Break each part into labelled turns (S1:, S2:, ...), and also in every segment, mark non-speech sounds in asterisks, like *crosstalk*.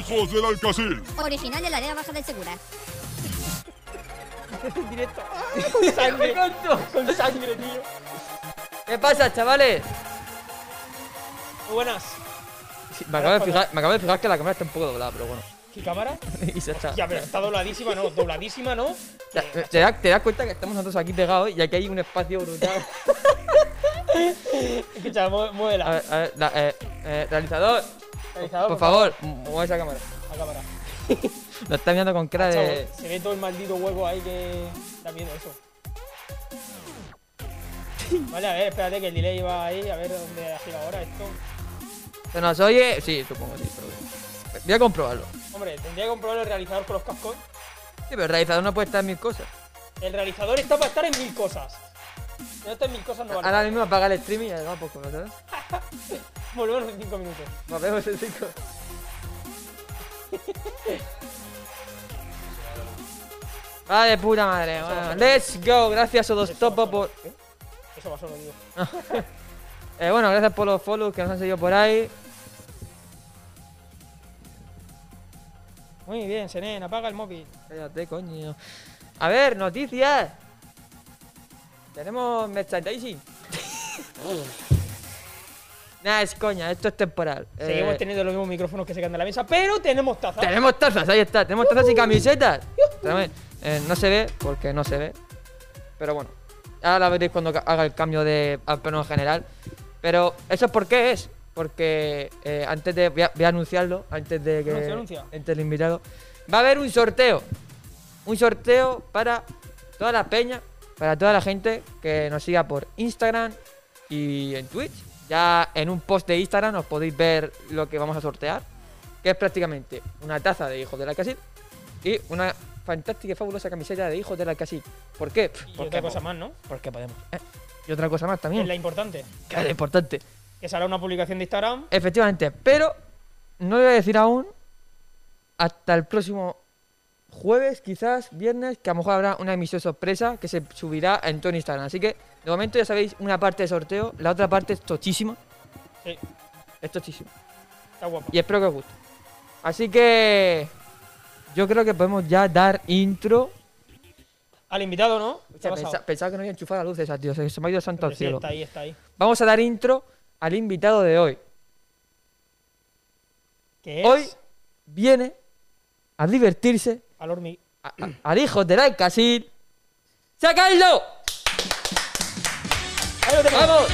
S1: Ojos del Alcacil.
S2: Original de la área baja del Segura.
S3: Directo. ¡Ah!
S4: *laughs*
S3: Con sangre. Con sangre, tío.
S4: ¿Qué pasa, chavales?
S3: Muy buenas.
S4: Sí, Me acabo, de fijar, me acabo de fijar que la cámara está un poco doblada, pero bueno. *laughs*
S3: ¿Qué cámara?
S4: Y se está.
S3: Ya, pero está dobladísima, ¿no? Dobladísima,
S4: *laughs*
S3: ¿no?
S4: Ya, eh, ¿Te, das, te das cuenta que estamos nosotros aquí pegados y aquí hay un espacio brutal.
S3: Escucha, mue-
S4: A
S3: muévela.
S4: ver, a ver, la- eh, eh, realizador,
S3: Realizador,
S4: por favor, mueve esa cámara.
S3: La cámara.
S4: Lo está mirando con cara de.
S3: Chavo, se ve todo el maldito hueco ahí que da miedo eso. Vale, a ver, espérate que el delay va ahí, a ver dónde ha girado ahora esto.
S4: ¿Se nos oye? Sí, supongo, sí, pero bueno. Voy a comprobarlo.
S3: Hombre, tendría que comprobar el realizador con los cascos.
S4: Sí, pero el realizador no puede estar en mil cosas.
S3: El realizador está para estar en mil cosas. Si no está en mil cosas, no vale.
S4: Ahora mismo apaga el stream y pues, ya va poco, ¿sabes?
S3: Volvemos en cinco minutos.
S4: Nos vemos en cinco. Va de puta madre, bueno. Let's go, gracias a los topos por.
S3: Eso va solo, tío.
S4: Eh, bueno, gracias por los follows que nos han seguido por ahí.
S3: Muy bien, Senen, apaga el móvil.
S4: Cállate, coño. A ver, noticias. Tenemos *laughs* merchandising. Nada, es coña, esto es temporal.
S3: Seguimos
S4: Eh,
S3: teniendo los mismos micrófonos que se quedan de la mesa, pero tenemos taza.
S4: Tenemos tazas, ahí está. Tenemos tazas y camisetas. También, eh, no se ve porque no se ve. Pero bueno, ahora la veréis cuando ca- haga el cambio de al plano en general. Pero eso es por qué es. Porque eh, antes de. Voy a, voy a anunciarlo. Antes de que.
S3: Anuncia, anuncia.
S4: Antes del invitado. Va a haber un sorteo. Un sorteo para toda la peña. Para toda la gente que nos siga por Instagram y en Twitch. Ya en un post de Instagram os podéis ver lo que vamos a sortear que es prácticamente una taza de Hijos del Alcacid y una fantástica y fabulosa camiseta de Hijos del Alcacid. ¿Por qué? Pff,
S3: Y
S4: Porque
S3: otra cosa
S4: po-
S3: más, ¿no?
S4: Porque podemos. Eh, Y otra cosa más
S3: Es
S4: también,
S3: la importante.
S4: que es lo importante.
S3: Que será una publicación de Instagram.
S4: Efectivamente, pero no lo voy a decir aún hasta el próximo jueves, quizás viernes, que a lo mejor habrá una emisión sorpresa que se subirá en todo Instagram. Así que, de momento ya sabéis, una parte de sorteo, la otra parte es tochísima.
S3: Sí,
S4: Es tochísima.
S3: está guapa.
S4: Y espero que os guste. Así que yo creo que podemos ya dar intro.
S3: Al invitado, ¿no?
S4: O
S3: ¿Qué
S4: sea,
S3: ha
S4: pensa-
S3: pasado?
S4: pensaba que no había enchufado la luz esa, tío. Se se me ha ido santo
S3: Pero
S4: al
S3: sí,
S4: cielo.
S3: está ahí, está ahí.
S4: Vamos a dar intro al invitado de hoy.
S3: ¿Qué es?
S4: Hoy viene a divertirse
S3: Al hormi-
S4: a- a- al hijo del Alcacil. ¡Sacadlo!
S3: Ahí lo tenemos.
S4: ¡Vamos!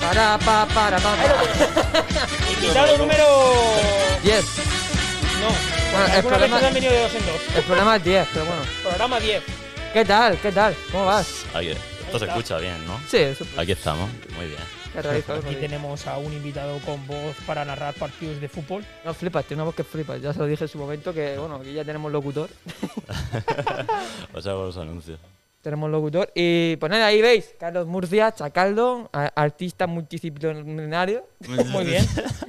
S4: Para, pa, para, pa,
S3: Ahí lo
S4: para.
S3: tenemos. Invitado número.
S4: Yes.
S3: No.
S4: Bueno, el
S3: Algunas
S4: programa-
S3: veces han venido de dos en dos.
S4: El programa es 10, pero bueno.
S3: Programa 10.
S4: ¿Qué tal? ¿Qué tal? ¿Cómo vas?
S5: Ahí, esto se escucha bien, ¿no?
S4: Sí, eso.
S5: Aquí estamos, muy bien.
S4: Qué rarito, ¿eh?
S3: Aquí
S4: ¿no?
S3: tenemos a un invitado con voz para narrar partidos de fútbol.
S4: No flipas, tiene una voz que flipas. Ya se lo dije en su momento que, bueno, aquí ya tenemos locutor.
S5: Os hago los anuncios.
S4: Tenemos locutor. Y pues nada, ahí veis, Carlos Murcia, Chacaldo, a- artista multidisciplinario.
S3: Muy bien.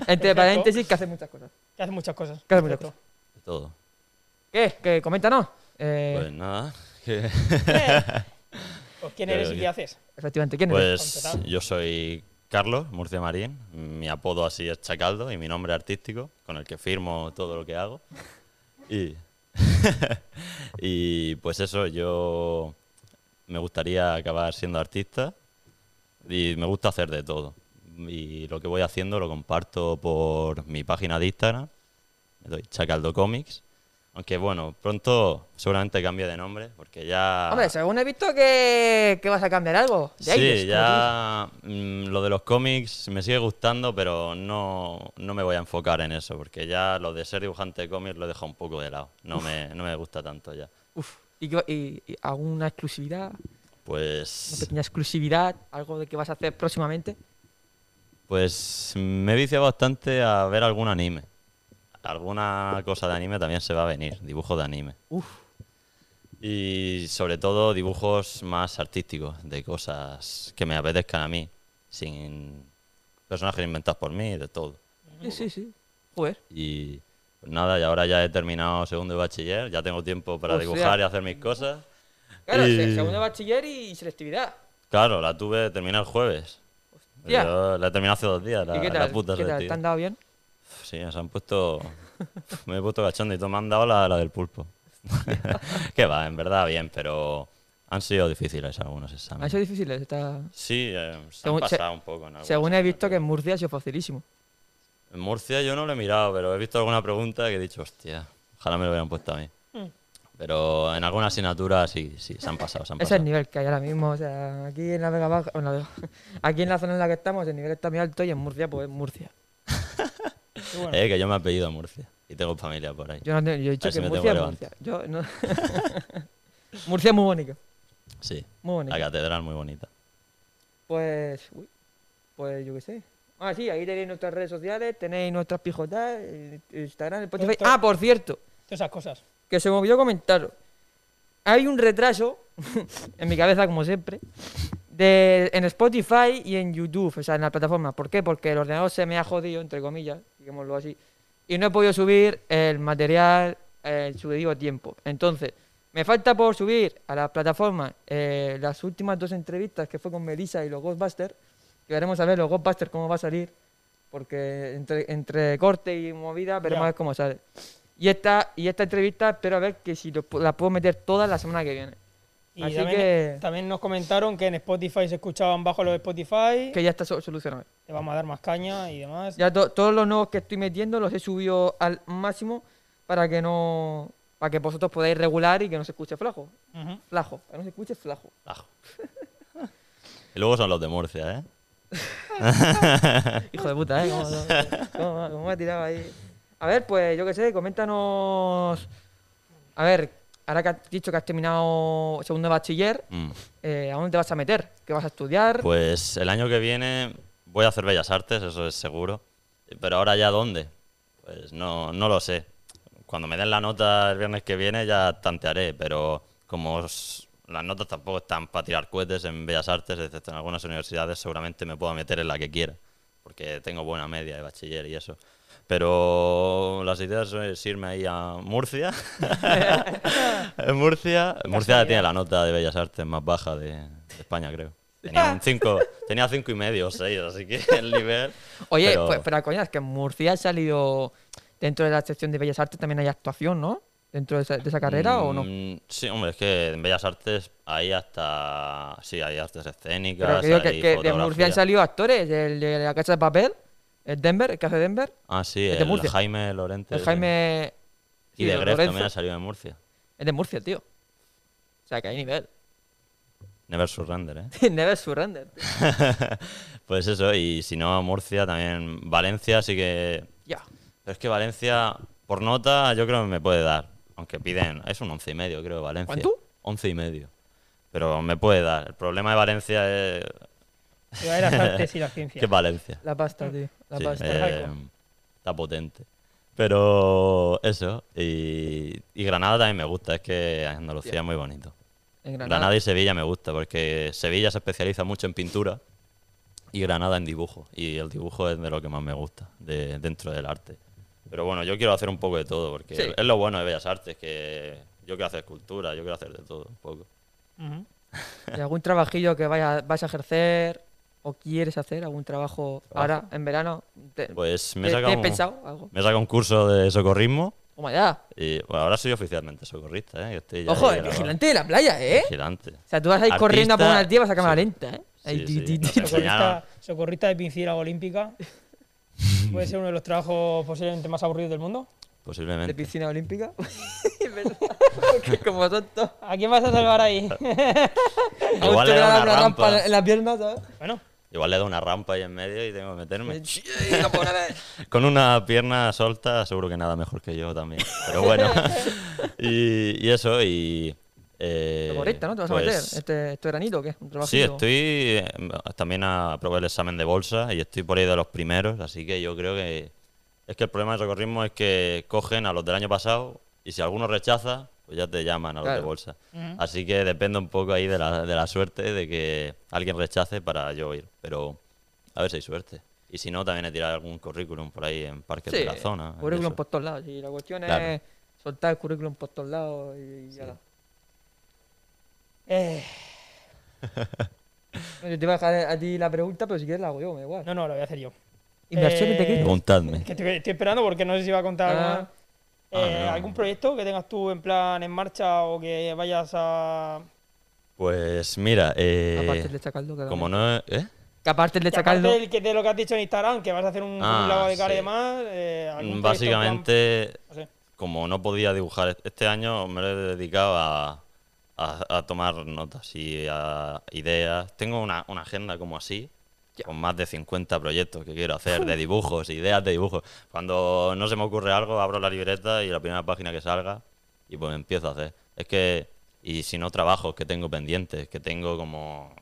S4: Entre paréntesis, que hace muchas cosas.
S3: Que hace muchas cosas.
S4: Que hace muchas
S3: Perfecto.
S5: Todo.
S4: ¿Qué? ¿Qué? Coméntanos. Eh,
S5: Pues nada, que-
S3: Pues, ¿Quién
S5: Pero
S3: eres y
S5: que-
S3: qué haces?
S4: Efectivamente, ¿quién eres?
S5: pues yo soy Carlos Murcia Marín, mi apodo así es Chacaldo y mi nombre artístico, con el que firmo todo lo que hago. Y, *laughs* y pues eso, yo me gustaría acabar siendo artista y me gusta hacer de todo. Y lo que voy haciendo lo comparto por mi página de Instagram, me doy Chacaldo Comics. Aunque bueno, pronto seguramente cambie de nombre, porque ya...
S4: Hombre, según he visto que, que vas a cambiar algo. de aires,
S5: ah. Sí,
S4: como
S5: ya mm, lo de los cómics me sigue gustando, pero no, no me voy a enfocar en eso, porque ya lo de ser dibujante de cómics lo he dejado un poco de lado. No, me, no me gusta tanto ya.
S4: tú dices. Uf. ¿Y, qué va- y- y alguna exclusividad? ¿Una
S5: Pues,
S4: pequeña exclusividad? ¿Algo de que vas a hacer próximamente?
S5: pues me vicio bastante a ver algún anime. Alguna cosa de anime también se va a venir, dibujo de anime.
S4: Uf.
S5: Y sobre todo dibujos más artísticos, de cosas que me apetezcan a mí, sin personajes inventados por mí, de todo.
S4: Sí, sí, sí. Joder.
S5: Y pues nada, y ahora ya he terminado segundo de bachiller, ya tengo tiempo para
S4: Hostia.
S5: dibujar y hacer mis cosas.
S4: Claro,
S5: Y-
S4: se- segundo de bachiller y selectividad.
S5: Claro, la tuve, terminé el jueves.
S4: Hostia.
S5: Yo la he terminado hace dos días, la,
S4: ¿Y qué
S5: la
S4: tal?
S5: puta
S4: ¿Qué
S5: red,
S4: tal?
S5: tío.
S4: ¿Te han dado bien?
S5: Sí, se han puesto Me he puesto cachondo y todo me han dado la, la del pulpo. *laughs* que va, en verdad bien, pero han sido difíciles algunos
S4: Ha
S5: exámenes.
S4: sido Ah, difícil esta...
S5: Sí, eh, se
S4: Según-
S5: han
S4: se-
S5: pasado un poco. En algunos
S4: Según he
S5: exámenes,
S4: visto que
S5: pero-
S4: en Murcia ha sido facilísimo.
S5: En Murcia yo no lo he mirado, pero he visto alguna pregunta que he dicho, hostia, ojalá me lo hubieran puesto a mí.
S4: Mm.
S5: Pero en alguna asignatura sí, sí, se han pasado, se han
S4: Ese es el
S5: pasado.
S4: nivel que hay ahora mismo. O sea, aquí en la Vega Baja, bueno, *laughs* la Vega- aquí en la zona en la que estamos, el nivel está muy alto y en Murcia, pues en Murcia.
S3: Y bueno,
S5: Eh, que yo me he apellido a Murcia y tengo familia por ahí.
S4: Yo, no, te- yo he dicho
S5: ver si
S4: que
S5: me
S4: Murcia es
S5: tengo
S4: Murcia. Yo no- *laughs* Murcia es muy bonito.
S5: Sí,
S4: Muy bonito.
S5: la catedral muy bonita.
S4: Pues, uy, pues yo qué sé. Ah, sí, ahí tenéis nuestras redes sociales, tenéis nuestras pijotas, eh, Instagram, Spotify.
S3: Esto-
S4: Ah, por cierto,
S3: todas esas cosas.
S4: que se me olvidó comentaros. Hay un retraso, *laughs* en mi cabeza como siempre, de, en Spotify y en YouTube, o sea, en la plataforma. ¿Por qué? Porque el ordenador se me ha jodido, entre comillas, digámoslo así, y no he podido subir el material el subido a tiempo. Entonces, me falta por subir a la plataforma eh, las últimas dos entrevistas que fue con Melissa y los Ghostbusters, que veremos a ver los Ghostbusters cómo va a salir, porque entre, entre corte y movida veremos
S3: Ya.
S4: a ver cómo sale. Y esta, y esta entrevista espero a ver que si lo pu- la puedo meter toda la semana que viene.
S3: Y
S4: Así
S3: también,
S4: que-
S3: también nos comentaron que en Spotify se escuchaban bajo los Spotify.
S4: Que ya está so- solucionado.
S3: Le vamos a dar más caña y demás.
S4: Ya to- todos los nuevos que estoy metiendo los he subido al máximo para que no. para que vosotros podáis regular y que no se escuche flajo.
S3: Ujú.
S4: Flajo, que no se escuche flajo.
S5: Ajo. *laughs* y luego son los de Murcia, ¿eh?
S4: Hijo de puta, ¿eh? ¿Cómo, *laughs* cómo- cómo me ha tirado ahí? A ver, pues yo qué sé, coméntanos. A ver, ahora que has dicho que has terminado segundo de bachiller,
S5: Mm.
S4: eh, ¿a dónde te vas a meter? ¿Qué vas a estudiar?
S5: Pues el año que viene voy a hacer Bellas Artes, eso es seguro. Pero ahora ya dónde? Pues no, no lo sé. Cuando me den la nota el viernes que viene ya tantearé, pero como os- las notas tampoco están para tirar cohetes en Bellas Artes, excepto en algunas universidades, seguramente me pueda meter en la que quiera, porque tengo buena media de bachiller y eso. Pero las ideas es irme ahí a Murcia. *laughs* en Murcia. Murcia tiene la nota de Bellas Artes más baja de, de España, creo. Tenía *laughs* un 5 tenía cinco y medio o 6, así *laughs* que el nivel.
S4: Oye,
S5: pero-
S4: pues, pero coño, es que en Murcia ha salido. Dentro de la sección de Bellas Artes también hay actuación, ¿no? Dentro de esa, de esa carrera o no?
S5: Mm, Sí, hombre, es que en Bellas Artes hay hasta. Sí, hay artes
S4: Pero
S5: escénicas.
S4: que digo que,
S5: hay
S4: que de Murcia han
S5: fotografía.
S4: salido actores, el de la Casa de Papel, el Denver, el que hace Denver,
S5: Ah, sí,
S4: es de
S5: el
S4: Murcia.
S5: Jaime Lorente.
S4: el
S5: sí.
S4: Jaime... sí,
S5: Y de Gref
S4: Lorenzo,
S5: también ha salido de Murcia.
S4: Es de Murcia, tío. O sea, que hay nivel. *laughs*
S5: Never Surrender, ¿eh?
S4: Never surrender. tío.
S5: Pues eso, y si no, Murcia también. Valencia sí que.
S4: Ya.
S5: Pero es que Valencia, por nota, yo creo que me puede dar. Aunque piden. Es un once y medio, creo, Valencia.
S4: ¿Cuánto?
S5: Once y medio. Pero me puede dar. El problema de Valencia es.
S3: Y va a ir
S4: *laughs*
S3: a las artes y la
S5: que
S3: ciencia.
S5: es Valencia.
S4: La pasta, tío. La
S5: Sí,
S4: pasta.
S5: eh, está potente. Pero eso, y, y Granada también me gusta, es que Andalucía es muy bonito.
S4: en
S5: Granada. y Sevilla me gusta, porque Sevilla se especializa mucho en pintura y Granada en dibujo. Y el dibujo es de lo que más me gusta, de, dentro del arte. Pero bueno, yo quiero hacer un poco de todo, porque
S4: Sí.
S5: es lo bueno de Bellas Artes, que yo quiero hacer escultura, yo quiero hacer de todo un poco.
S3: Ujú.
S4: ¿Y algún trabajillo que vaya, vas a ejercer o quieres hacer? ¿Algún trabajo, ahora, en verano? Te-
S5: Ah. Pues me he
S4: te-
S5: sacado
S4: ¿Te has
S5: un-
S4: pensado algo?
S5: Me saca un curso de socorrismo
S4: Oh my God.
S5: y bueno, ahora soy oficialmente socorrista, ¿eh? que estoy ya
S4: Ojo,
S5: ahí
S4: el
S5: grabado.
S4: vigilante de la playa, ¿eh?
S5: Vigilante.
S4: O sea, tú vas a ir
S5: Artista-
S4: corriendo a poner al tío vas a cámara
S5: sí.
S4: lenta, ¿eh? Ahí,
S5: Sí,
S4: ti,
S5: sí, no
S4: ti, ti.
S5: sé.
S3: Socorrista,
S5: Enseñaron.
S3: socorrista de pincel
S4: *laughs*
S3: olímpica. Puede ser uno de los trabajos posiblemente más aburridos del mundo.
S4: de
S5: Posiblemente.
S4: piscina olímpica. *laughs*
S5: *laughs*
S4: Es verdad, Porque como son todos.
S3: ¿A quién vas a salvar ahí? *laughs*
S5: Igual le
S4: Aún te
S5: da
S4: dan
S5: una rampa.
S4: en la pierna, ¿sabes?
S3: bueno,
S5: Igual le da una rampa ahí en medio y tengo que meterme.
S4: Sí, lo *laughs* pones.
S5: Con una pierna solta, seguro que nada mejor que yo también. Pero
S4: *laughs*
S5: bueno. y, y eso, y. Eh,
S4: Correcta, ¿no? Te vas a
S5: pues,
S4: meter este, este veranito, o ¿qué? Un
S5: Sí,
S4: trabajillo.
S5: estoy eh, también a probar el examen de bolsa y estoy por ahí de los primeros, así que yo creo que es que el problema del socorrismo es que cogen a los del año pasado y si alguno rechaza, pues ya te llaman a los de
S4: Claro.
S5: bolsa. Así que depende un poco ahí de la, de la suerte de que alguien rechace para yo ir, pero a ver si hay suerte. Y si no, también he tirado algún currículum por ahí en parques de la zona. y
S4: Currículum
S5: eso.
S4: por todos lados. Y la cuestión es
S5: Claro.
S4: soltar el currículum por todos lados y, y ala.
S3: eh,
S4: No, yo te iba a dejar a ti la pregunta, pero si quieres la hago yo, me da igual.
S5: Eh,
S3: no, no, lo voy a hacer yo.
S4: Inversiones de
S3: Eh,
S4: cripto.
S5: Preguntadme.
S3: Que estoy, estoy esperando porque no sé si va a contar
S4: Ah.
S3: alguna- eh,
S5: Ah, no.
S3: algún proyecto que tengas tú en plan en marcha o que vayas a.
S5: Pues mira, eh,
S4: Aparte el de Chacaldo. que
S5: como
S4: también.
S5: no es... ¿eh?
S4: Que aparte el de
S3: que aparte
S4: Chacaldo.
S3: del que- de lo que has dicho en Instagram, que vas a hacer un,
S5: Ah,
S3: un lavado de cara
S5: sí.
S3: y demás. eh, algún proyecto en plan- pues,
S5: Básicamente,
S3: no sé.
S5: como no podía dibujar est- este año, me lo he dedicado a, a- a tomar notas y a ideas. Tengo una, una agenda como así,
S4: Ya.
S5: con más de 50 proyectos que quiero hacer,
S4: *laughs*
S5: de dibujos, ideas de dibujos. Cuando no se me ocurre algo, abro la libreta y la primera página que salga, y pues empiezo a hacer. Es que, y si no trabajos que tengo pendientes, que tengo como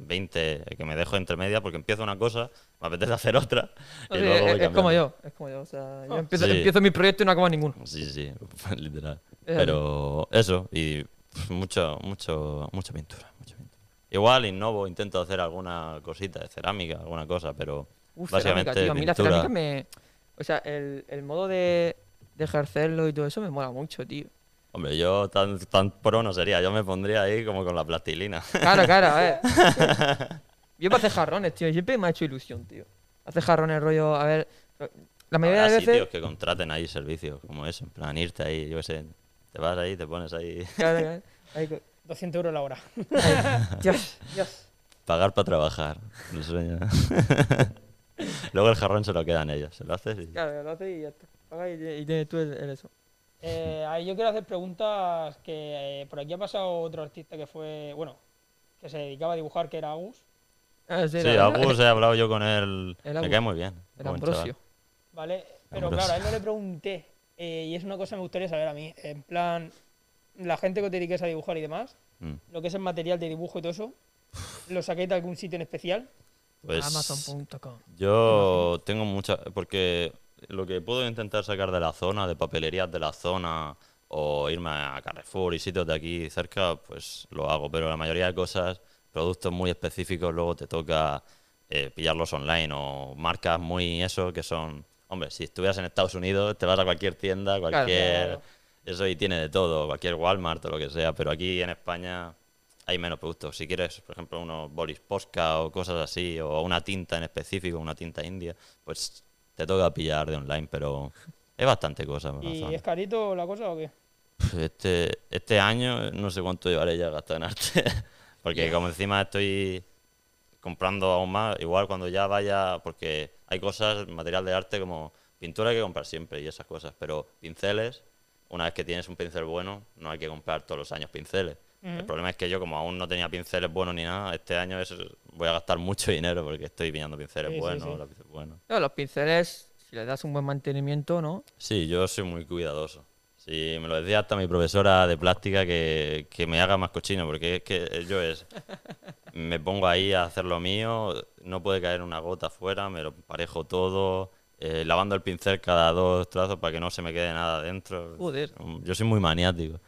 S5: 20 que me dejo entre medias porque empiezo una cosa, me apetece hacer otra.
S4: O
S5: y
S4: sea,
S5: luego
S4: es,
S5: voy
S4: es como
S5: cambiando.
S4: yo. Es como yo. O sea, yo empiezo,
S5: Ah. Sí.
S4: empiezo mi proyecto y no acabo ninguno.
S5: Sí, sí, *laughs* literal.
S4: Es
S5: Pero eso, y pf, mucho, mucho, mucha pintura, mucha pintura. Igual innovo, intento hacer alguna cosita de cerámica, alguna cosa, pero
S4: Uf,
S5: básicamente
S4: cerámica, tío. A mí la
S5: pintura.
S4: cerámica me. O sea, el, el modo de, de ejercerlo y todo eso me mola mucho, tío.
S5: Hombre, yo tan, tan pro no sería, yo me pondría ahí como con la plastilina.
S4: Claro, claro, a ver. Yo para hacer jarrones, tío. Siempre me ha hecho ilusión, tío. Hacer jarrones, rollo. A ver.
S5: *laughs*
S4: La mayoría
S5: Habrá
S4: de veces.
S5: sitios que contraten ahí servicios como eso, en plan irte ahí, yo qué sé, te vas ahí, te pones ahí, *laughs*
S4: Claro, claro. Ahí co-
S3: 200 euros la hora.
S4: Dios.
S5: pagar para trabajar, el sueño. *laughs* Luego el jarrón se lo quedan ellos, se lo haces y...
S4: Claro, lo haces y ya está. Paga y, y tienes tú el, el eso.
S3: Eh, ahí yo quiero hacer preguntas que eh, por aquí ha pasado otro artista que fue, bueno, que se dedicaba a dibujar, que era Agus,
S4: Ah, sí,
S5: Sí,
S4: la-
S5: Agus he hablado yo con él.
S4: El
S5: me
S4: Agus.
S5: cae muy bien.
S4: El
S5: buen chaval.
S4: Ambrosio.
S3: ¿vale? Pero
S5: Ambrosio.
S3: claro, a él no le pregunté, eh, y es una cosa que me gustaría saber a mí, en plan, la gente que te dediques a dibujar y demás,
S5: Mm.
S3: lo que es el material de dibujo y todo eso, ¿lo saquéis de algún sitio en especial?
S5: Pues
S4: Amazon.com.
S5: yo tengo mucha... Porque lo que puedo intentar sacar de la zona, de papelerías de la zona, o irme a Carrefour y sitios de aquí cerca, pues lo hago. Pero la mayoría de cosas, productos muy específicos, luego te toca eh, pillarlos online o marcas muy eso que son... Hombre, si estuvieras en Estados Unidos, te vas a cualquier tienda,
S4: claro,
S5: cualquier...
S4: claro.
S5: Eso y tiene de todo, cualquier Walmart o lo que sea, pero aquí en España hay menos productos. Si quieres, por ejemplo, unos bolis Posca o cosas así, o una tinta en específico, una tinta india, pues te toca pillar de online, pero es bastante cosa. en
S3: ¿Y
S5: Amazon.
S3: es carito la cosa o qué?
S5: Pf, Este, este año no sé cuánto llevaré ya gastado en arte, *laughs* porque como encima estoy comprando aún más, igual cuando ya vaya, porque hay cosas, material de arte como pintura hay que comprar siempre y esas cosas, pero pinceles, una vez que tienes un pincel bueno, no hay que comprar todos los años pinceles.
S3: Mm.
S5: El problema es que yo como aún no tenía pinceles buenos ni nada, este año es, voy a gastar mucho *laughs* dinero porque estoy pillando pinceles
S3: Sí, sí,
S5: buenos,
S3: sí.
S5: lápices buenos.
S4: No, los pinceles, si le das un buen mantenimiento, ¿no?
S5: Sí, yo soy muy cuidadoso. Sí, me lo decía hasta mi profesora de plástica que, que me haga más cochino, porque es que yo es, me pongo ahí a hacer lo mío, no puede caer una gota afuera, me lo parejo todo, eh, lavando el pincel cada dos trazos para que no se me quede nada dentro. Mm,
S4: Joder.
S5: Yo soy muy maniático.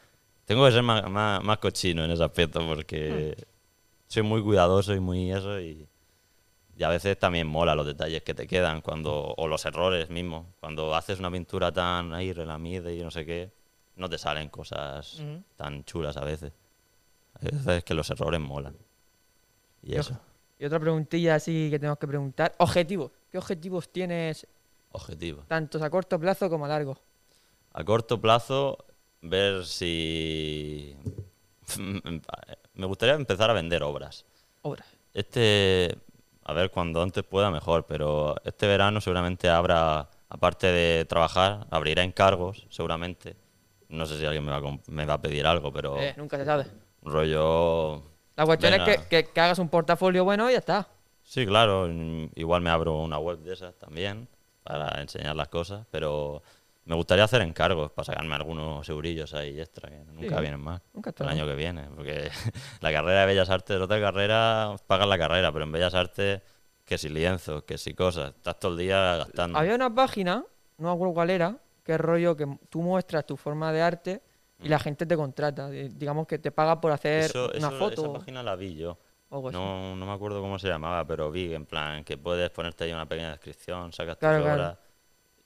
S5: Tengo que ser más, más, más cochino en ese aspecto porque soy muy cuidadoso y muy eso y, y a veces también mola los detalles que te quedan cuando o los errores mismos. Cuando haces una pintura tan ahí relamida y no sé qué, no te salen cosas
S3: Ujú.
S5: tan chulas a veces. A veces que los errores molan. Y
S4: Yo-
S5: eso,
S4: Y otra preguntilla así que tenemos que preguntar. Objetivos. ¿Qué objetivos tienes
S5: objetivo.
S4: tanto a corto plazo como a largo?
S5: A corto plazo, ver si... *laughs* Me gustaría empezar a vender obras.
S4: Obras.
S5: Este, a ver, cuando antes pueda mejor, pero este verano seguramente habrá, aparte de trabajar, abrirá encargos, seguramente. No sé si alguien me va a, com- me va a pedir algo, pero
S4: Eh, nunca se sabe.
S5: rollo...
S4: La cuestión
S5: Venga.
S4: es que, que- que hagas un portafolio bueno y ya está.
S5: Sí, claro, mm, igual me abro una web de esas también para enseñar las cosas, pero me gustaría hacer encargos para sacarme algunos eurillos ahí extra, que nunca
S4: Sí.
S5: vienen más.
S4: Nunca está
S5: el
S4: mal.
S5: año que viene, porque *laughs* la carrera de Bellas Artes es otra carrera, pagas la carrera, pero en Bellas Artes que si lienzos, que si cosas, estás todo el día gastando.
S4: Había una página, no me acuerdo cuál era, que es rollo que tú muestras tu forma de arte y la gente te contrata. Eh, Digamos que te paga por hacer
S5: Mm. Eso-
S4: una
S5: eso-
S4: foto
S5: Esa página la vi yo.
S4: o algo así.
S5: No, no me acuerdo cómo se llamaba, pero vi en plan que puedes ponerte ahí una pequeña descripción, sacas tus
S4: Claro,
S5: obras
S4: claro.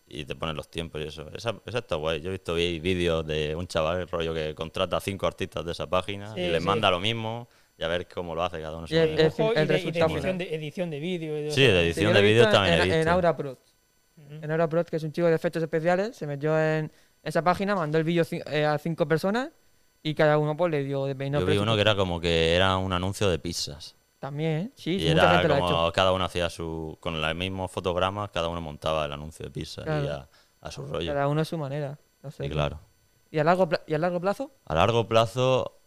S5: y te pones los tiempos y eso. Esa, esa está guay. Yo he visto vi- vídeos de un chaval, el rollo que contrata a cinco artistas de esa página
S3: Sí,
S5: y les
S3: sí.
S5: manda lo mismo y a ver cómo lo hace cada uno. en su
S4: Y el-
S5: manera.
S4: el-
S3: Ojo, y
S4: el
S3: de- y de
S4: resultado
S3: edición
S4: final.
S3: de, edición de vídeo. y de-
S5: Sí, de
S4: Sí, yo
S5: edición de
S4: lo he
S5: vídeos
S4: visto
S5: también
S4: en,
S5: he
S4: en
S5: visto.
S4: Aura Pro.
S3: Ujú.
S4: En Aura Pro, que es un chico de efectos especiales, se metió en esa página, mandó el vídeo ci- eh, a cinco personas y cada uno pues le dio dependiendo
S5: Yo
S4: del
S5: vi uno
S4: presupuesto.
S5: que era como que era un anuncio de pizzas.
S4: También, sí,
S5: y
S4: sí, mucha
S5: era
S4: gente lo ha hecho.
S5: como cada uno hacía su. Con los mismos fotogramas, cada uno montaba el anuncio de pizza y
S4: Claro.
S5: a, a su rollo.
S4: Cada uno a su manera. no sé.
S5: Y claro.
S4: ¿Y a largo, pla- y a largo plazo?
S5: A largo plazo,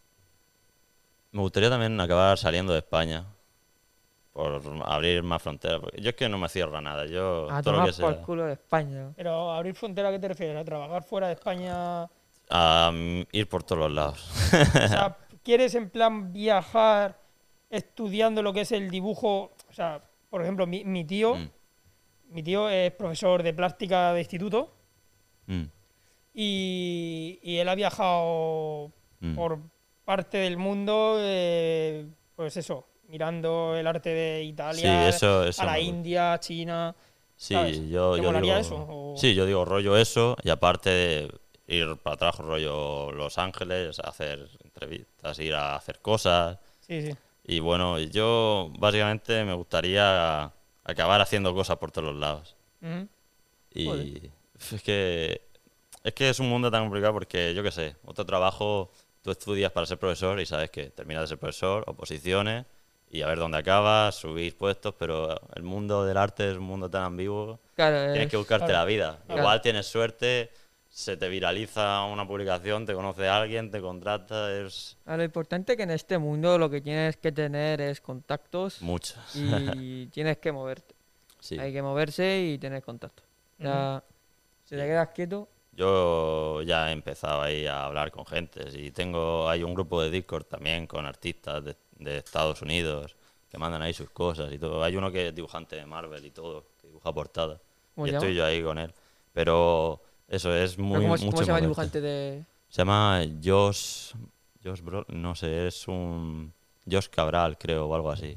S5: me gustaría también acabar saliendo de España. Por abrir más fronteras. porque Yo es que no me cierro a nada. Yo,
S4: A
S5: Pues todo lo
S4: tomar
S5: que sea.
S4: por culo de España.
S3: Pero abrir frontera, ¿a qué te refieres? ¿A trabajar fuera de
S5: *laughs*
S3: España? O
S5: A mm, ir por todos los lados.
S3: sea, ¿quieres en plan viajar estudiando lo que es el dibujo? O sea, por ejemplo, mi, mi tío,
S5: Mm.
S3: mi tío es profesor de plástica de instituto
S5: Mm,
S3: y, y él ha viajado
S5: Mm.
S3: por parte del mundo, eh, pues eso, mirando el arte de Italia,
S5: eso- eso
S3: a la
S5: me gusta.
S3: India, China.
S5: Sí,
S3: ¿Sabes?
S5: yo,
S3: ¿Te
S5: yo
S3: molaría
S5: digo,
S3: eso, o-
S5: Sí, yo digo rollo eso y aparte de ir para atrás rollo Los Ángeles, hacer entrevistas, ir a hacer cosas.
S3: Sí, sí.
S5: Y bueno, yo básicamente me gustaría acabar haciendo cosas por todos los lados.
S3: Ujú.
S5: Y es que, es que es un mundo tan complicado porque, yo qué sé, otro trabajo, tú estudias para ser profesor y sabes que terminas de ser profesor, oposiciones y a ver dónde acabas, subís puestos, pero el mundo del arte es un mundo tan ambiguo.
S4: Eh, Claro,
S5: Tienes
S4: es-
S5: que buscarte
S3: claro,
S5: la vida.
S4: claro.
S5: Igual tienes suerte, se te viraliza una publicación, te conoce alguien, te contrata, es
S4: a lo importante que en este mundo lo que tienes que tener es contactos
S5: muchas.
S4: y
S5: *laughs*
S4: tienes que moverte.
S5: Sí.
S4: Hay que moverse y tener contactos. Ya, si te quedas quieto,
S5: Yo ya he empezado ahí a hablar con gente. Y tengo, hay un grupo de Discord también con artistas de, de Estados Unidos que mandan ahí sus cosas y todo. Hay uno que es dibujante de Marvel y todo, que dibuja portadas.
S4: ¿Cómo
S5: Y
S4: se
S5: estoy
S4: llama?
S5: yo ahí con él. Pero eso es
S4: ¿pero
S5: muy
S4: ¿cómo,
S5: mucho
S4: se- cómo se llama
S5: moverte.
S4: el dibujante de...?
S5: Se llama Josh. Josh Bro, no sé, es un. Josh Cabral, creo, o algo así.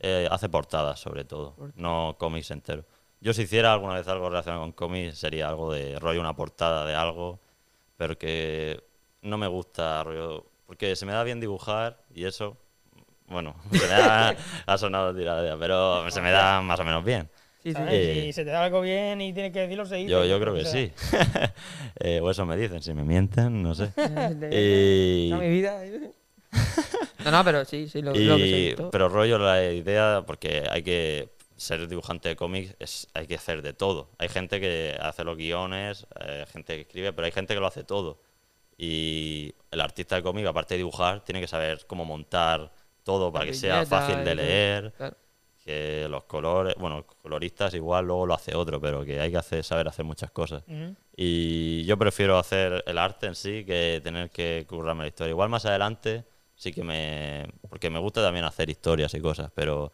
S5: Eh, hace portadas, sobre todo, no cómics enteros. Yo, si hiciera alguna vez algo relacionado con cómics, sería algo de rollo, una portada de algo, pero que no me gusta, rollo. Porque se me da bien dibujar y eso. Bueno, *laughs* se me da- ha sonado tiradera, pero se me da más o menos bien.
S4: Sí, sí.
S3: ¿Sabes?
S5: Eh.
S3: Si se te da algo bien y tienes que decirlo, se dice.
S5: Yo, yo creo
S3: O
S5: que
S3: sea,
S5: sí. *laughs* Eh, o eso me dicen, si me mienten, no sé.
S4: Eh,
S5: Y-
S4: no, mi vida. ¿eh? No, no, pero sí, sí, lo, lo que se
S5: Y-
S4: hizo.
S5: pero rollo la idea, porque hay que ser dibujante de cómics, es, hay que hacer de todo. Hay gente que hace los guiones, eh, gente que escribe, pero hay gente que lo hace todo. Y el artista de cómic, aparte de dibujar, tiene que saber cómo montar todo para
S4: La
S5: que sea
S4: viñeta
S5: fácil
S4: y
S5: de
S4: todo.
S5: leer,
S4: Claro.
S5: que los colores, bueno, los coloristas igual luego lo hace otro, pero que hay que hacer, saber hacer muchas cosas.
S3: Ujú.
S5: Y yo prefiero hacer el arte en sí que tener que currarme la historia. Igual más adelante sí que me... Porque me gusta también hacer historias y cosas, pero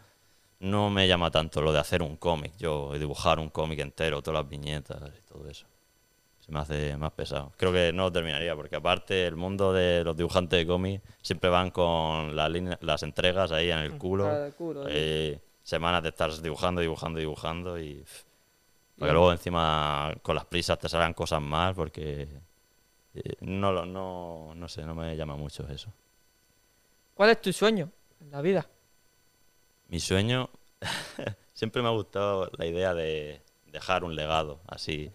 S5: no me llama tanto lo de hacer un cómic, yo y dibujar un cómic entero, todas las viñetas y todo eso. Se me hace más pesado. Creo que no lo terminaría, porque aparte el mundo de los dibujantes de cómic siempre van con la línea- las entregas ahí en el culo.
S4: Claro, el culo,
S5: eh, semanas de estar dibujando, dibujando, dibujando y... pff, porque luego encima con las prisas te salgan cosas más porque eh, no, lo- no, no sé, no me llama mucho eso.
S4: ¿Cuál es tu sueño en la vida?
S5: Mi sueño, *laughs* siempre me ha gustado la idea de dejar un legado así.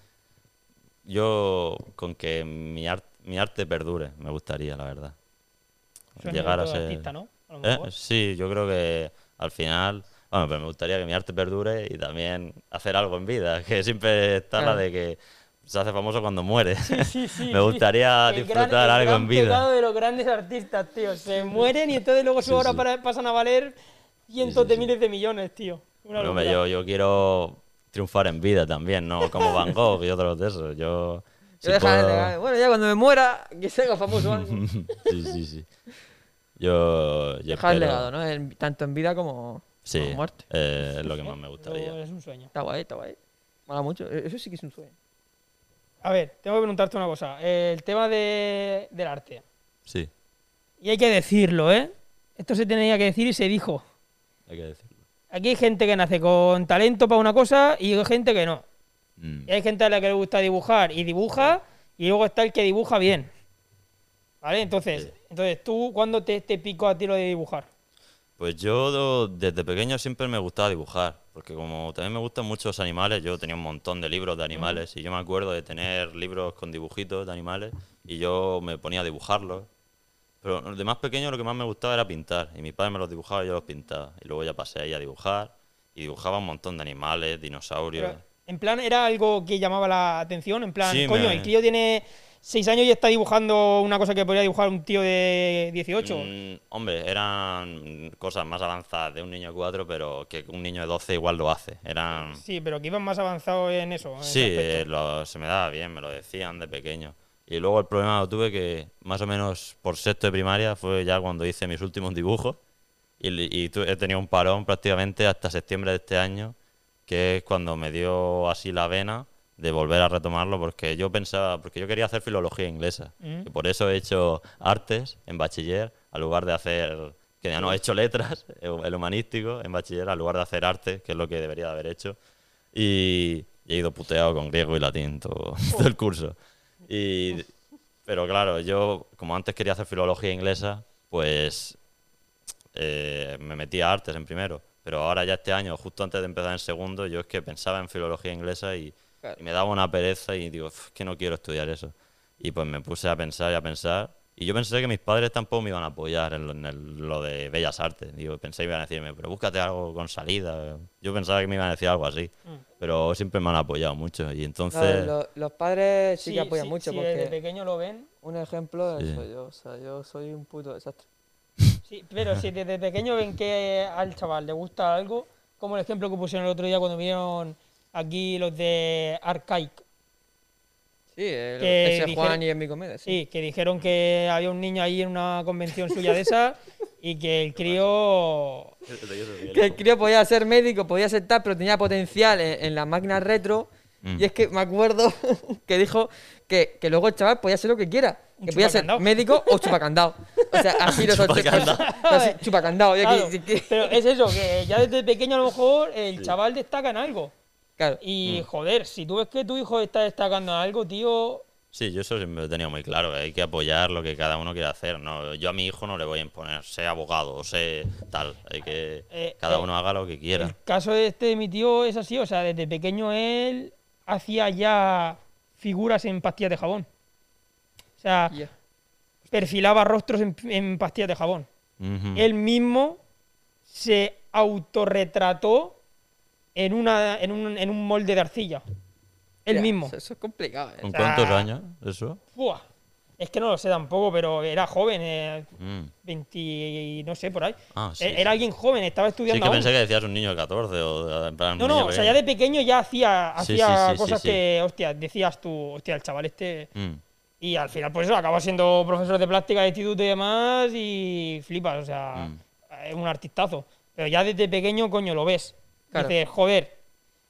S5: Yo con que mi, ar- mi arte perdure, me gustaría, la verdad.
S3: Sueño de
S5: Llegar a
S3: todo
S5: ser...
S3: artista, ¿no? A lo
S5: ¿Eh?
S3: mejor.
S5: Sí, yo creo que al final, bueno, pero me gustaría que mi arte perdure y también hacer algo en vida, *laughs* que siempre está
S4: Claro.
S5: la de que se hace famoso cuando muere. *laughs*
S3: Sí, sí,
S5: me
S3: sí.
S5: gustaría
S3: El gran-
S5: disfrutar
S3: el
S5: algo
S3: gran
S5: en vida.
S3: pecado de los grandes artistas, tío. Se mueren y entonces luego su
S5: Sí,
S3: obra
S5: sí.
S3: para- pasan a valer cientos
S5: sí,
S3: de
S5: sí.
S3: miles de millones, tío. Una
S5: Pero, hombre, yo,
S3: locura.
S5: yo quiero triunfar en vida también, no como Van Gogh y otros de esos. Yo, si
S4: Yo dejaré
S5: puedo-
S4: legal. Bueno, ya cuando me muera, que se haga famoso o algo.
S5: *laughs* sí, sí, sí. Yo, yo
S4: Dejar el
S5: espero-
S4: legado, ¿no? En- tanto en vida como,
S5: Sí,
S4: como en muerte.
S5: eh, es lo que más me
S3: Pero
S5: gustaría.
S3: Es un sueño.
S4: Está guay, está guay. Mola mucho. E- Eso sí que es un sueño.
S3: A ver, tengo que preguntarte una cosa. El tema de, del arte.
S5: Sí,
S3: Y hay que decirlo, ¿eh? Esto se tenía que decir y se dijo.
S5: hay que decirlo.
S3: Aquí hay gente que nace con talento para una cosa y hay gente que no.
S5: Mm.
S3: Y hay gente a la que le gusta dibujar y dibuja, y luego está el que dibuja bien. ¿Vale? Entonces, entonces ¿tú cuándo te, te picó a ti lo de dibujar?
S5: Pues yo do- desde pequeño siempre me gustaba dibujar, porque como también me gustan muchos animales, yo tenía un montón de libros de animales y yo me acuerdo de tener libros con dibujitos de animales y yo me ponía a dibujarlos. Pero de más pequeño lo que más me gustaba era pintar y mi padre me los dibujaba y yo los pintaba. Y luego ya pasé ahí a dibujar y dibujaba un montón de animales, dinosaurios.
S3: Pero, en plan, era algo que llamaba la atención. En plan,
S5: eh. Sí,
S3: coño,
S5: me-
S3: el tío tiene 6 años y está dibujando una cosa que podría dibujar un tío de 18.
S5: Mm, hombre, eran cosas más avanzadas de un niño de cuatro, pero que un niño de 12 igual lo hace. Eran
S3: Sí, pero que iban más avanzados en eso. en ese
S5: Sí,
S3: aspecto.
S5: eh, lo- se me daba bien, me lo decían de pequeño. Y luego el problema lo tuve que, más o menos por sexto de primaria, fue ya cuando hice mis últimos dibujos. Y, li- y tu- he tenido un parón prácticamente hasta septiembre de este año, que es cuando me dio así la vena de volver a retomarlo, porque yo pensaba, porque yo quería hacer filología inglesa.
S3: Mm.
S5: Y por eso he hecho artes en bachiller, al lugar de hacer, que ya no, he hecho letras, *laughs* el el humanístico en bachiller, al lugar de hacer arte, que es lo que debería de haber hecho y he ido puteado con griego y latín todo, *laughs* todo el curso. Y, pero claro, yo como antes quería hacer filología inglesa, pues eh, me metí a artes en primero. Pero ahora ya este año, justo antes de empezar en segundo, yo es que pensaba en filología inglesa y,
S4: Claro.
S5: y me daba una pereza y digo, "Uf, es que no quiero estudiar eso. Y pues me puse a pensar y a pensar. Y yo pensé que mis padres tampoco me iban a apoyar en lo, en el- lo de bellas artes. Digo, pensé que iban a decirme, pero búscate algo con salida. Yo pensaba que me iban a decir algo así. Pero siempre me han apoyado mucho. Y
S4: No,
S5: entonces,
S4: Mm. lo- los padres sí,
S3: Sí,
S4: que apoyan
S3: sí,
S4: mucho
S3: sí, de
S4: porque
S3: pequeño lo ven.
S4: un ejemplo
S5: Sí.
S4: soy yo, o sea, yo soy un puto desastre.
S3: Sí, pero
S5: *laughs*
S3: si desde pequeño ven que al chaval le gusta algo, como el ejemplo que pusieron el otro día cuando vinieron aquí los de Arcaic,
S4: Sí, eh, el-
S3: Que
S4: ese
S3: dijeron-
S4: Juan y en mi comedia, sí.
S3: sí, que dijeron que había un niño ahí en una convención suya de
S4: *laughs*
S3: esa y que el crío
S4: Que el crío podía ser médico, podía ser tal, pero tenía potencial en, en la máquina retro.
S5: Mm.
S4: Y es que me acuerdo *laughs* que dijo que, que luego el chaval podía ser lo que quiera.
S3: Un
S4: Que podía ser
S3: chupacandao.
S4: médico o chupacandao. O sea,
S5: *laughs*
S4: así los *laughs*
S5: Chupacandao.
S4: Chupacandao. yo
S3: Claro,
S4: que- que-
S3: pero es eso, que ya desde pequeño a lo mejor el chaval destaca en algo.
S4: claro.
S3: Y joder, si tú ves que tu hijo está destacando en algo, tío,
S5: sí, yo eso siempre lo he tenido muy claro. que Hay que apoyar lo que cada uno quiere hacer. No, yo a mi hijo no le voy a imponer, sé abogado, o sé tal. Hay que
S3: Eh,
S5: cada
S3: eh,
S5: uno haga lo que quiera.
S3: el caso de este de mi tío es así, o sea, desde pequeño él hacía ya figuras en pastillas de jabón. O sea,
S4: Ya.
S3: perfilaba rostros en, en pastillas de jabón.
S5: Ujú.
S3: Él mismo se autorretrató en, una, en, un, en un molde de arcilla. Él
S4: Ya,
S3: mismo.
S4: Eso, eso es complicado. ¿eh?
S5: ¿Con
S3: sea-
S5: cuántos años eso?
S3: Buah, Es que no lo sé tampoco, pero era joven, eh,
S5: Mm.
S3: 20, y no sé, por ahí.
S5: Ah, sí,
S3: E- era
S5: sí.
S3: alguien joven, estaba
S5: Sí,
S3: estudiando.
S5: que
S3: aún.
S5: pensé que decías un niño de 14 o en plan. un
S3: No,
S5: niño
S3: no, o sea, ya
S5: pequeño.
S3: de pequeño ya hacía,
S5: Sí,
S3: hacía
S5: sí, sí, sí,
S3: cosas
S5: sí.
S3: que, hostia, decías tú, hostia, el chaval este.
S5: Mm.
S3: Y al final, por eso acaba siendo profesor de plástica de instituto y demás, y flipas, o sea,
S5: Mm.
S3: es un artistazo. Pero ya desde pequeño, coño, lo ves.
S4: Claro.
S3: Dices, joder,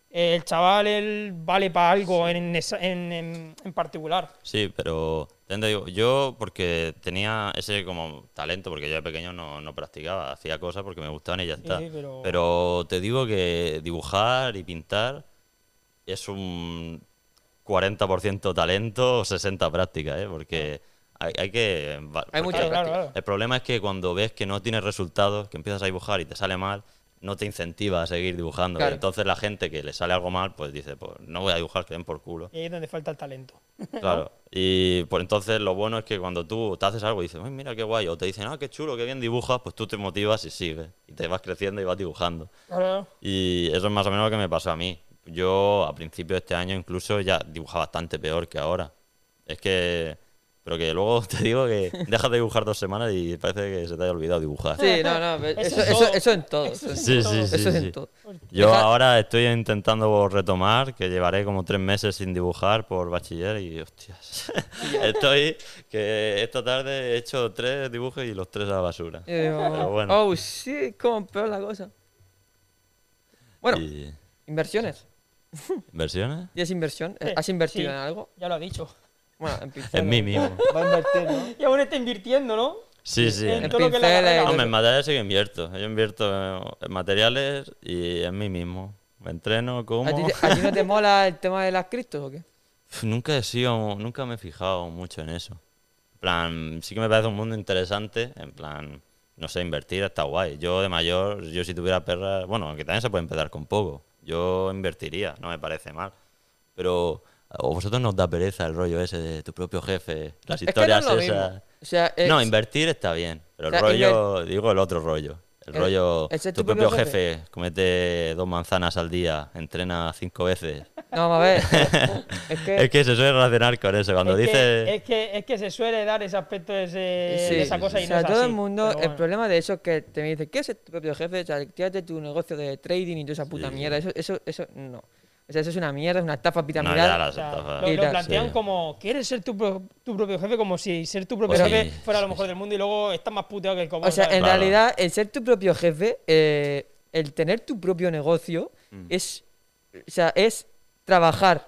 S3: el chaval él vale para algo en, esa- en- en- en particular.
S5: Sí, pero también te digo, yo porque tenía ese como talento, porque yo de pequeño no, no practicaba, hacía cosas porque me gustaban y ya está.
S3: sí, pero-
S5: te digo que dibujar y pintar es un 40% talento o 60% práctica, ¿eh? porque
S3: Ah.
S5: hay, hay que... va-
S4: Hay
S5: porque
S4: mucha
S3: Claro, claro,
S4: práctica.
S3: claro.
S5: el problema es que cuando ves que no tienes resultados, que empiezas a dibujar y te sale mal, no te incentiva a seguir dibujando.
S4: Claro.
S5: Entonces la gente que le sale algo mal, pues dice, pues no voy a dibujar, que den por culo.
S3: Y ahí es donde falta el talento.
S5: Claro. Y por entonces lo bueno es que cuando tú te haces algo y dices, "Uy, mira qué guay, o te dicen, ah, qué chulo, qué bien dibujas, pues tú te motivas y sigues. Y te vas creciendo y vas dibujando. Y eso es más o menos lo que me pasó a mí. Yo a principio de este año incluso ya dibujaba bastante peor que ahora. Es que... Pero que luego *laughs* te digo que dejas de dibujar dos semanas y parece que se te haya olvidado dibujar.
S4: Sí, no, no. pero
S3: Eso
S4: Eso,
S3: es
S4: eso,
S3: todo.
S4: eso en todo. Eso, en
S5: Sí,
S4: todo.
S5: sí, sí,
S4: Eso es en
S5: sí.
S4: todo. Eh,
S5: Yo
S4: Deja-
S5: ahora estoy intentando retomar, que llevaré como tres meses sin dibujar por bachiller y
S4: *laughs*
S5: hostias. *laughs* estoy que esta tarde he hecho tres dibujos y los tres a la basura.
S4: Y digo,
S5: Pero bueno.
S4: Oh, sí, cómo peor la cosa. Bueno,
S5: Y-
S4: inversiones.
S5: ¿Inversiones?
S4: ¿Tienes inversión?
S3: Sí,
S4: ¿Has invertido
S3: sí.
S4: en algo?
S3: Ya lo ha dicho. *laughs*
S4: Bueno, en pincel.
S5: En mí mismo.
S1: Va a invertir, ¿no?
S3: Y aún está invirtiendo, ¿no?
S5: Sí, sí.
S3: En
S5: en-
S3: todo lo que es la
S4: pinceles,
S3: carrera.
S5: Hombre, en materiales sí que invierto. Yo invierto en materiales y en mí mismo. Me entreno, como...
S4: ¿A ti, te- a ti no te mola el tema de las criptos o qué?
S5: Pf, Nunca he sido, nunca me he fijado mucho en eso. En plan, sí que me parece un mundo interesante, en plan, no sé, invertir está guay. Yo de mayor, yo si tuviera perras, bueno, aunque también se puede empezar con poco. Yo invertiría, no me parece mal. Pero a vosotros nos da pereza el rollo ese de tu propio jefe, las
S4: Es que no
S5: historias
S4: es lo mismo.
S5: esas.
S4: O sea, es-
S5: No, invertir está bien, pero
S4: O
S5: el
S4: sea,
S5: rollo, digo el otro rollo. El,
S4: El-
S5: rollo,
S4: ese es
S5: tu propio jefe, comete dos manzanas al día, entrena cinco veces.
S4: no, a ver.
S5: *laughs*
S4: es que,
S5: Es que se suele relacionar con eso. Cuando
S3: es,
S5: dices.
S3: que, es, que, es que se suele dar ese aspecto de, ese- de Eh, esa cosa y
S4: o
S3: no
S4: sea,
S3: es
S4: todo
S3: así,
S4: el mundo,
S3: pero
S4: el
S3: bueno.
S4: problema de eso es que te me dicen, ¿qué es tu propio jefe? O sea, tírate tu negocio de trading y toda esa puta
S5: Sí.
S4: mierda. Eso, eso, eso, no. O sea, eso es una mierda, es una estafa
S5: no,
S4: piramidal.
S5: ya las
S3: O sea,
S5: estafas.
S3: lo,
S4: Y
S3: lo
S4: tal,
S3: plantean
S5: sí.
S3: como, ¿quieres ser tu, pro- tu propio jefe? Como si ser tu propio
S5: Pues
S3: jefe
S5: sí,
S3: fuera lo
S5: sí,
S3: mejor
S5: sí.
S3: del mundo y luego estás más puteado que el común.
S4: O sea,
S3: ¿sabes?
S4: en
S5: Claro.
S4: realidad, el ser tu propio jefe, eh, el tener tu propio negocio,
S5: Mm.
S4: es, o sea, es trabajar.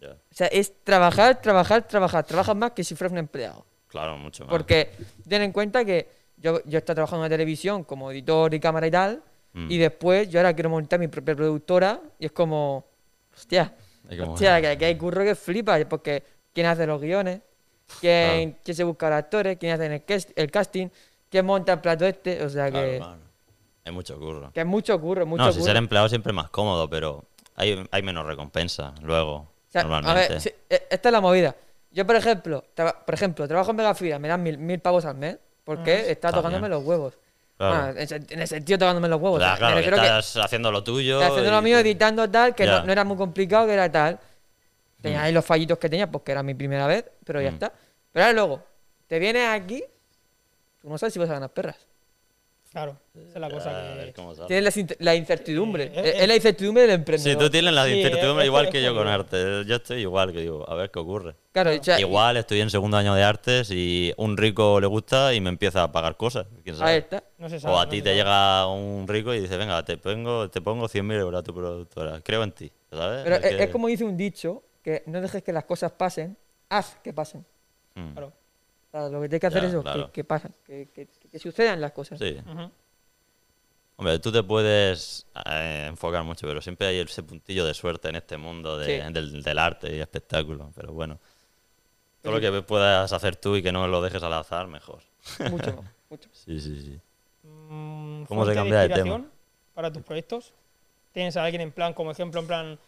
S5: Ya,
S4: O sea, es trabajar, trabajar, trabajar. Trabajas más que si fueras un empleado.
S5: Claro, mucho más.
S4: Porque ten en cuenta que yo, yo estaba trabajando en la televisión como editor y cámara y tal,
S5: Mm.
S4: y después yo ahora quiero montar mi propia productora, y es como, hostia,
S5: Es como-
S4: hostia, que aquí hay curro que flipa, porque ¿quién hace los guiones? ¿Quién,
S5: Claro.
S4: quién se busca los actores? ¿Quién hace el, cas- el casting? ¿Quién monta el plato este? O sea,
S5: Claro,
S4: que,
S5: claro. Es mucho curro.
S4: que es mucho curro, mucho
S5: no, si
S4: curro.
S5: ser empleado siempre es más cómodo, pero hay, hay menos recompensa luego,
S4: O sea, a
S5: normalmente.
S4: ver, sí, e- esta es la movida. Yo, por ejemplo, traba- por ejemplo trabajo en Megafira, me dan mil, mil pavos al mes, porque está,
S5: Está
S4: tocándome
S5: bien.
S4: los huevos.
S5: Claro.
S4: Bueno, en sen- en el sentido tocándome los huevos.
S5: O sea,
S4: me
S5: claro, que
S4: refiero que-
S5: estás haciendo lo tuyo.
S4: haciendo lo
S5: y-
S4: mío, editando tal, que no,
S5: Ya. Mm.
S4: no era muy complicado, que era tal. Tenía ahí los fallitos que tenía, porque era mi primera vez, pero ya está. Pero ahora luego, te vienes aquí, tú no sabes si vas a ganar perras.
S3: Claro, esa es la
S5: Ya,
S3: cosa
S5: a ver
S3: que...
S5: cómo sale.
S4: Tienes la, inc- la incertidumbre.
S3: Eh, eh,
S4: es la incertidumbre del
S5: Sí,
S4: emprendedor.
S5: tú tienes la
S3: Sí,
S5: incertidumbre
S3: es-
S5: igual
S3: es
S5: que
S4: *laughs*
S5: yo con
S3: jodido.
S5: arte. Yo estoy igual, que digo, a ver qué ocurre.
S4: Claro, o sea,
S5: Igual estoy en segundo año de artes y un rico le gusta y me empieza a pagar cosas. quién sabe.
S4: Ahí está.
S3: No se sabe.
S5: O a
S3: no
S5: ti
S3: se
S5: te
S3: sabe.
S5: llega un rico y dice, venga, te pongo, te pongo 100.000 euros a tu productora. Creo en ti, ¿sabes?
S4: Pero es,
S5: que-
S4: es como dice un dicho, que no dejes que las cosas pasen, haz que pasen.
S5: Mm,
S3: Claro.
S4: O sea, lo que tienes que hacer
S5: Ya,
S4: es eso,
S5: claro.
S4: que, que pasen, que, que- que sucedan las cosas.
S5: Sí.
S3: Ujú.
S5: Hombre, tú te puedes eh, enfocar mucho, pero siempre hay ese puntillo de suerte en este mundo de-
S4: Sí.
S5: del, del arte y espectáculo. Pero bueno, todo lo que puedas hacer tú y que no lo dejes al azar, mejor.
S4: *laughs* Mucho más, mucho.
S5: Sí, sí, sí.
S3: Mm,
S5: ¿Cómo se
S3: fuente
S5: cambia de tema?
S3: inspiración Para tus proyectos. ¿Tienes a alguien en plan, como ejemplo, en plan,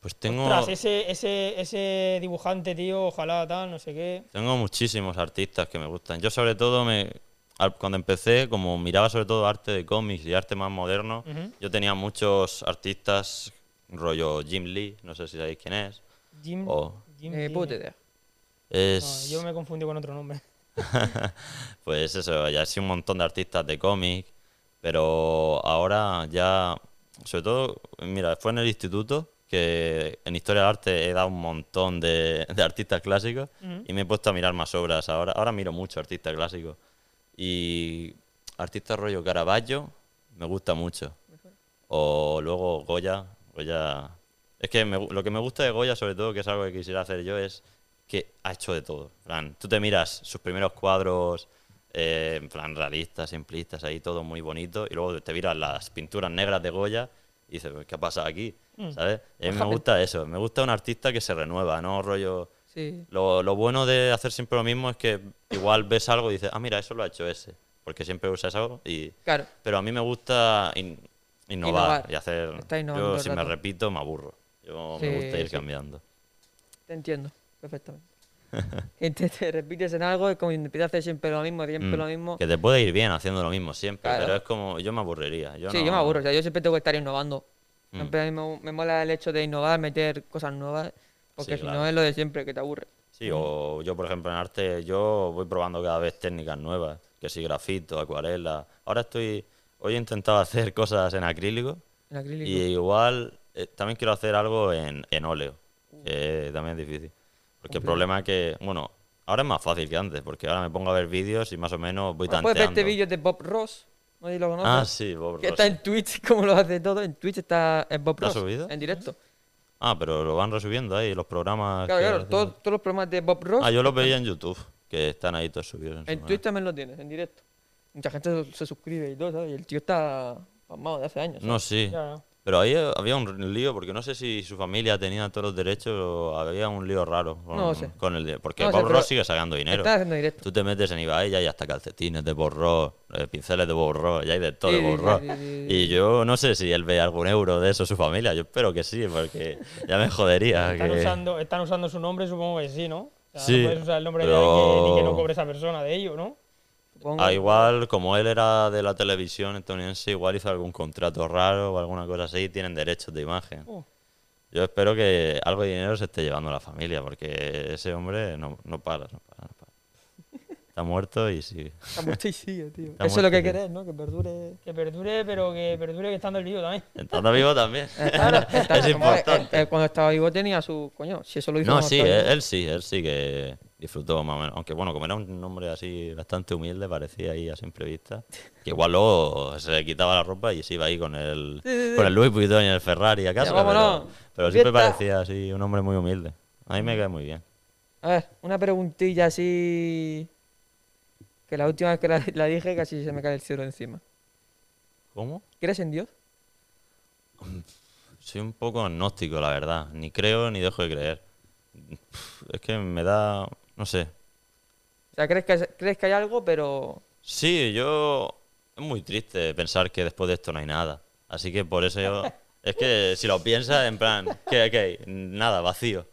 S5: Pues tengo,
S3: ostras, ese, ese, ese dibujante, tío, ojalá tal, no sé qué?
S5: tengo muchísimos artistas que me gustan. Yo sobre todo, me, al- cuando empecé, como miraba sobre todo arte de cómics y arte más moderno,
S3: Ujú.
S5: yo tenía muchos artistas, rollo Jim Lee, no sé si sabéis quién es.
S3: Jim.
S5: Oh.
S3: Jim
S4: Ni
S3: Jim-
S4: puta idea.
S3: No,
S5: Es,
S3: Ah, yo me confundí con otro nombre.
S5: Pues eso, ya sí un montón de artistas de cómic, pero ahora ya, sobre todo, mira, fue en el instituto que en historia del arte he dado un montón de, de artistas clásicos y me he puesto a mirar más obras. Ahora, ahora miro mucho artistas clásicos y artistas rollo Caravaggio me gusta mucho. O luego Goya, Goya. Es que me gu- lo que me gusta de Goya, sobre todo, que es algo que quisiera hacer yo, es que ha hecho de todo. En plan, tú te miras sus primeros cuadros, eh, en plan realistas, simplistas, ahí todo muy bonito, y luego te miras las pinturas negras de Goya y dices, "Pues, ¿qué pasa aquí? ¿Sabes? A mí me
S4: Bájame.
S5: gusta eso, me gusta un artista que se renueva, ¿no? Rollo.
S4: Sí.
S5: Lo, lo bueno de hacer siempre lo mismo es que igual ves algo y dices, ah, mira, eso lo ha hecho ese, porque siempre usas algo y
S4: Claro.
S5: pero a mí me gusta in- innovar,
S4: Innovar.
S5: y hacer.
S4: Está innovando
S5: Yo,
S4: todo
S5: si
S4: el
S5: me
S4: rato.
S5: repito, me aburro. Yo
S4: Sí,
S5: me gusta ir
S4: sí.
S5: cambiando.
S4: Te entiendo, perfectamente.
S5: *laughs*
S4: Que te, te repites en algo, es como empiezas a hacer siempre lo mismo, siempre
S5: Mm.
S4: lo mismo.
S5: Que te puede ir bien haciendo lo mismo siempre,
S4: Claro.
S5: pero es como. Yo me aburriría. Yo
S4: sí,
S5: no-
S4: yo me aburro, o sea, yo siempre tengo que estar innovando.
S5: Mm.
S4: Siempre a mí me, me mola el hecho de innovar, meter cosas nuevas, porque
S5: Sí,
S4: si
S5: claro.
S4: no es lo de siempre que te aburre.
S5: Sí, o yo, por ejemplo, en arte, yo voy probando cada vez técnicas nuevas, que si grafito, acuarela. Ahora estoy. Hoy he intentado *laughs* hacer cosas en acrílico,
S4: En acrílico.
S5: y igual eh, también quiero hacer algo en, en óleo, que también es difícil. Porque el problema es que, bueno, ahora es más fácil que antes, porque ahora me pongo a ver vídeos y más o menos voy
S4: Bueno,
S5: tanteando.
S4: puedes ver este vídeo de Bob Ross, no sé si lo conoces.
S5: Ah, sí, Bob
S4: Que
S5: Ross.
S4: está en Twitch, *laughs* como lo hace todo. En Twitch está en Bob
S5: ¿Lo ha
S4: Ross.
S5: subido?
S4: En directo.
S5: Ah, pero lo van resubiendo ahí, los programas.
S4: Claro,
S5: que
S4: claro,
S5: hacen.
S4: todos, todos los programas de Bob Ross
S5: Ah, yo los veía en YouTube, que están ahí todos subidos. En, su
S4: En
S5: canal.
S4: Twitch también lo tienes, en directo. Mucha gente se- se suscribe y todo, ¿sabes? Y el tío está pasmado de hace años.
S5: No, sí.
S3: Ya, ya.
S5: Pero ahí eh, había un lío, porque no sé si su familia tenía todos los derechos o había un lío raro con,
S4: No sé.
S5: con el de- Porque
S4: No sé,
S5: Bob
S4: pero-
S5: Ross sigue sacando dinero.
S4: Están haciendo directo.
S5: Tú te metes en Ibai y hay hasta calcetines de Bob Ross, eh, pinceles de Bob Ross, y hay de todo
S4: Sí,
S5: de Bob
S4: sí,
S5: Ross.
S4: sí, sí, sí.
S5: Y yo no sé si él ve algún euro de eso su familia, yo espero que sí, porque ya me
S4: *laughs*
S5: jodería.
S3: Están,
S5: que-
S3: usando, están usando su nombre, supongo que sí, ¿no? O sea,
S5: Sí,
S3: no puedes usar el nombre de
S5: pero-
S3: alguien que- ni que no cobre esa persona de ello, ¿no?
S4: Supongo. Eh,
S5: Ah, igual, como él era de la televisión estadounidense, igual hizo algún contrato raro o alguna cosa así y tienen derechos de imagen.
S3: Oh.
S5: Yo espero que algo de dinero se esté llevando la familia, porque ese hombre no, no para, no para, no para. Está muerto y sigue. *laughs*
S4: tío.
S5: Está
S4: Eso es lo que
S5: muerto, tío.
S4: querés, ¿no? Que perdure.
S3: Que perdure, pero que perdure que estando el lío también.
S5: Estando vivo
S4: *laughs*
S5: también.
S4: Claro, claro,
S5: *laughs* es
S4: como él-
S5: importante.
S4: él- él cuando estaba vivo tenía su. Coño, si eso lo hizo.
S5: No,
S4: cuando
S5: sí, eh,
S4: estaba
S5: él,
S4: vivo.
S5: él sí, él sí que disfrutó más o menos. Aunque bueno, como era un hombre así bastante humilde, parecía ahí a simple vista. Que igual luego se le quitaba la ropa y se iba ahí con el,
S4: Sí, sí,
S5: con el Louis Vuitton y el Ferrari a casa.
S4: Ya, vámonos.
S5: pero, pero siempre
S4: Fiesta.
S5: parecía así un hombre muy humilde. A mí me cae muy bien.
S4: A ver, una preguntilla así. Que la última vez que la, la dije casi se me cae el cielo encima.
S5: ¿Cómo?
S4: ¿Crees en Dios?
S5: Soy un poco agnóstico, la verdad. Ni creo ni dejo de creer. Es que me da. No sé.
S4: O sea, ¿crees que, crees que hay algo, pero.
S5: Sí, yo. Es muy triste pensar que después de esto no hay nada. Así que por eso
S3: *laughs*
S5: yo. Es que si lo piensas, en plan, que hay? Nada, vacío.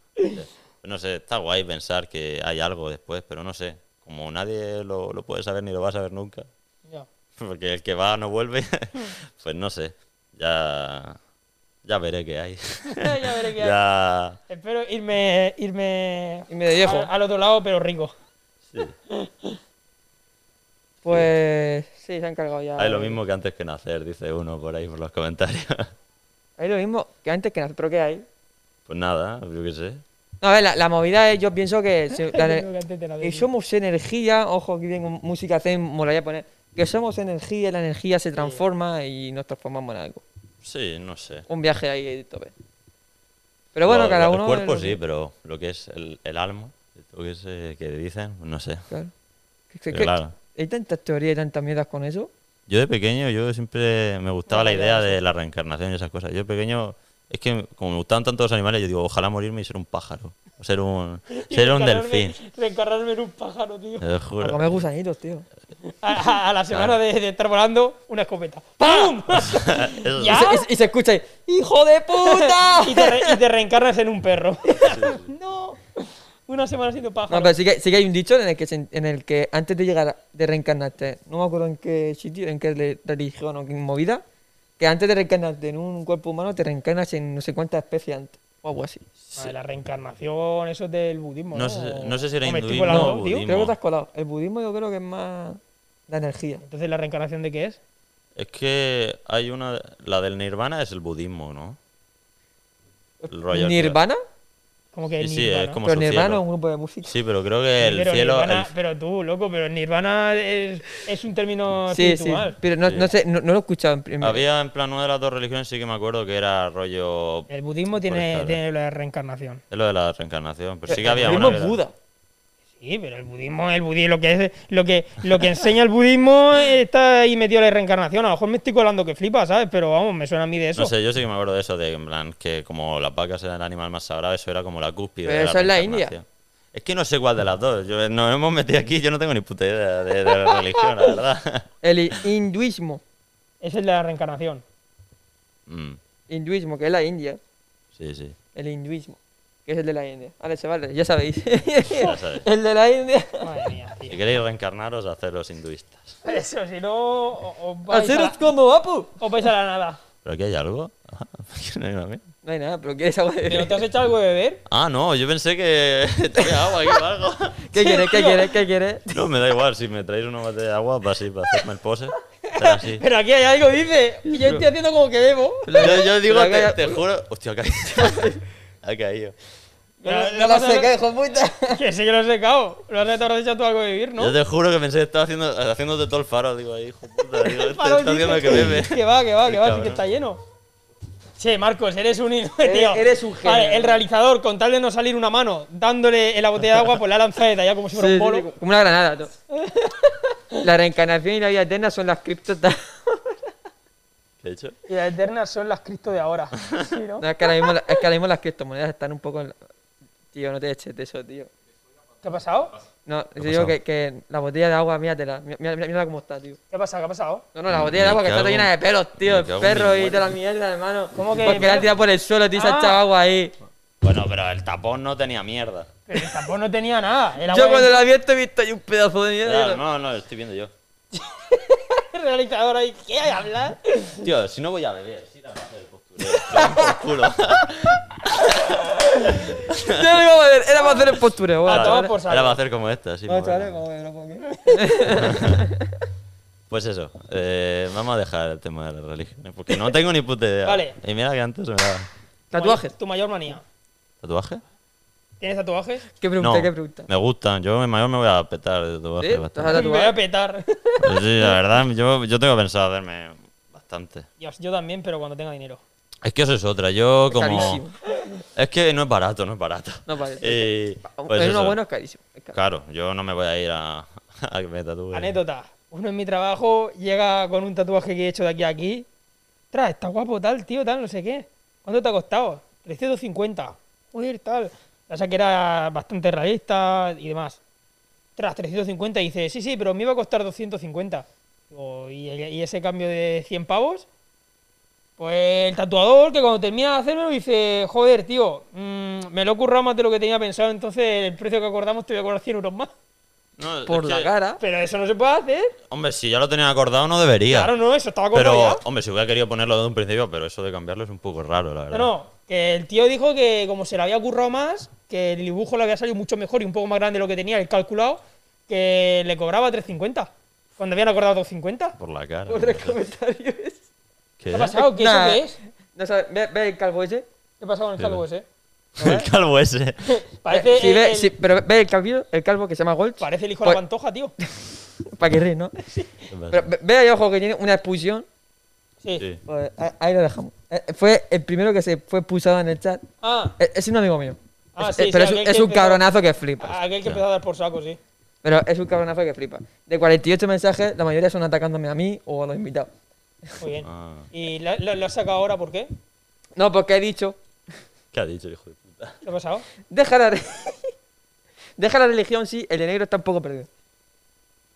S5: No sé, está guay pensar que hay algo después, pero no sé. Como nadie lo, lo puede saber ni lo va a saber nunca, *laughs*
S3: Ya.
S5: porque el que va no vuelve, *laughs* pues no sé. Ya. Ya veré qué hay.
S3: *laughs* ya veré qué hay.
S5: ya.
S3: Espero irme, irme,
S4: Irme de viejo.
S3: Al, al otro lado, pero rico.
S5: Sí.
S4: Pues. Sí, se han cargado ya.
S5: Hay lo mismo que antes que nacer, dice uno por ahí por los comentarios. *laughs*
S4: Hay lo mismo que antes que nacer, pero ¿qué hay?
S5: pues nada, yo qué sé.
S4: No, a ver, la, la movida es, yo pienso que, *laughs* se-
S3: *laughs*
S4: la de-
S3: Creo que antes te la
S4: que
S3: doy.
S4: somos energía, ojo, aquí tengo música zen, molaría poner, que somos energía, la energía se transforma y nos transformamos en algo.
S5: Sí, no sé.
S4: Un viaje ahí de tope. Pero bueno,
S5: Lo-
S4: cada
S5: lo-
S4: uno...
S5: El cuerpo
S4: lo que-
S5: sí, pero lo que es el, el alma, lo que, es, eh, que dicen, no sé.
S4: Claro. Que- que-
S5: Pero
S4: que-
S5: claro.
S4: Hay tantas teorías y tantas mierdas con eso.
S5: Yo de pequeño, yo siempre me gustaba
S3: Bueno,
S5: la
S3: ya
S5: idea
S3: eso.
S5: de la reencarnación y esas cosas. Yo de pequeño, es que como me gustaban tanto los animales, yo digo, ojalá morirme y ser un pájaro. O ser
S4: *laughs*
S5: un, ser un
S3: Reencarnarme-
S5: delfín.
S3: Reencarnarme en un pájaro, tío.
S5: Te lo
S4: A
S5: juro.
S4: comer gusanitos, tío.
S3: A, a- a la semana de, de estar volando, una escopeta.
S4: *laughs*
S3: ¡Pum!
S5: *laughs* Eso
S4: Y
S3: Ya.
S4: se- Y, se, y se escucha ahí, ¡hijo de puta!
S3: y,
S4: *laughs*
S3: te re- y te reencarnas en un perro. *laughs* no. Una semana siendo pájaro.
S4: No, pero sí que, sí que hay un dicho en el que, se- en el que antes de llegar a- de reencarnarte, no me acuerdo en qué sitio, en qué re- religión o qué movida, que antes de reencarnarte en un cuerpo humano te reencarnas en no sé cuántas especies antes, o algo así.
S3: Madre, la reencarnación, eso es del budismo. No,
S5: No sé, no sé si era
S3: Hombre, estoy
S5: hinduismo
S3: volando,
S5: o
S3: tío.
S4: Creo que te
S5: budismo.
S4: has colado. El budismo yo creo que es más la energía.
S3: Entonces, ¿la reencarnación de qué es?
S5: Es que hay una. La del nirvana es el budismo, ¿no? El rollo-
S4: ¿Nirvana?
S3: Como que
S5: Sí,
S3: el
S5: sí,
S3: nirvana.
S5: es como
S4: Pero
S5: su
S4: Nirvana
S5: cielo.
S4: es un grupo de música.
S5: Sí, pero creo que el
S3: pero,
S5: cielo.
S3: nirvana-
S5: el-
S3: pero tú, loco, pero nirvana es, es un término
S4: Sí, sí.
S3: espiritual.
S4: Pero no, no sé, no, no lo he escuchado en primer
S5: Había en plan una de las dos religiones, sí que me acuerdo que era
S4: Eh,
S5: rollo.
S3: El budismo
S5: Por
S3: tiene,
S5: escala.
S3: tiene la reencarnación.
S5: Es lo de la reencarnación, pero pues sí que
S4: El
S5: había
S4: budismo
S5: una. que
S4: es
S5: era-
S4: Buda.
S3: Sí, pero el budismo, el budismo, lo que es, lo que, lo que enseña el budismo eh, está ahí metido en la reencarnación. A lo mejor me estoy colando que flipa, ¿sabes? Pero vamos, me suena a mí de eso.
S5: No sé, yo sí que me acuerdo de eso, de en plan que como las vacas eran el animal más sagrado, eso era como la cúspide.
S4: Pero
S5: de
S4: eso es la India.
S5: reencarnación. Es que no sé cuál de las dos. Yo, eh, nos hemos metido aquí, yo no tengo ni puta idea de, de la religión, la verdad. *laughs*
S4: El hinduismo.
S3: Esa es la reencarnación.
S5: Mm,
S4: Hinduismo, que es la India.
S5: sí, sí.
S4: El hinduismo. Que es el de la India. Vale, chavales, ya sabéis.
S5: sabéis.
S4: *laughs* el de la India.
S3: Madre mía,
S5: Si
S3: tío.
S5: queréis reencarnaros, haceros hinduistas.
S3: *laughs* Eso, si no, o- os vais, a,
S4: Haceros como Apu.
S3: os vais a la nada.
S5: ¿Pero aquí hay algo? Ah, *laughs* aquí no hay una mierda.
S4: No hay nada, pero ¿quieres agua de
S3: ¿Pero te has echado algo de beber?
S5: Ah, no, yo pensé que *laughs* tenía agua aquí o algo. *laughs*
S4: ¿Qué quieres? ¿Qué quieres? ¿Qué quieres?
S5: No, me da igual, si me traéis una botella de agua para así, para hacerme el pose. Pero así.
S4: Pero aquí hay algo, dice. Y yo estoy haciendo como que bebo.
S5: Yo,
S3: *laughs*
S5: yo digo,
S4: Pero
S5: te,
S4: acá-
S5: te juro. Hostia, ha caído. *laughs* ha caído.
S3: Pero
S4: No lo
S3: pasa
S4: sé,
S3: nada.
S4: ¿qué hijo de puta?
S3: Que sí que lo has secado. Lo has, te habrás echado tú algo de vivir,
S5: Yo
S3: ¿no?
S5: te juro que pensé que estaba haciendo, haciéndote todo el faro. Digo, ahí, hijo puta.
S3: *laughs*
S5: Digo, este
S3: Palo,
S5: está haciendo
S3: dice.
S5: que bebe.
S3: *laughs* Que va, que va, que va, sí
S5: Cabrón.
S3: que está lleno. Che, Marcos, eres un hilo,
S4: Eres-
S3: tío.
S4: eres un genio.
S3: Vale, el realizador, con tal de no salir una mano dándole en la botella de agua, pues la lanza de allá como si fuera un bolo.
S4: como una granada. tú. La reencarnación y la vida eterna son las criptos.
S5: Qué De hecho,
S3: Y las eternas son las cripto de ahora. *laughs* Sí, ¿no?
S4: No, es, que ahora mismo, la- es que ahora mismo las criptomonedas están un poco en la- Tío, no te eches de eso, tío.
S3: ¿Qué ha pasado?
S4: No, yo
S5: ha
S4: digo
S5: pasado?
S4: que, que la botella de agua, míratela. Mira, mira, mira cómo está, tío.
S3: ¿Qué ha pasado? ¿Qué ha pasado?
S4: No, no, la
S5: Me-
S4: botella de
S5: me
S4: agua que está
S5: cago
S4: toda
S5: en-
S4: llena de pelos, tío.
S5: me
S4: El
S5: cago en mi
S4: perro y
S5: muerte.
S4: de la mierda, hermano.
S3: ¿Cómo que-
S4: Porque la han tirado por el suelo, tío, y se ha echado
S3: Ah.
S4: agua ahí.
S5: bueno, pero el tapón no tenía mierda.
S3: Pero el tampón no tenía nada. Era
S4: Yo
S3: guay.
S4: cuando la he visto he visto ahí un pedazo de mierda.
S5: Claro,
S4: Yo no-
S5: no, no, lo estoy viendo yo.
S3: *laughs* realizador ahí, ¿qué hay que hablar?
S5: Tío, si no voy a beber, sí, la verdad, el postureo. *laughs* Lo doy por culo.
S4: Yo no iba a ver, era para hacer el postureo. bueno,
S3: A
S5: Ahora-
S3: tomar
S4: chavales.
S3: por saco.
S5: Ahora va a hacer como esta, sí. pues, venga. *laughs* Pues eso, eh, vamos a dejar el tema de las religiones, porque no tengo ni puta idea.
S3: Vale.
S5: Y mira que antes me daba.
S4: Tatuajes.
S3: Tu mayor manía.
S5: ¿Tatuaje?
S3: ¿Tienes tatuajes?
S4: ¿Qué pregunta?
S5: No,
S4: ¿Qué pregunta?
S5: me gustan. Yo en mayor me voy a petar de
S4: ¿Sí?
S5: tatuaje
S4: ¿Te vas a
S5: bastante.
S3: Me voy a
S4: tatuar?
S3: petar.
S5: Pues sí, la verdad, yo, yo tengo pensado hacerme bastante.
S3: Dios, yo también, pero cuando tenga dinero.
S5: Es que eso es otra, yo como...
S4: Carísimo.
S5: Es que no es barato, no es barato.
S4: No, vale.
S5: *laughs* Y, pues
S4: es uno
S5: eso.
S4: bueno, es carísimo. es caro.
S5: Claro, yo no me voy a ir a, *laughs* a que me tatúe.
S3: Anécdota. Uno en mi trabajo llega con un tatuaje que he hecho de aquí a aquí. Tras, está guapo tal, tío, tal, no sé qué. ¿Cuánto te ha costado? 350. Joder, tal. O sea que era bastante realista y demás. Tras, 350 y dice, sí, sí, pero me iba a costar 250. Digo, ¿y, y ese cambio de 100 pavos? Pues el tatuador que cuando termina de hacérmelo dice, joder, tío, mm, me lo he currado más de lo que tenía pensado, entonces el precio que acordamos te voy a cobrar 100 euros más.
S5: No, es
S4: Por la
S5: que-
S4: cara.
S3: Pero eso no se puede hacer.
S5: Hombre, si ya lo tenía acordado, no debería.
S3: Claro, no, eso estaba comprado
S5: Pero, Oh,
S3: ya.
S5: hombre, si hubiera querido ponerlo desde un principio, pero eso de cambiarlo es un poco raro, la
S3: No,
S5: verdad.
S3: no, que el tío dijo que como se le había currado más, que el dibujo le había salido mucho mejor y un poco más grande de lo que tenía el calculado, que le cobraba 3.50. Cuando habían acordado 2.50.
S4: *laughs*
S5: Por la cara.
S4: Otro comentario es.
S5: ¿Qué?
S3: ¿Qué ha pasado? ¿Qué, eso
S4: Nah.
S3: qué es?
S4: No sabes, ve, ve el calvo ese.
S3: ¿Qué ha pasado con el calvo ese?
S5: *laughs*
S4: *laughs*
S5: El calvo ese.
S3: Parece,
S4: Si ve-
S3: el-
S4: si- pero ve el calvo, el calvo que se llama Gold.
S3: parece el hijo de la
S4: Pues-
S3: pantoja,
S4: *laughs*
S3: tío.
S4: Para que ríe, ¿no? Pero ve- ve ahí ojo que tiene una expulsión.
S3: Sí.
S4: *laughs*
S5: Sí.
S4: Pues, a- ahí lo dejamos. Eh, Fue el primero que se fue expulsado en el chat.
S3: Ah,
S4: Eh, Es un amigo mío.
S3: Ah,
S4: Es-
S3: sí,
S4: eh,
S3: sí,
S4: pero es un-
S3: aquel
S4: es
S3: que Ah.
S4: un
S3: empezó-
S4: cabronazo que flipa.
S3: aquel que empezó a dar por saco, sí.
S4: Pero es un cabronazo que flipa. De 48 mensajes, la mayoría son atacándome a mí o a los invitados.
S3: Muy bien.
S5: Ah.
S3: ¿Y lo, lo- lo has sacado ahora por qué?
S4: No, porque he dicho,
S5: ¿Qué ha dicho, hijo de puta?
S3: ¿Qué ha pasado?
S4: deja la, re- *laughs* deja la religión, sí, el de negro está un poco perdido.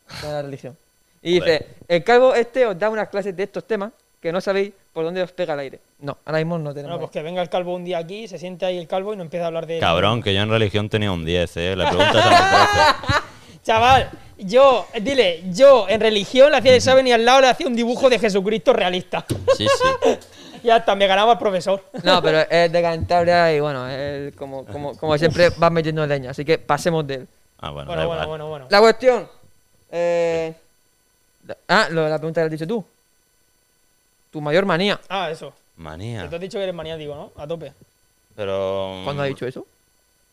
S4: Deja la religión. Y
S5: Joder.
S4: dice, el cargo este os da unas clases de estos temas que no sabéis por dónde os pega el aire. No, ahora mismo no tenemos.
S3: Bueno, pues que venga el calvo un día aquí, se siente ahí el calvo y no empieza a hablar de...
S5: Cabrón, que yo en religión tenía un 10, ¿eh? Le preguntas a mi profe.
S3: Chaval, yo, eh, dile, yo en religión le hacía el examen y al lado le hacía un dibujo de Jesucristo realista. *laughs*
S5: Sí, sí.
S3: Y hasta me ganaba el profesor.
S4: No, pero es de Cantabria y bueno, él como, como, como siempre va metiendo leña, así que pasemos de él.
S5: Ah, bueno, da
S3: Bueno, bueno,
S5: igual.
S3: bueno, bueno.
S4: La cuestión. Eh, la- ah, lo de la pregunta que has dicho tú. Tu mayor manía.
S3: Ah, eso.
S5: Manía.
S3: Que Tú has dicho que eres maniático, ¿no? A tope.
S5: Pero.
S4: ¿Cuándo has dicho eso?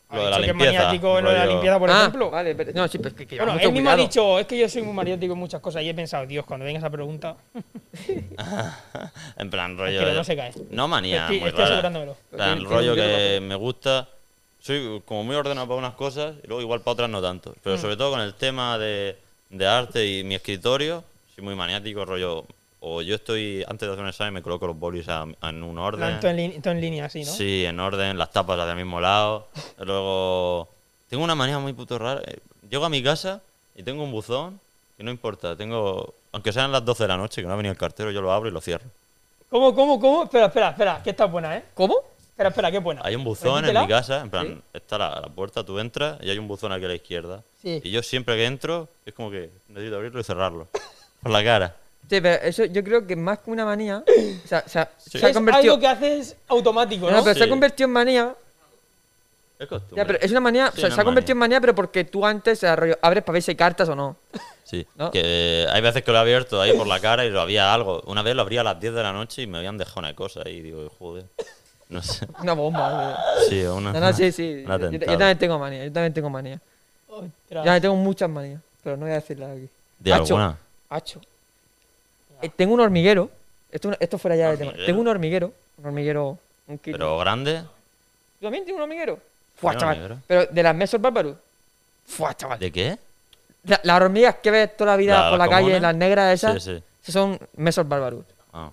S5: Lo de la
S3: Has dicho que es
S5: limpieza,
S3: maniático en lo de la
S5: rollo-
S3: limpieza, por
S4: Ah,
S3: ejemplo.
S4: Vale, pero- no, sí, pero es que, que
S3: Bueno,
S4: mucho
S3: él mismo ha
S4: cuidado.
S3: dicho, es que yo soy muy maniático en muchas cosas y he pensado, Dios, cuando venga esa pregunta,
S5: *laughs* En plan, rollo.
S3: Pero no se cae.
S5: No manía,
S3: Estoy-
S5: muy
S3: estoy
S5: rara.
S3: asegurándomelo.
S5: En plan,
S4: Tiene-
S5: rollo
S4: tiene un
S5: que me gusta. Soy como muy ordenado para unas cosas y luego igual para otras no tanto.
S3: Mm.
S5: Pero sobre todo con el tema de, de arte y mi escritorio, soy muy maniático, rollo. O yo estoy, antes de hacer un examen, me coloco los bolis a- en un orden.
S3: plan, todo en, lin- todo en línea así, ¿no?
S5: Sí, en orden, las tapas las del mismo
S4: *laughs*
S5: lado. Luego, tengo una manera muy puto rara. eh, Llego a mi casa y tengo un buzón y no importa, tengo, aunque sean las 12 de la noche que no ha venido el cartero, yo lo abro y lo cierro.
S3: ¿Cómo, cómo, cómo? Espera, espera, espera, que está buena, ¿eh?
S4: ¿Cómo?
S3: Espera, espera, qué buena.
S5: Hay un buzón en
S3: Repítela.
S5: mi casa, en plan, está la, la puerta, tú entras y hay un buzón aquí a la izquierda.
S3: Sí.
S5: Y yo siempre que entro, es como que necesito abrirlo y cerrarlo. Por la cara.
S4: Sí, pero eso yo creo que más que una manía. O sea, o sea,
S5: Sí.
S4: se ha
S3: Es
S4: convertido.
S3: algo que haces automático,
S4: No,
S3: ¿no?
S4: no, pero se ha
S5: Sí.
S4: convertido en manía.
S5: Es costumbre.
S4: Ya, pero es una manía.
S5: Sí,
S4: o sea,
S5: una
S4: se ha convertido en
S5: manía.
S4: manía, pero porque tú antes, o sea, rollo, abres para ver si hay cartas o no. *laughs*
S5: Sí,
S4: ¿No?
S5: que hay veces que lo he abierto ahí por la cara y lo había algo. Una vez lo abría a las 10 de la noche y me habían dejado una cosa ahí. Digo, joder. No sé.
S4: Una *laughs* bomba. eh.
S5: Sí, o una.
S4: No, no, sí, sí.
S5: un
S4: Yo, yo- yo
S5: atentado.
S4: también tengo manía. Yo también tengo manía.
S3: Ostras.
S4: Ya tengo muchas manías, pero no voy a decirlas aquí.
S5: ¿De
S4: Hacho,
S5: alguna?
S4: hacho. Eh, tengo un hormiguero. Esto, esto fuera ya de tema.
S5: ¿Hormiguero?
S4: Tengo un hormiguero. Un hormiguero. Un kilo.
S5: Pero grande.
S4: ¿Tú también tienes un hormiguero? Fua,
S5: Tengo
S4: chaval.
S5: hormiguero.
S4: Pero de las mesas bárbaros. Fua, chaval.
S5: ¿De qué?
S4: La- las hormigas que ves toda la vida
S5: La-
S4: por la
S5: las
S4: calle,
S5: comunes.
S4: las negras esas,
S5: Sí, sí.
S4: esas son mesos bárbaros.
S5: Ah,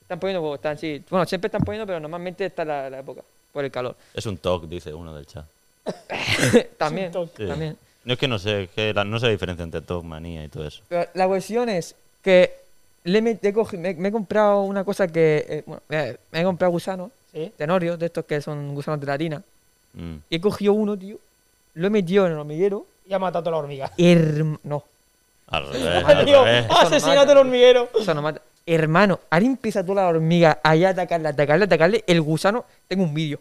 S4: Están poniendo huevos, están, sí. Bueno, siempre están poniendo, pero normalmente está la, la época, por el calor. *laughs*
S5: Es un talk, dice uno del chat.
S4: también,
S3: toque.
S5: Sí.
S4: también.
S5: No es que no sé, es que la- no sé la diferencia entre talk, manía y todo eso.
S4: Pero la cuestión es que le he met- he cogi- me, me he comprado una cosa que. eh, bueno, eh, me he comprado gusanos,
S3: Sí.
S4: tenorios, de estos que son gusanos de la harina.
S5: Mm.
S4: Y he cogido uno, tío. Lo he metido en el hormiguero.
S3: Y ha matado a toda la hormiga.
S4: Herm- no,
S5: Al
S3: *laughs*
S4: *laughs*
S5: revés,
S3: Ah,
S5: al
S3: tío,
S5: revés.
S3: ah, asesinato del hormiguero.
S4: eso no mata. Hermano, ahora empieza toda la hormiga allá a atacarle, atacarle, atacarle. El gusano, tengo un vídeo.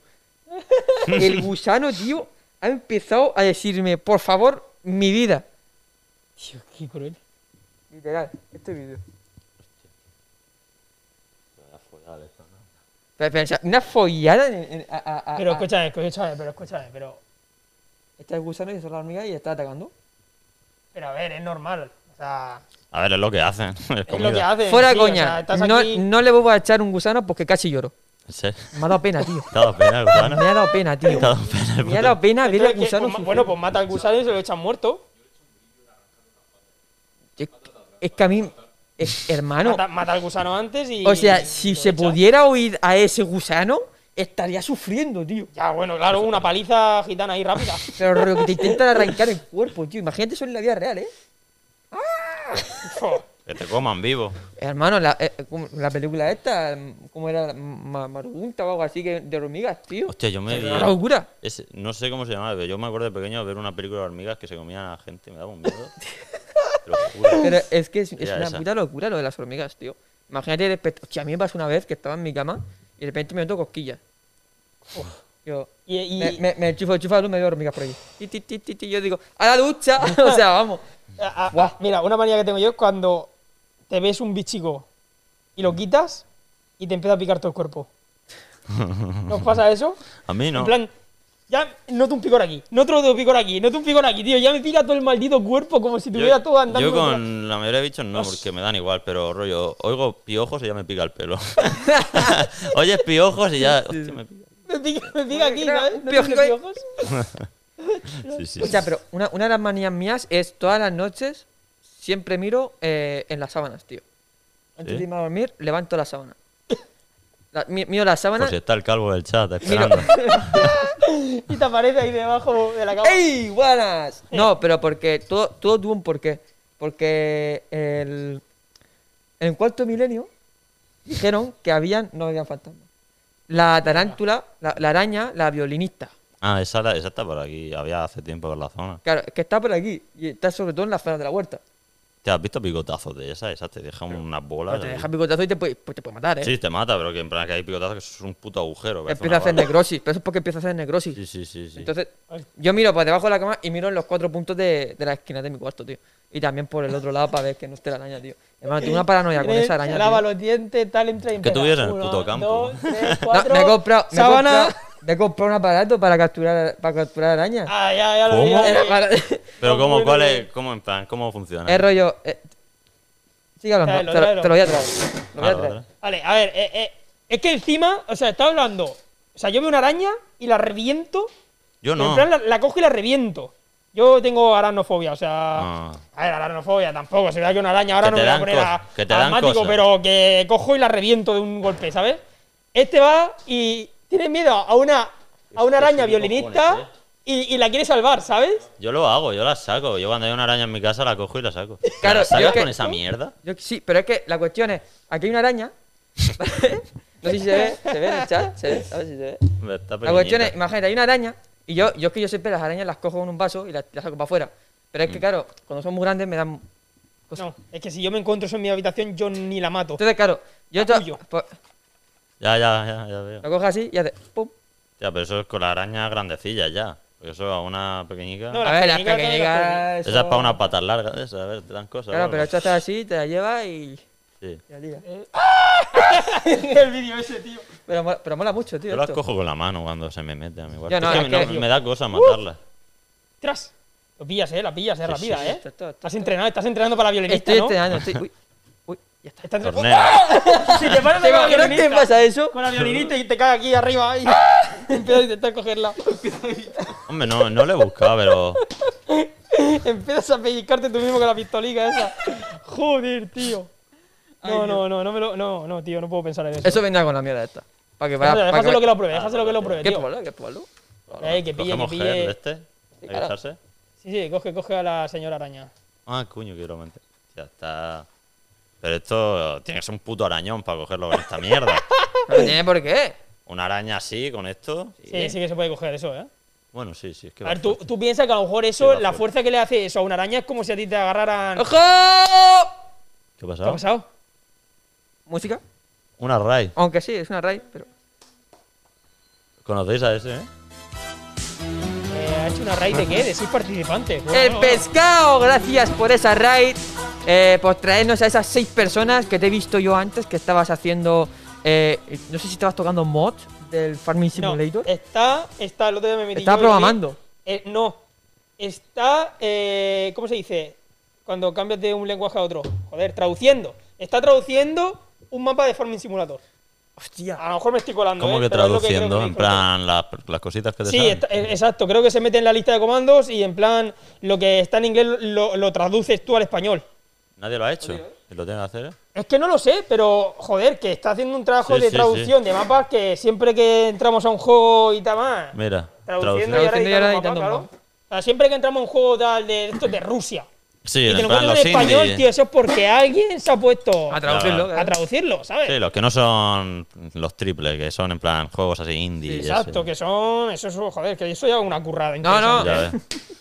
S4: El gusano, tío, ha empezado a decirme, por favor, mi vida.
S3: Tío, qué cruel.
S4: Literal, este vídeo. Pero, pero, o sea, una follada en, en- a- a- a-
S3: Pero
S4: a-
S3: escúchame, escúchame, pero escúchame, pero.
S4: Está el gusano y está la hormiga y está atacando.
S3: Pero a ver, es normal. O sea,
S5: A ver, es lo que hacen. *laughs* Es
S3: es lo que
S5: comida.
S3: hacen.
S4: Fuera
S3: sí, o sea,
S4: coña,
S3: estás
S4: no,
S3: aquí-
S4: no le vuelvo a echar un gusano porque casi lloro.
S5: En serio.
S4: Me ha dado pena, tío.
S5: Te ha dado
S4: *laughs*
S5: pena,
S4: Me
S5: hermano.
S4: ha dado pena,
S5: Te
S4: tío.
S5: ha dado pena, el
S4: Me ha
S5: puto.
S4: dado pena ver
S3: Entonces,
S4: al
S3: ¿qué?
S4: gusano
S3: Pues,
S4: sufrir.
S3: bueno, pues mata al gusano y se lo echan muerto.
S4: Es, es que a mí, es- hermano,
S3: Mata, mata al gusano antes y.
S4: Ah, o sea,
S3: y
S4: si
S3: lo
S4: se
S3: echa.
S4: pudiera oír a ese gusano, estaría sufriendo, tío.
S3: Ya, bueno, claro, una paliza gitana ahí
S4: *laughs*
S3: rápida. *laughs*
S4: Pero lo que te intentan arrancar el cuerpo, tío. Imagínate eso en la vida real, ¿eh?
S3: Fo.
S5: Que te coman vivo.
S4: Hermano, la, eh, eh, como la película esta, mm, ¿cómo era? Ma- Margunta o algo así, que de hormigas, tío.
S5: Hostia, yo me.
S4: Una locura.
S5: Ese- no sé cómo se llamaba, pero yo me acuerdo de pequeño ver una película de hormigas que se comían a la gente. Me daba un
S4: *laughs*
S5: miedo. Te lo juro.
S4: Pero es que es, es
S5: Ya,
S4: una
S5: esa.
S4: puta locura lo de las hormigas, tío. Imagínate, de repente- hostia, a mí me pasó una vez que estaba en mi cama y de repente me meto cosquillas. Yo,
S3: Y, y-
S4: me, me, me enchufo, enchufo la luz, me veo hormigas por ahí. Ti, ti, ti, ti, ti, yo digo, ¡a la ducha! *laughs* o sea, vamos.
S3: a- a-
S4: Guau.
S3: mira, una manía que tengo yo es cuando te ves un bichico y lo quitas y te empieza a picar todo el cuerpo. ¿Nos pasa eso?
S5: A mí no.
S3: En plan, ya noto un picor aquí, noto otro picor aquí, noto un picor aquí, tío. Ya me pica todo el maldito cuerpo como si tuviera
S5: yo,
S3: todo andando.
S5: yo
S3: por la-
S5: con la mayoría de bichos no, porque me dan igual, pero rollo, oigo piojos y ya me pica el
S4: *laughs*
S5: pelo. *laughs* Oyes piojos y ya. Hostia, me pica.
S3: *laughs* Me pica, me pica aquí,
S4: Claro,
S3: ¿sabes?
S4: un
S3: ¿No tienes
S4: piojico ahí.
S3: piojos?
S5: Sí, sí.
S4: O sea, pero una, una de las manías mías es todas las noches siempre miro eh, en las sábanas, tío. Antes
S5: ¿Sí?
S4: de irme a dormir, levanto la sábana. *coughs* La- mi- miro la sábana.
S5: Por si está el calvo del chat
S4: miro-
S5: esperando.
S4: *laughs*
S3: Y te aparece ahí debajo de la cama.
S4: ¡Ey, buenas! No, pero porque todo, todo tuvo un porqué. Porque el, en el cuarto milenio dijeron que habían, no habían fantasmas. La tarántula, la, la araña, la violinista.
S5: Ah, esa, la- esa está por aquí. Había hace tiempo por la zona.
S4: Claro, es que está por aquí y está sobre todo en las zonas de la huerta.
S5: ¿Te has visto picotazos de esas? Esas te dejan unas bolas.
S4: Pero Pues te
S5: ahí.
S4: deja picotazo y te puede, pues te puede matar, ¿eh?
S5: Sí, te mata, pero que en plan que hay picotazos que es un puto agujero. parece
S4: empieza
S5: una
S4: a hacer
S5: bala.
S4: necrosis, pero eso es porque empieza a hacer necrosis.
S5: Sí, sí, sí. sí.
S4: Entonces, yo miro por debajo de la cama y miro en los cuatro puntos de, de la esquina de mi cuarto, tío. Y también por el otro lado para ver que no esté la araña, tío. Hermano, tengo una paranoia con
S3: Tres,
S4: esa araña.
S3: Lava
S4: tío.
S3: los dientes, tal, entra y
S5: que
S3: empieza.
S5: tuviesen el
S3: Uno,
S5: puto campo. *laughs*
S3: Dos, tres,
S4: No,
S3: cuatro.
S4: me he comprado. Me he
S3: sábana.
S4: comprado- me he comprado un aparato para capturar, para capturar arañas.
S3: Ah, ya, ya lo
S5: ¿Cómo?
S3: veía,
S4: Era
S3: eh.
S4: para-
S5: Pero
S3: Son
S5: ¿cómo,
S3: muy
S5: cuál
S3: de-
S5: es, cómo en plan, cómo funciona?
S4: es rollo. eh, sigue
S3: Tráelo,
S4: hablando, te lo,
S3: tráelo.
S4: te lo voy a traer. Lo voy
S5: Ah,
S4: a
S5: lo
S4: traer.
S5: otro.
S3: Vale, a ver, eh, eh, es que encima, o sea, está hablando. O sea, yo veo una araña y la reviento.
S5: Yo
S3: En
S5: no.
S3: plan, la, la cojo y la reviento. Yo tengo aranofobia, o sea.
S5: Ah.
S3: A ver, aranofobia tampoco. Se ve que una araña ahora
S5: Que
S3: no
S5: te
S3: me voy a
S5: dan
S3: poner a,
S5: cos- que te dan
S3: asmático,
S5: cosas.
S3: pero que cojo y la reviento de un golpe, ¿sabes? Este va y tiene miedo a una, a una
S5: Es que
S3: araña
S5: sí, cojones,
S3: violinista
S5: eh.
S3: y, y la quiere salvar, ¿sabes?
S5: Yo lo hago, yo la saco. Yo cuando hay una araña en mi casa la cojo y la saco.
S4: Claro,
S5: ¿La
S4: yo
S5: sacas
S4: que-
S5: con esa mierda?
S4: Yo- sí, pero es que la cuestión es: aquí hay una araña. *laughs* no sé si se ve, se ve en el chat. Se ve, a ver si se ve.
S5: Está
S4: La cuestión es,
S5: pequeñita.
S4: imagínate, hay una araña y yo, yo es que yo siempre las arañas las cojo en un vaso y las, las saco para afuera. Pero es que, claro, cuando son muy grandes me dan cosas.
S3: No, es que si yo me encuentro eso en mi habitación, yo ni la mato.
S4: Entonces, claro, yo to-
S3: Capullo.
S4: pues,
S5: Ya, ya, ya, ya veo.
S4: lo cojo así y hace pum.
S5: Ya, pero eso es con la araña grandecilla ya. Porque eso a una pequeñica.
S3: No,
S4: A ver, las
S3: pequeñitas son las
S4: pequeñitas.
S5: Esa
S4: eso-
S5: es para unas patas largas de esas, a ver, te dan cosas.
S4: Claro,
S5: o
S4: pero
S5: algo.
S4: esta está así, te la lleva y.
S5: Sí.
S4: y la tira.
S3: *laughs* El vídeo ese, tío.
S4: Pero, mola- pero mola mucho, tío.
S5: Yo las
S4: esto.
S5: cojo con la mano cuando se me mete a mi cuarto.
S4: Yo no,
S5: Es que
S4: es que- Uh.
S5: no- me da cosa matarlas.
S3: Tras. Lo pillas, eh, la pillas, eh,
S5: Sí,
S3: rápida,
S5: sí,
S3: eh.
S4: Esto, esto,
S3: Estás
S4: esto.
S3: entrenado, estás entrenando para la violinista,
S4: Estoy
S3: ¿no?
S4: este año, estoy. Uy, uy, ya está.
S3: Estás entrenando.
S5: este, Torneo.
S3: *laughs* Si te paras con
S4: ¿Te
S3: la
S4: imaginas que
S3: violinista.
S4: pasa eso?
S3: Con la violinista y te cae aquí arriba y empiezas a intentar cogerla.
S5: Hombre, no, no le he buscado, pero.
S3: Empiezas a pellizcarte tú mismo con la pistolica esa. Joder, tío. No, no, no, no, me lo, no, no, tío, no puedo pensar en eso.
S4: Eso vendrá con la mierda esta. Para que vaya.
S3: Déjalo
S4: para que
S3: déjaselo que
S4: vaya-
S3: lo pruebe, déjaselo que lo pruebe,
S4: ¿Qué
S3: tío.
S4: probarlo?
S3: *laughs*
S4: ¿Qué probarlo?
S3: Eh, que pille, que
S5: ¿Cogemos gel de
S3: pille.
S5: este? ¿Hay que
S4: claro.
S5: echarse?
S3: Sí, sí, coge, coge a la señora araña.
S5: Ah, coño, que lo menté. Ya está. Pero esto tiene que ser un puto arañón para cogerlo con esta mierda.
S4: No tiene por qué.
S5: Una araña así, con esto.
S3: Sí, sí que se puede coger eso, ¿eh?
S5: Bueno, sí, sí, es que.
S3: A
S5: va
S3: ver, tú,
S5: fuerte.
S3: tú piensas que a lo mejor eso,
S5: va
S3: la
S5: fuerte.
S3: fuerza que le hace eso a una araña es como si a ti te agarraran.
S4: ¡Ojo!
S5: ¿Qué ha
S3: ¿Qué ha
S5: pasado?
S3: pasado?
S4: Música.
S5: Una raid.
S4: Aunque sí, es una raid, pero.
S5: ¿Conocéis a ese, eh?
S3: Eh, ¿Ha hecho una raid de qué? De seis participantes. Bueno,
S4: El
S3: bueno,
S4: pescado, gracias por esa raid. eh, por traernos a esas seis personas que te he visto yo antes que estabas haciendo. eh, no sé si estabas tocando mods del Farming
S3: bueno. No, eh,
S4: Simulator.
S3: está, está, el otro día me metí.
S4: Está
S3: yo y lo vi.
S4: programando.
S3: Eh, no, está, eh, ¿cómo se dice? Cuando cambias de un lenguaje a otro. Joder, traduciendo. Está traduciendo un mapa de Farming Simulator.
S4: Hostia.
S3: A lo mejor me estoy colando.
S5: ¿Cómo
S3: eh,
S5: que
S3: pero es lo creo
S5: traduciendo?
S3: que
S5: en
S3: dijo.
S5: plan, la- las cositas que te
S3: Sí,
S5: salen.
S3: está- eh, exacto. Creo que se mete en la lista de comandos y en plan lo que está en inglés lo, lo traduces tú al español.
S5: Nadie lo ha hecho. ¿Y lo tiene que hacer? eh?
S3: Es que no lo sé, pero joder, que está haciendo un trabajo
S5: Sí,
S3: de
S5: sí,
S3: traducción de mapas que siempre que entramos a un juego y tal ah. más.
S5: Mira.
S3: Traduciendo,
S5: traducir.
S3: y ahora
S4: Traduciendo y ahora
S3: editando,
S4: editando
S3: un mapa,
S4: un
S3: claro. O sea, siempre que entramos a un juego tal de esto de Rusia.
S5: Sí,
S3: y te
S5: en
S3: lo
S5: plan,
S3: encuentras
S5: los
S3: en español,
S5: indies.
S3: tío, eso es porque alguien se ha puesto
S4: A
S5: eh.
S4: traducirlo.
S3: a traducirlo, ¿sabes?
S5: Sí, los que no son los triples, que son en plan juegos así indie. y
S3: Exacto,
S5: ese.
S3: que son. Eso es, joder, que eso ya es una currada.
S4: No, no.
S3: interesante.
S5: Ya ves.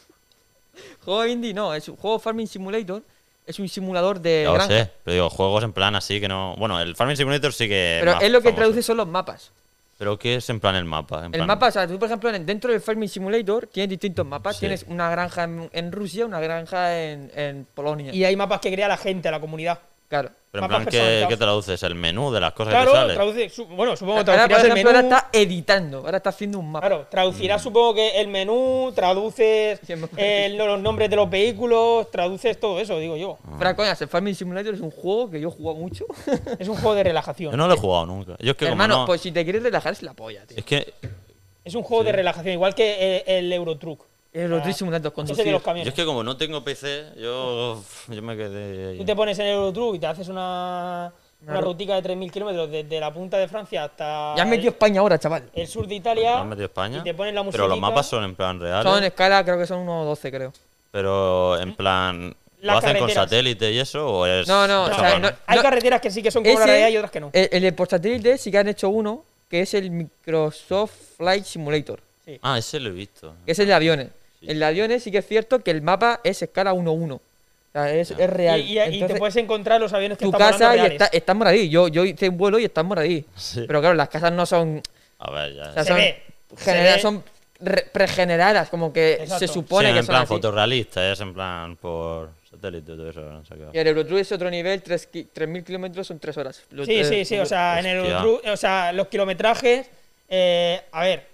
S4: Juego indie no, es un juego Farming Simulator. Es un simulador de.
S5: Ya lo
S4: granja.
S5: sé, pero digo, juegos en plan así que no. Bueno, el Farming Simulator sí que.
S4: Pero
S5: más
S4: es lo que
S5: famoso.
S4: traduce son los mapas.
S5: Pero ¿qué es en plan el mapa? En
S4: El
S5: plan-
S4: mapa, o sea, tú por ejemplo en- dentro del Farming Simulator tienes distintos mapas.
S5: Sí.
S4: Tienes una granja en, en Rusia, una granja en, en Polonia.
S3: Y hay mapas que crea la gente, la comunidad.
S4: claro.
S5: Pero en
S3: mapas
S5: plan, ¿qué,
S3: personalizados.
S5: ¿qué traduces? El menú de las cosas que Pues te
S3: Claro,
S5: salen.
S3: traduce. su- bueno, supongo que
S4: Ahora, por
S3: traducirás el
S4: ejemplo,
S3: menú.
S4: ahora está editando, ahora está haciendo un mapa.
S3: Claro,
S5: Mm.
S3: traducirás supongo que el menú, traduces
S4: Sí, me parece.
S3: eh, los nombres de los vehículos, traduces todo eso, digo yo.
S4: Fuera coñas, el Farming Simulator es un juego que yo he jugado mucho.
S3: Es un juego de
S5: Yo
S3: relajación.
S5: no lo he jugado nunca. Yo es *laughs* que como
S4: Hermano,
S5: no-
S4: pues si te quieres relajar es la polla, tío.
S5: Es que
S3: Es un juego de relajación, igual que el, el Eurotruck.
S4: El Euro
S3: Ah,
S4: Truck Simulator
S3: Ese de
S4: conducir.
S3: los
S5: yo
S3: camiones.
S5: es que como no tengo PC, yo, yo me quedé ahí.
S3: Tú te pones en el Eurotruck y te haces una, una
S4: Claro.
S3: rutica de 3.000 kilómetros desde la punta de Francia hasta
S4: Ya has metido España ahora, chaval.
S3: el sur de
S5: Me
S3: Italia.
S5: han metido España.
S3: Y te pones la música.
S5: pero los mapas son en plan reales.
S4: Son en ¿eh? escala, creo que son unos 12, creo.
S5: Pero en plan. ¿Lo
S3: Las
S5: hacen con
S3: carreteras.
S5: satélite y eso? ¿O es.?
S4: No, no, o
S5: hecho a
S4: sea,
S5: mano?
S4: no-
S3: Hay carreteras que sí que son como la
S4: Ese-
S3: realidad y otras que no.
S4: El, el de por satélite sí que han hecho uno, que es el Microsoft Flight Simulator,
S5: Ah, ese lo he visto.
S4: que es el de aviones.
S5: Sí.
S4: El de aviones sí que es cierto que el mapa es escala 1-1. O sea, es, es real.
S3: Y, y- y te
S4: Entonces,
S3: puedes encontrar los aviones que
S4: tu
S3: están volando
S4: casa y
S3: reales.
S4: está, está en Moradí. Yo, yo hice un vuelo y está en Moradí.
S5: Sí.
S4: Pero claro, las casas no son
S5: A ver, ya.
S4: O sea,
S3: Se
S4: son,
S3: ve,
S4: genera-
S3: se ve.
S4: son re- pregeneradas, como que
S3: Exacto.
S4: se supone
S5: Sí,
S4: que
S5: en
S4: son
S5: plan
S4: así.
S5: fotorrealista, es en plan por satélite y todo eso. lo han sacado.
S4: Y el Eurotruck es otro nivel, tres ki- 3.000 kilómetros son 3 horas. Lo-
S3: Sí,
S4: eh,
S3: sí, sí. O sea, en el
S5: Hostia.
S3: Eurotruck- o sea los kilometrajes. eh, a ver,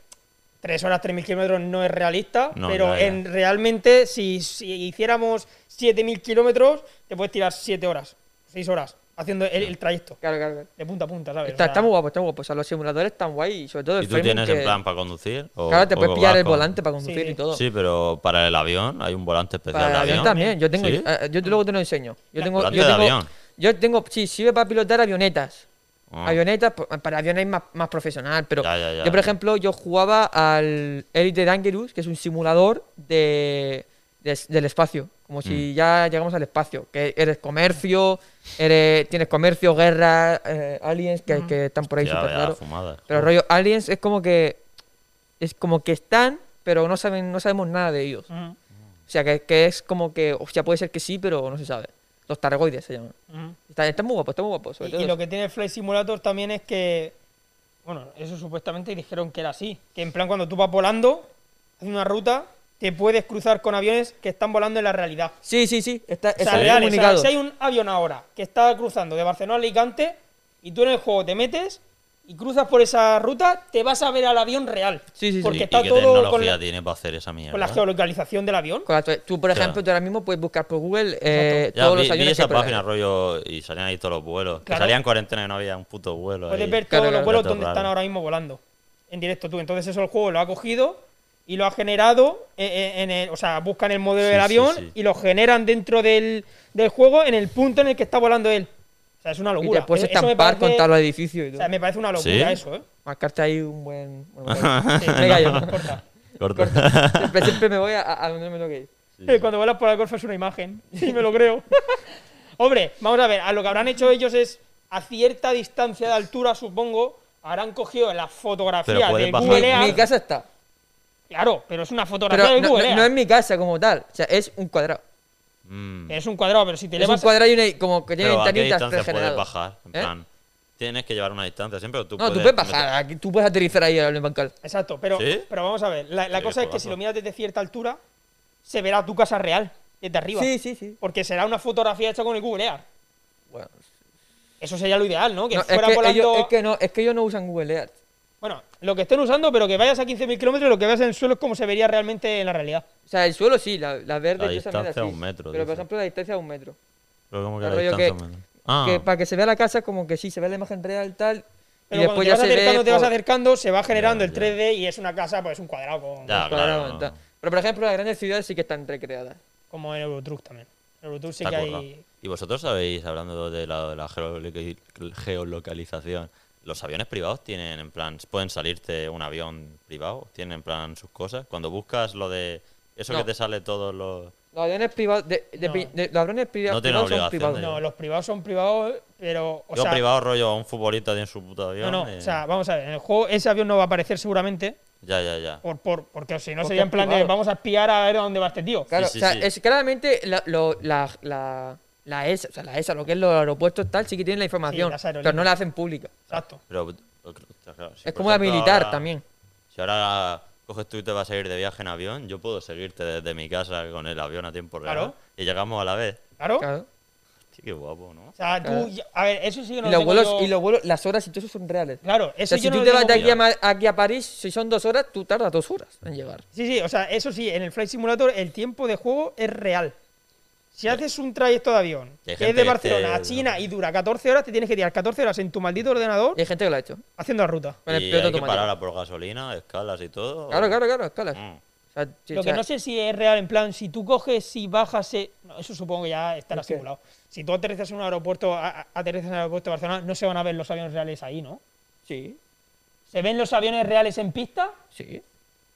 S3: 3 horas, 3.000 kilómetros no es realista,
S5: No,
S3: pero
S5: ya, ya.
S3: En, realmente, si, si hiciéramos 7.000 kilómetros, te puedes tirar 7 horas, 6 horas, haciendo el, el trayecto,
S4: Claro, claro, claro.
S3: de punta a punta, ¿sabes?
S4: Está,
S3: O sea,
S4: está muy guapo, está muy guapo. O sea, los simuladores están guay y sobre todo el
S5: ¿Y tú
S4: framing
S5: tienes
S4: que-
S5: en plan para conducir? O,
S4: Claro, te
S5: o
S4: puedes pillar
S5: vas
S4: el
S5: con-
S4: volante para conducir
S3: Sí,
S4: y
S3: sí.
S4: todo.
S5: Sí, pero para el avión hay un volante especial
S4: Para el
S5: de
S4: avión,
S5: avión.
S4: también. Yo tengo,
S5: ¿Sí?
S4: eh, yo te- luego te lo enseño. Yo tengo,
S5: Volante
S4: yo
S5: de
S4: tengo,
S5: avión.
S4: yo tengo, sí, sirve para pilotar avionetas.
S5: Ah.
S4: Avionetas, pa- para aviones más, más profesional, pero
S5: Ya, ya, ya.
S4: yo, por ejemplo, yo jugaba al Elite Dangerous, que es un simulador de, de- del espacio, como
S5: Mm.
S4: si ya llegamos al espacio, que eres comercio, eres, tienes comercio, guerra, eh, aliens, que, que están por ahí
S5: Ya,
S4: súper
S5: vaya
S4: raros.
S5: fumada.
S4: Pero rollo, aliens es como que, es como que están, pero no, saben, no sabemos nada de ellos.
S3: Ujú,
S4: O sea, que, que es como que, hostia, puede ser que sí, pero no se sabe. Los targoides se llaman.
S3: ujú.
S4: Está, está muy guapo, está muy guapo. Sobre
S3: Y,
S4: todo
S3: y
S4: eso.
S3: lo que tiene el Flight Simulator también es que, bueno, eso supuestamente dijeron que era así, que en plan cuando tú vas volando, en una ruta, te puedes cruzar con aviones que están volando en la realidad.
S4: Sí, sí, sí, está,
S3: O sea,
S4: está
S3: real, o sea,
S4: comunicado.
S3: si hay un avión ahora que está cruzando de Barcelona a Alicante y tú en el juego te metes y cruzas por esa ruta, te vas a ver al avión real.
S4: Sí, sí, sí.
S5: ¿Y-
S3: Porque
S5: y
S3: está
S5: qué
S3: todo con
S5: tecnología
S3: la,
S5: tiene para hacer esa mierda?
S3: con la geolocalización del avión.
S4: Con la actua- Tú, por
S5: Ya.
S4: ejemplo, tú ahora mismo puedes buscar por Google eh,
S5: Ya,
S4: todos
S5: vi,
S4: los
S5: vi
S4: aviones
S5: esa
S4: que hay por
S5: página,
S4: ahí.
S5: rollo, y salían ahí todos los vuelos. Que
S3: Claro.
S5: salían en cuarentena y no había un puto vuelo
S3: Puedes
S5: ahí.
S3: ver
S4: Claro,
S3: todos
S4: claro.
S3: los vuelos
S5: Datos
S3: donde están
S5: raros.
S3: ahora mismo volando. En directo tú. Entonces eso el juego lo ha cogido y lo ha generado. eh, eh, en el- o sea, buscan el modelo
S5: Sí,
S3: del
S5: sí,
S3: avión
S5: sí.
S3: y lo generan dentro del, del juego en el punto en el que está volando él. O sea, es una
S4: Y
S3: locura. Eh,
S4: te puedes
S3: E, Eso me
S4: estampar
S3: parece-
S4: contra los edificios y
S3: O
S4: todo.
S3: sea, me parece una locura
S5: ¿Sí?
S3: eso, ¿eh?
S4: Marcarte ahí un buen.
S5: *laughs*
S4: bueno,
S3: Sí,
S4: bueno. Venga, yo.
S3: corta.
S5: *laughs* Corta.
S4: Siempre, siempre me voy a, a donde me toque ir.
S5: Sí,
S3: Eh, Cuando vuelas por el golf es una imagen. *laughs* Sí, me lo creo. Hombre, vamos a ver, a lo que habrán hecho ellos es a cierta distancia de altura, supongo, habrán cogido la fotografía
S5: Pero puedes
S3: del
S5: bajar.
S3: Google
S5: Pelea.
S3: Earth.
S4: Mi casa está.
S3: Claro, pero es una fotografía
S4: Pero
S3: del
S4: no,
S3: Google
S4: no-
S3: Earth.
S4: no es mi casa como tal. O sea, es un cuadrado.
S5: *laughs* Mm.
S3: Es un cuadrado, pero si te
S4: Es un
S3: elevas.
S4: cuadrado y una- como que tiene
S5: Pero a qué
S4: ventanitas
S5: distancia puedes
S4: pregeneradas.
S5: bajar. En
S4: ¿Eh?
S5: plan, tienes que llevar una distancia siempre. o Tú
S4: No, tú
S5: puedes
S4: puedes bajar. aquí- tú puedes aterrizar ahí al bancal.
S3: Exacto, pero,
S5: ¿Sí?
S3: pero vamos a ver. La, la
S5: Sí,
S3: cosa es que
S5: juegazo.
S3: si lo miras desde cierta altura, se verá tu casa real, desde arriba.
S4: Sí, sí, sí.
S3: Porque será una fotografía hecha con el Google Earth.
S4: Bueno,
S3: Eso sería lo ideal, ¿no? Que
S4: no, es,
S3: fuera
S4: que
S3: volando.
S4: ellos, es que no, es que ellos no usan Google Earth.
S3: Bueno, lo que estén usando, pero que vayas a 15.000 kilómetros, lo que veas en el suelo es como se vería realmente en la realidad.
S4: O sea, el suelo sí, la, la verde
S5: La
S4: y todas esas mierdas
S5: distancia a
S4: sí.
S5: un metro,
S4: Pero por
S5: dice.
S4: ejemplo, la distancia a un metro.
S5: Pero como que
S4: El
S5: la
S4: rollo
S5: distancia.
S4: que-
S5: menos. Ah,
S4: Que para que se vea la casa, como que sí, se ve la imagen real tal.
S3: Pero cuando
S4: y después
S3: te
S4: ya
S3: vas
S4: se ve.
S3: acercando, te vas
S4: por-
S3: acercando, se va generando
S5: Ya,
S3: el
S5: ya.
S3: 3D y es una casa, pues un cuadrado con-
S5: Ya. Ah,
S4: por
S5: claro,
S4: adelante.
S5: no.
S4: Pero por ejemplo, las grandes ciudades sí que están recreadas.
S3: como en Eurotruck también. En Eurotruck sí
S5: está
S3: que
S5: currado.
S3: hay.
S5: Y vosotros sabéis, hablando de la, de la geoloca- geolocalización, los aviones privados tienen en plan, pueden salirte un avión privado, tienen en plan sus cosas. Cuando buscas lo de eso
S4: No.
S5: que te sale todos los.
S4: Los aviones privados. De, de-
S3: No.
S4: de- los aviones priva-
S5: No tienen
S4: privados son
S5: obligación
S4: privados.
S5: de-
S3: No, los privados son privados, pero. O
S5: Yo
S3: sea,
S5: privado rollo a un futbolista tiene su puto
S3: no,
S5: avión.
S3: no,
S5: eh,
S3: o sea, vamos a ver, en el juego ese avión no va a aparecer seguramente,
S5: ya, ya, ya.
S3: por, por, porque si no
S4: Porque
S3: sería en
S4: es
S3: plan de
S4: privado.
S3: vamos a espiar a ver a dónde va este tío.
S4: Claro,
S5: Sí, sí,
S4: o sea,
S5: sí.
S4: es claramente la, lo- la, la, la ESA, o sea, la ESA, lo que es los aeropuertos tal, sí que tienen la información,
S3: las aerolíneas.
S4: pero no la hacen pública.
S3: Exacto.
S5: Pero, o- claro, si
S4: es
S5: por
S4: como la
S5: ejemplo
S4: militar
S5: ahora-
S4: también.
S5: Si ahora coges tú y te vas a ir de viaje en avión, yo puedo seguirte desde mi casa con el avión a tiempo real.
S3: Claro.
S5: Y llegamos a la vez.
S3: Claro.
S4: Claro.
S5: Sí, qué guapo, ¿no?
S3: O sea,
S4: Claro.
S3: tú. ya- A ver, eso sí que no
S4: Y
S3: lo
S4: los
S3: tengo
S4: vuelos,
S3: yo-
S4: y los vuelos, las horas y todo eso son reales.
S3: Claro,
S4: O
S3: eso
S4: sea,
S3: yo
S4: si
S3: no
S4: tú
S3: lo
S4: te
S3: tengo
S4: vas de aquí a,
S5: pillado.
S4: Ma- aquí a París, si son dos horas, tú tardas dos horas en llegar.
S3: Sí, sí, o sea, eso sí, en el Flight Simulator el tiempo de juego es real. Si haces un trayecto de avión,
S5: Y hay
S3: que es
S5: gente
S3: de
S5: que
S3: Barcelona
S5: te-
S3: a
S4: este,
S3: China y dura 14 horas, te tienes que tirar 14 horas en tu maldito ordenador
S4: Y hay gente que lo ha hecho.
S3: haciendo la ruta.
S4: Con el
S5: y
S4: piloto
S5: hay que
S4: automático.
S5: parar a por gasolina, escalas y todo.
S4: Claro, claro, claro, escala.
S5: Mm.
S4: O sea, sí,
S3: Lo
S4: o
S3: que
S4: sea,
S3: no sé si es real, en plan, si tú coges y bajas. eh, no, eso supongo que ya estará
S4: ¿El qué?
S3: simulado. Si tú aterrizas en un aeropuerto, a- a- aterrizas en el aeropuerto de Barcelona, no se van a ver los aviones reales ahí, ¿no?
S4: Sí,
S3: ¿Se ven los aviones reales en pista?
S4: sí,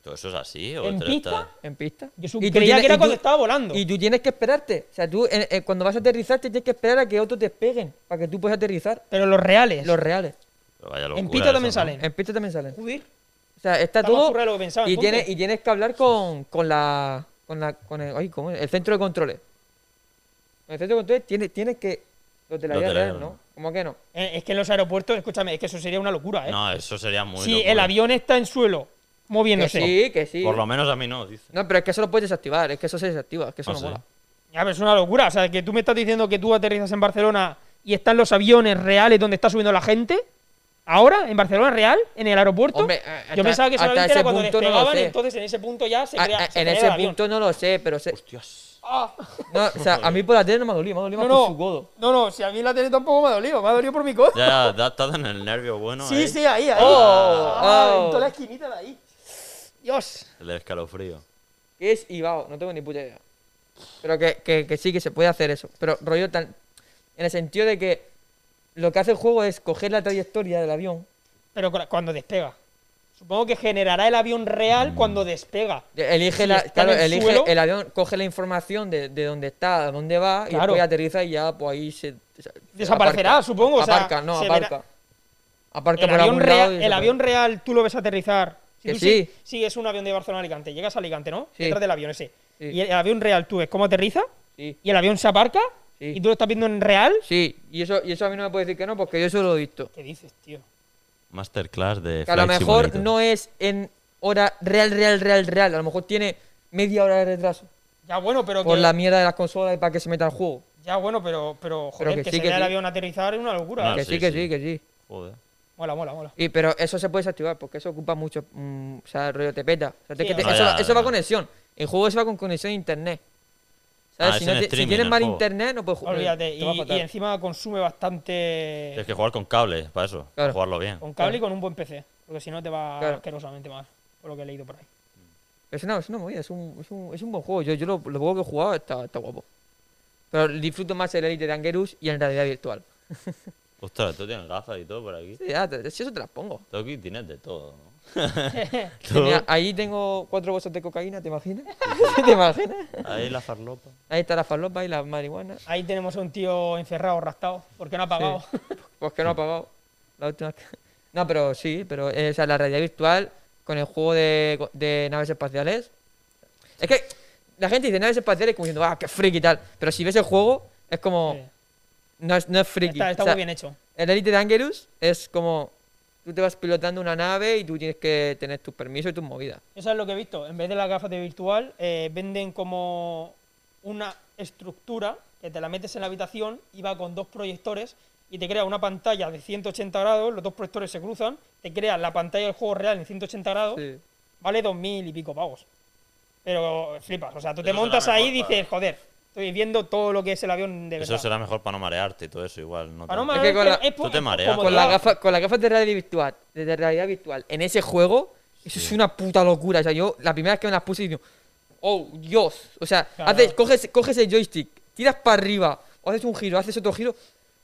S5: ¿Todo eso es así? ¿O
S3: ¿En
S5: te lo
S3: pista?
S5: estás-
S4: en pista.
S3: Yo su-
S4: Y tú
S3: creía
S4: tienes-
S3: que era
S4: y
S3: cuando
S4: tú-
S3: estaba volando.
S4: Y tú tienes que esperarte. O sea, tú eh, eh, cuando vas a aterrizar, te tienes que esperar a que otros despeguen para que tú puedas aterrizar.
S3: Pero los reales.
S4: Los reales.
S5: Pero vaya
S3: en
S5: locura
S3: pista
S5: eso,
S3: también
S5: ¿no?
S3: salen.
S4: En pista también salen.
S3: Joder,
S4: O sea, está,
S3: Está más
S4: todo.
S3: currado de lo que pensaba,
S4: y, tienes,
S3: entonces.
S4: y tienes que hablar con, con la. Con la. Con el, ay, ¿cómo es? El centro de controles. En el centro de controles tienes, tienes que. Los de la
S5: Los
S4: vida
S5: de la
S4: real,
S5: vida
S4: ¿no?
S5: real.
S4: ¿Cómo que no?
S3: eh, Es que en los aeropuertos, escúchame, es que eso sería una locura, ¿eh?
S5: No, eso sería muy.
S3: si
S5: locura.
S3: el avión está en suelo,
S4: eh. Que
S3: moviéndose.
S4: sí, que sí.
S5: Por lo menos a mí no, dice.
S4: No, pero es que eso lo puedes desactivar, es que eso se desactiva, es que eso
S5: Ah,
S4: no
S5: sí.
S4: mola.
S3: Ya, pero es una locura. O sea, que tú me estás diciendo que tú aterrizas en Barcelona y están los aviones reales donde está subiendo la gente. Ahora, en Barcelona real, en el aeropuerto.
S4: Hombre, eh, hasta-
S3: yo pensaba que
S4: hasta
S3: solamente era
S4: ese
S3: cuando
S4: punto no lo
S3: despegaban,
S4: sé.
S3: entonces en ese punto ya se
S4: Ah,
S3: crea.
S4: ah,
S3: se crea
S4: en
S3: el
S4: ese
S3: avión.
S4: punto no lo sé, pero sé.
S5: Hostias.
S3: Ah,
S4: No,
S5: *laughs*
S4: o sea, a mí por la tele no me ha dolido, me ha dolido
S3: no,
S4: más por su
S3: no,
S4: codo.
S3: no, no, si a mí la tele tampoco me ha dolido, me ha dolido por mi
S4: *laughs*
S3: codo.
S5: Ya, ya, da- te has dado en el nervio bueno. ¿eh?
S3: Sí,
S5: ahí,
S3: sí, ahí, ahí.
S4: eh. Oh,
S3: Ah,
S4: oh.
S3: En toda la esquinita de ahí. Dios.
S5: El escalofrío.
S4: ¿Qué es Ibao? No tengo ni puta idea. Pero que, que, que sí, que se puede hacer eso. Pero rollo tan. En el sentido de que lo que hace el juego es coger la trayectoria del avión.
S3: Pero cu- cuando despega. Supongo que generará el avión
S4: Mm.
S3: real cuando despega.
S4: Elige
S3: Si
S4: la,
S3: está en
S4: claro,
S3: el
S4: elige
S3: suelo-
S4: el avión, coge la información de, de dónde está, a dónde va, y
S3: Claro.
S4: después aterriza y ya pues ahí se. se-
S3: Desaparecerá,
S4: aparca.
S3: supongo, o sea,
S4: Aparca, no,
S3: se verá-
S4: aparca. Aparca
S3: El
S4: por
S3: avión,
S4: algún
S3: real,
S4: lado y
S3: el
S4: se
S3: avión real tú lo ves aterrizar.
S4: Que
S3: tú
S4: sí.
S3: Sí, es un avión de Barcelona a Alicante. Llegas a Alicante, ¿no?
S4: Sí.
S3: Detrás del avión ese.
S4: Sí.
S3: Y el avión real tú ves cómo aterriza
S4: Sí.
S3: y el avión se aparca
S4: Sí.
S3: y tú lo estás viendo en real.
S4: Sí, y eso, y eso a mí no me puede decir que no, porque yo eso lo he visto.
S3: ¿Qué dices, tío?
S5: Masterclass de.
S4: Que a lo
S5: Flight
S4: mejor
S5: Simulator.
S4: no es en hora real, real, real, real. A lo mejor tiene media hora de retraso.
S3: Ya bueno, pero
S4: Por
S3: que,
S4: la mierda de las consolas y para que se meta el juego.
S3: ya bueno, pero pero joder,
S4: que
S3: que,
S4: sí,
S3: se
S4: que
S3: vea el
S4: sí.
S3: avión aterrizar es una locura.
S5: No,
S3: ¿eh?
S4: que sí,
S5: sí,
S4: que sí,
S5: sí.
S4: que sí.
S5: Joder.
S3: Mola, mola, mola.
S4: Y, pero eso se puede desactivar porque eso ocupa mucho. mm, o sea, el rollo te peta. O sea, te-
S3: Sí,
S4: que te-
S5: no,
S4: eso,
S5: ya,
S4: va- eso va
S5: ya.
S4: con conexión. El juego se va con conexión a internet.
S5: Ah,
S4: ¿Sabes?
S5: es
S4: si, no
S5: en
S4: te- si
S5: streaming
S4: tienes
S5: el
S4: mal
S5: juego.
S4: internet, no puedes jugar.
S3: Olvídate
S4: Te va
S3: y,
S4: fatal.
S3: y encima consume bastante
S5: Tienes que jugar con cables para eso.
S4: Claro.
S5: Jugarlo bien.
S3: con cable y con un buen PC, porque si no te va
S4: Claro.
S3: asquerosamente mal, por lo que he leído por ahí.
S4: Es una, es una movida, es un, es un, es un buen juego. Yo, yo lo, lo poco que he jugado está, está guapo. Pero disfruto más el Elite de Dangerous y en realidad virtual.
S5: Ostras, tú tienes gafas y todo por aquí.
S4: Sí, ya, te- si eso te las pongo.
S5: Tú aquí tienes de todo, ¿no?
S4: *laughs* Sí, mira, ahí tengo cuatro bolsas de cocaína, ¿te imaginas? *laughs* ¿Te imaginas?
S5: Ahí la farlopa.
S4: Ahí está la falopa y la marihuana.
S3: Ahí tenemos a un tío encerrado, rastado, porque no ha pagado.
S4: Pues que no ha pagado. La última vez que- *laughs* No, pero sí, pero eh, o sea, la realidad virtual con el juego de, de naves espaciales. Es que la gente dice naves espaciales como diciendo, ah, qué friki y tal. Pero si ves el juego, es como.
S3: *laughs* Sí.
S4: No es, no es friki.
S3: Está, está
S4: O sea,
S3: muy bien hecho.
S4: El Elite de Angelus es como. Tú te vas pilotando una nave y tú tienes que tener tus permisos y tus movidas.
S3: Eso es lo que he visto. En vez de las gafas de virtual, eh, venden como una estructura que te la metes en la habitación y va con dos proyectores y te crea una pantalla de 180 grados, los dos proyectores se cruzan, te crea la pantalla del juego real en 180 grados,
S4: Sí.
S3: vale 2.000 y pico pavos. Pero eh, flipas, o sea, tú te
S5: Eso será
S3: montas ahí y
S5: mejor
S3: dices, joder, estoy viendo todo lo que es el avión de verdad.
S5: Eso será mejor para no marearte y todo eso igual. No
S3: Para no
S5: tanto.
S4: Es que con
S3: marearte,
S4: la-
S3: es por-
S5: Tú te
S3: es
S5: mareas.
S3: como
S4: Con, la
S3: todo.
S4: gafa- con las gafas de realidad virtual, de de realidad virtual, en ese juego, eso es una puta locura. O sea, yo la primera vez que me las puse digo, oh Dios. O sea,
S3: Claro.
S4: haces- coges, coges el joystick, tiras para arriba, o haces un giro, haces otro giro,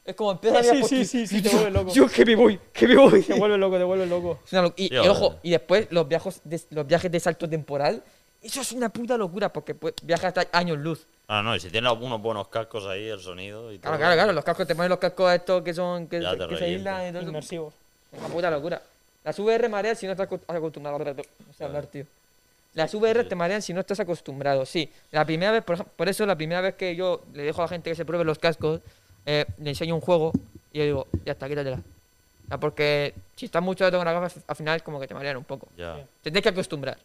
S4: es como empieza
S3: Sí,
S4: a mirar
S3: sí,
S4: por-
S3: sí, sí, te
S4: yo-
S3: vuelve loco.
S4: Yo que me voy, que me voy.
S3: Te vuelve loco, te vuelve
S4: *laughs*
S3: loco.
S4: Es una loc- y,
S5: Sí,
S4: y
S5: ahora.
S4: ojo, y después los viajes de, los viajes de salto temporal, eso es una puta locura porque pues, viajas hasta años luz.
S5: Ah, no, y si tienes algunos buenos cascos ahí, el sonido y todo.
S4: Claro, claro, claro, los cascos, te ponen los cascos estos que son que,
S5: Ya te
S4: que se
S5: revienta.
S4: aíslan y todo eso.
S3: Inmersivo.
S4: Una puta locura. Las VR marean si no estás aco- acostumbrado. No sé hablar, tío. Las VR te marean si no estás acostumbrado, sí. La primera vez, por, ej- por eso la primera vez que yo le dejo a la gente que se pruebe los cascos, eh, le enseño un juego y yo digo, ya está, quítatela. O sea, porque si estás mucho rato con las gafas, al final como que te marean un poco.
S5: Ya.
S4: Te tienes que acostumbrar.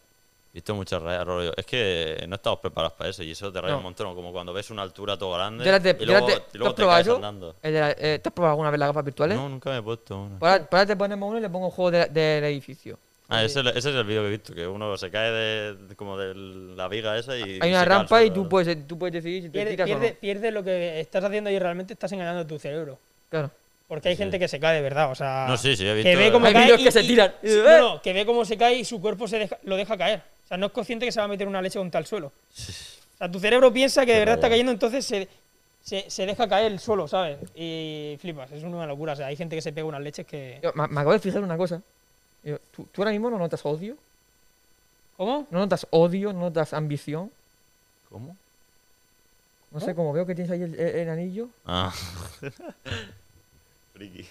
S5: Viste muchas rayas, rollo. Es que no estamos preparados para eso y eso te raya
S4: No.
S5: un montón. Como cuando ves una altura todo grande
S4: Yo las de-
S5: y
S4: yo las
S5: luego,
S4: de-
S5: y
S4: ¿tú
S5: luego
S4: has
S5: te caes
S4: probado
S5: andando.
S4: el de la- eh, ¿Te has probado alguna vez las gafas virtuales?
S5: No, nunca me he puesto una.
S4: Por ahora, por ahora te ponemos uno y le pongo un juego de- del edificio.
S5: Ah, ese, es- ese es el vídeo que he visto, que uno se cae de, de- como de la viga esa y...
S4: Hay
S5: y
S4: una
S5: se cae al
S4: rampa y
S5: suelo.
S4: tú puedes, tú puedes decidir si te
S3: Pierde,
S4: tiras
S3: pierde-
S4: o no.
S3: pierde lo que estás haciendo y realmente estás engañando a tu cerebro.
S4: Claro.
S3: Porque hay
S5: Sí.
S3: gente que se cae de verdad, o sea.
S5: No, sí, sí, he
S3: Que
S5: visto-
S3: ve cómo
S4: Hay
S3: cae
S4: vídeos
S3: y-
S4: que se
S3: y-
S4: tiran.
S3: no, no, que ve cómo se cae y su cuerpo se deja- lo deja caer. O sea, no es consciente que se va a meter una leche contra el suelo. O sea, tu cerebro piensa que de verdad está cayendo, entonces se, se, se deja caer el suelo, ¿sabes? Y flipas, es una locura. O sea, hay gente que se pega unas leches que.
S4: Yo, me, me acabo de fijar una cosa. Yo, ¿tú, tú ahora mismo no notas odio?
S3: ¿Cómo?
S4: ¿No notas odio? ¿No notas ambición?
S5: ¿Cómo?
S4: No sé, como veo que tienes ahí el, el- el
S3: *laughs*
S4: anillo. *laughs*
S5: Ah. *laughs* Friki.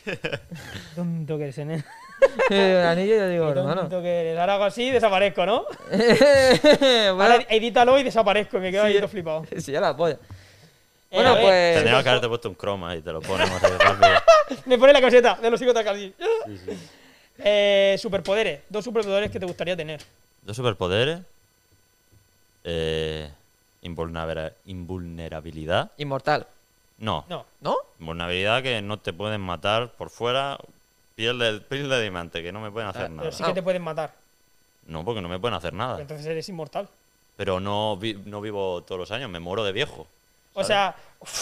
S3: Tonto que eres, nene.
S4: el anillo yo digo, hermano.
S3: Tonto que eres. Ahora hago así y desaparezco, ¿no?
S4: *laughs* bueno,
S3: Ahora edítalo y desaparezco, me quedo
S4: Sí,
S3: ahí
S4: eh.
S3: todo flipado.
S4: *laughs* sí, ya la polla.
S3: Eh,
S4: Bueno,
S3: a ver,
S4: pues...
S5: Tendríamos que haberte puesto un croma y te lo pones más rápido.
S3: Me pone la camiseta de los psicóticos así. Eh, superpoderes. Dos superpoderes que te gustaría tener.
S5: *laughs* Dos superpoderes. Eh, invulnera- invulnerabilidad.
S4: Inmortal.
S5: No.
S3: No.
S4: ¿No?
S5: Invulnerabilidad que no te pueden matar por fuera. Piel de, piel de diamante, que no me pueden hacer nada.
S3: Pero sí que
S4: Ah.
S3: te pueden matar.
S5: No, porque no me pueden hacer nada.
S3: Entonces eres inmortal.
S5: Pero no, vi- no vivo todos los años, me muero de viejo.
S3: O sea,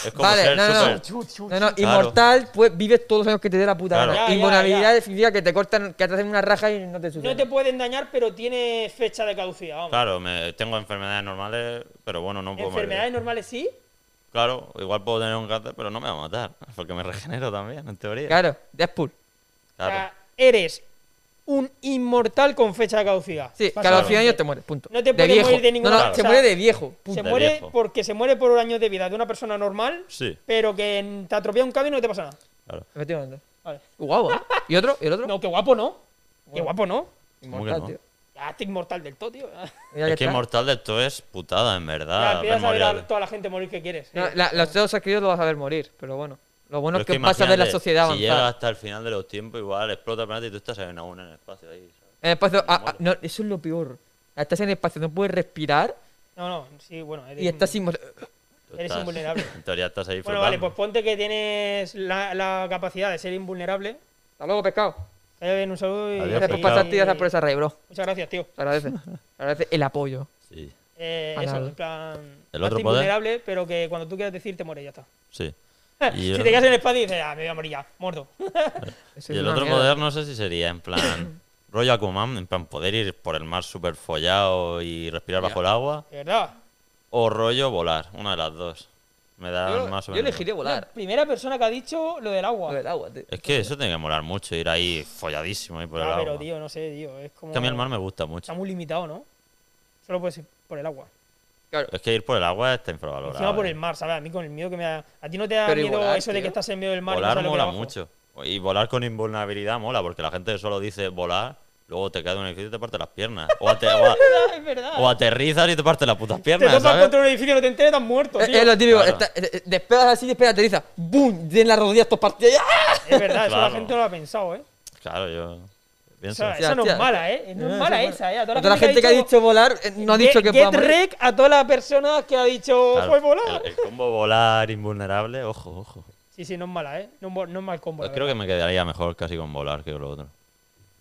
S5: Es como
S4: Vale,
S5: ser
S4: no, no.
S5: super-
S3: chut, chut,
S4: No, no,
S3: chut.
S4: inmortal, pues vives todos los años que te dé la puta
S5: Claro.
S4: gana.
S3: Ya, ya,
S4: Invulnerabilidad
S3: ya.
S4: significa que te cortan, que te hacen una raja y no te sucede.
S3: no te pueden dañar, pero tiene fecha de caducidad. Vamos.
S5: Claro, pues, me, tengo enfermedades normales, pero bueno, no puedo morir.
S3: Enfermedades normales sí.
S5: Claro, igual puedo tener un cáncer, pero no me va a matar, *laughs* porque me regenero también, en teoría. Claro.
S4: Claro, Deadpool.
S3: O sea, eres un inmortal con fecha de caducidad.
S4: Sí, que a los
S5: Claro.
S4: 100 años te mueres, punto.
S3: No te
S4: de
S3: puedes
S4: viejo.
S3: morir de ninguna
S4: No, no,
S5: manera,
S4: se
S5: o
S3: sea,
S4: muere de viejo. punto.
S3: Se
S5: de
S3: muere
S5: viejo.
S3: porque se muere por años de vida de una persona normal,
S5: Sí.
S3: pero que en- te atropella un camión y no te pasa nada.
S5: Claro.
S4: Efectivamente.
S3: Vale.
S4: Guau, ¿eh? ¿Y otro? ¿Y el otro?
S3: No, qué guapo no. Qué guapo no.
S5: ¿Cómo que
S4: Inmortal,
S5: no?
S4: tío.
S3: Ya estoy inmortal del todo, tío.
S4: Mira, ya
S5: es que
S4: está.
S5: inmortal de esto es putada, en
S3: Ya
S5: verdad.
S3: empiezas a ver
S5: memoria de-
S3: a toda la gente morir que quieres.
S4: No, la- los dedos adquiridos los vas a ver morir, pero bueno. Lo bueno
S5: Pero
S4: es que, vas a ver la
S5: imagínate,
S4: sociedad
S5: Si llega
S4: avanzar.
S5: hasta el final de los tiempos, igual explota el planeta y tú estás en una en el espacio ahí. ¿sabes?
S4: En el espacio, ah, ah, no, eso es lo peor. Estás en el espacio, no puedes respirar
S3: No, no, sí, bueno. eres
S4: y estás
S3: un-
S4: sin...
S5: Tú
S3: Eres
S5: estás-
S3: invulnerable.
S5: *laughs* En teoría estás ahí
S3: Bueno, vale, pues ponte que tienes la, la capacidad de ser invulnerable.
S4: Hasta luego, pescado.
S3: Que haya bien, un saludo y.
S5: Adiós,
S4: Después
S5: pescado.
S4: pasar y gracias por esa rey, bro.
S3: Muchas gracias, tío.
S4: Se agradece. Se agradece el apoyo.
S5: Sí,
S3: Eh,
S4: Ah,
S3: eso,
S4: nada.
S3: en plan.
S5: ¿El otro
S3: hazte
S5: poder?
S3: invulnerable, pero que cuando tú quieras decir te mueres, ya está.
S5: sí. Y
S3: *laughs* si
S5: yo-
S3: te quedas en el espacio y dices, ah, me voy a morir ya, muerto. *laughs*
S4: Eso
S5: Y el
S4: es una
S5: otro
S4: mierda.
S5: poder no sé si sería en plan *coughs* rollo Akuman, en plan poder ir por el mar super follado y respirar bajo el agua,
S3: De verdad.
S5: o rollo volar, una de las dos. Me da
S4: Yo,
S5: más o
S4: yo
S5: menos.
S4: elegiría volar.
S3: Primera persona que ha dicho lo del agua.
S4: Lo del agua, tío.
S5: Es que eso tiene que molar mucho, ir ahí folladísimo ahí por el
S3: Ah,
S5: agua.
S3: pero tío, no sé, tío. Es como.
S5: Es que a mí el mar me gusta
S3: Está
S5: mucho.
S3: muy limitado, ¿no? Solo puedes ir por el agua.
S4: Claro.
S5: Es que ir por el agua está infravalorado.
S3: Encima por
S5: eh.
S3: el mar, ¿sabes? A mí con el miedo que me da. ¿A ti no te da
S4: Pero y
S3: miedo
S4: volar,
S3: eso de que
S4: tío.
S3: estás en medio del mar y no
S5: Volar
S3: sabes lo que
S5: mola
S3: hay abajo?
S5: mucho. Y volar con invulnerabilidad mola, porque la gente solo dice volar, luego te cae de un edificio y te parte las piernas. O, ate- o a-
S3: *laughs* Es verdad.
S5: o aterrizas y te parte las putas
S3: Te
S5: piernas,
S3: topas
S5: ¿sabes?
S3: contra un edificio y no te enteras, estás muerto,
S4: Es,
S3: tío.
S4: es lo típico.
S5: Claro.
S4: está- eh, eh, despegas así, despegas, aterriza. ¡Bum! Tienes las rodillas todos partidas. ¡Ah!
S3: Es verdad, eso la
S5: Claro.
S3: gente no lo ha pensado, ¿eh?
S5: Claro, yo
S3: O
S5: pienso.
S3: sea,
S4: Sí,
S3: esa no es
S4: hostia.
S3: mala, ¿eh? No es
S4: Eh,
S3: mala
S4: sí,
S3: esa, ¿eh? A
S4: Toda la gente que ha dicho volar eh, no ha dicho que
S3: Get
S4: podamos.
S3: rec a todas las personas que ha dicho
S5: claro,
S3: "Pues volar.
S5: El, el combo volar, invulnerable, ojo, ojo.
S3: Sí, sí, no es mala, ¿eh? No, es bo- no es mal combo.
S5: Pues
S3: la
S5: creo
S3: verdad.
S5: que me quedaría mejor casi con volar que con lo otro.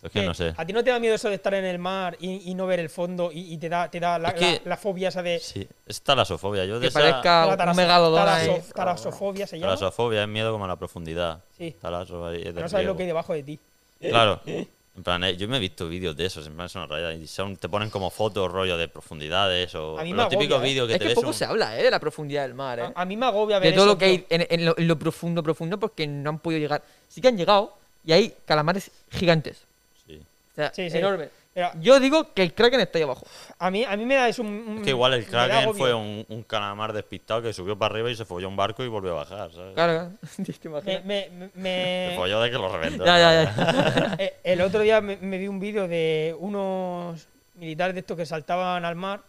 S5: Es que
S3: ¿Qué?
S5: no sé.
S3: ¿A ti no te da miedo eso de estar en el mar y, y no ver el fondo y, y te da, te da la,
S5: Es que-
S3: la- la fobia esa de.
S5: Sí, es talasofobia. Yo de
S4: Que
S5: esa-
S4: parezca
S3: la
S4: un
S3: taraso-
S4: megalodón ahí.
S3: taraso- Tarasofobia se llama.
S5: Talasofobia es miedo como a la profundidad.
S3: Sí.
S5: Talaso ahí es
S3: que
S5: del
S3: No sabes lo
S5: griego.
S3: que hay debajo de ti.
S5: Claro. En plan, eh, yo me he visto vídeos de esos, en plan, son una realidad. Y son- te ponen como fotos, rollo de profundidades o
S3: A mí me
S5: los típicos
S3: agobia, ¿eh?
S5: vídeos que
S4: Es
S5: te
S4: que
S5: ves
S4: poco
S5: un-
S4: se habla, ¿eh? De la profundidad del mar, ¿eh?
S3: A, a mí me agobia ver
S4: de todo
S3: Ah, eso,
S4: lo que hay en, en lo, en lo profundo, profundo, porque no han podido llegar. Sí que han llegado y hay calamares gigantes.
S5: Sí.
S4: O sea,
S3: Sí, Ah. sí.
S4: enormes.
S3: Pero-
S4: Yo digo que el Kraken está ahí abajo.
S3: A mí, a mí me da eso un. un-
S5: Es que igual el
S3: me da
S5: Kraken
S3: agobio.
S5: fue un, un calamar despistado que subió para arriba y se folló un barco y volvió a bajar, ¿sabes?
S4: Claro, claro. *laughs* ¿Te
S3: Me-
S4: imaginas?
S3: me- me-
S5: Se *laughs*
S3: me-
S5: folló de que lo reventó.
S4: Ya, ya,
S5: *laughs*
S4: ya.
S3: *laughs* Eh, el otro día me, me vi un vídeo de unos militares de estos que saltaban al mar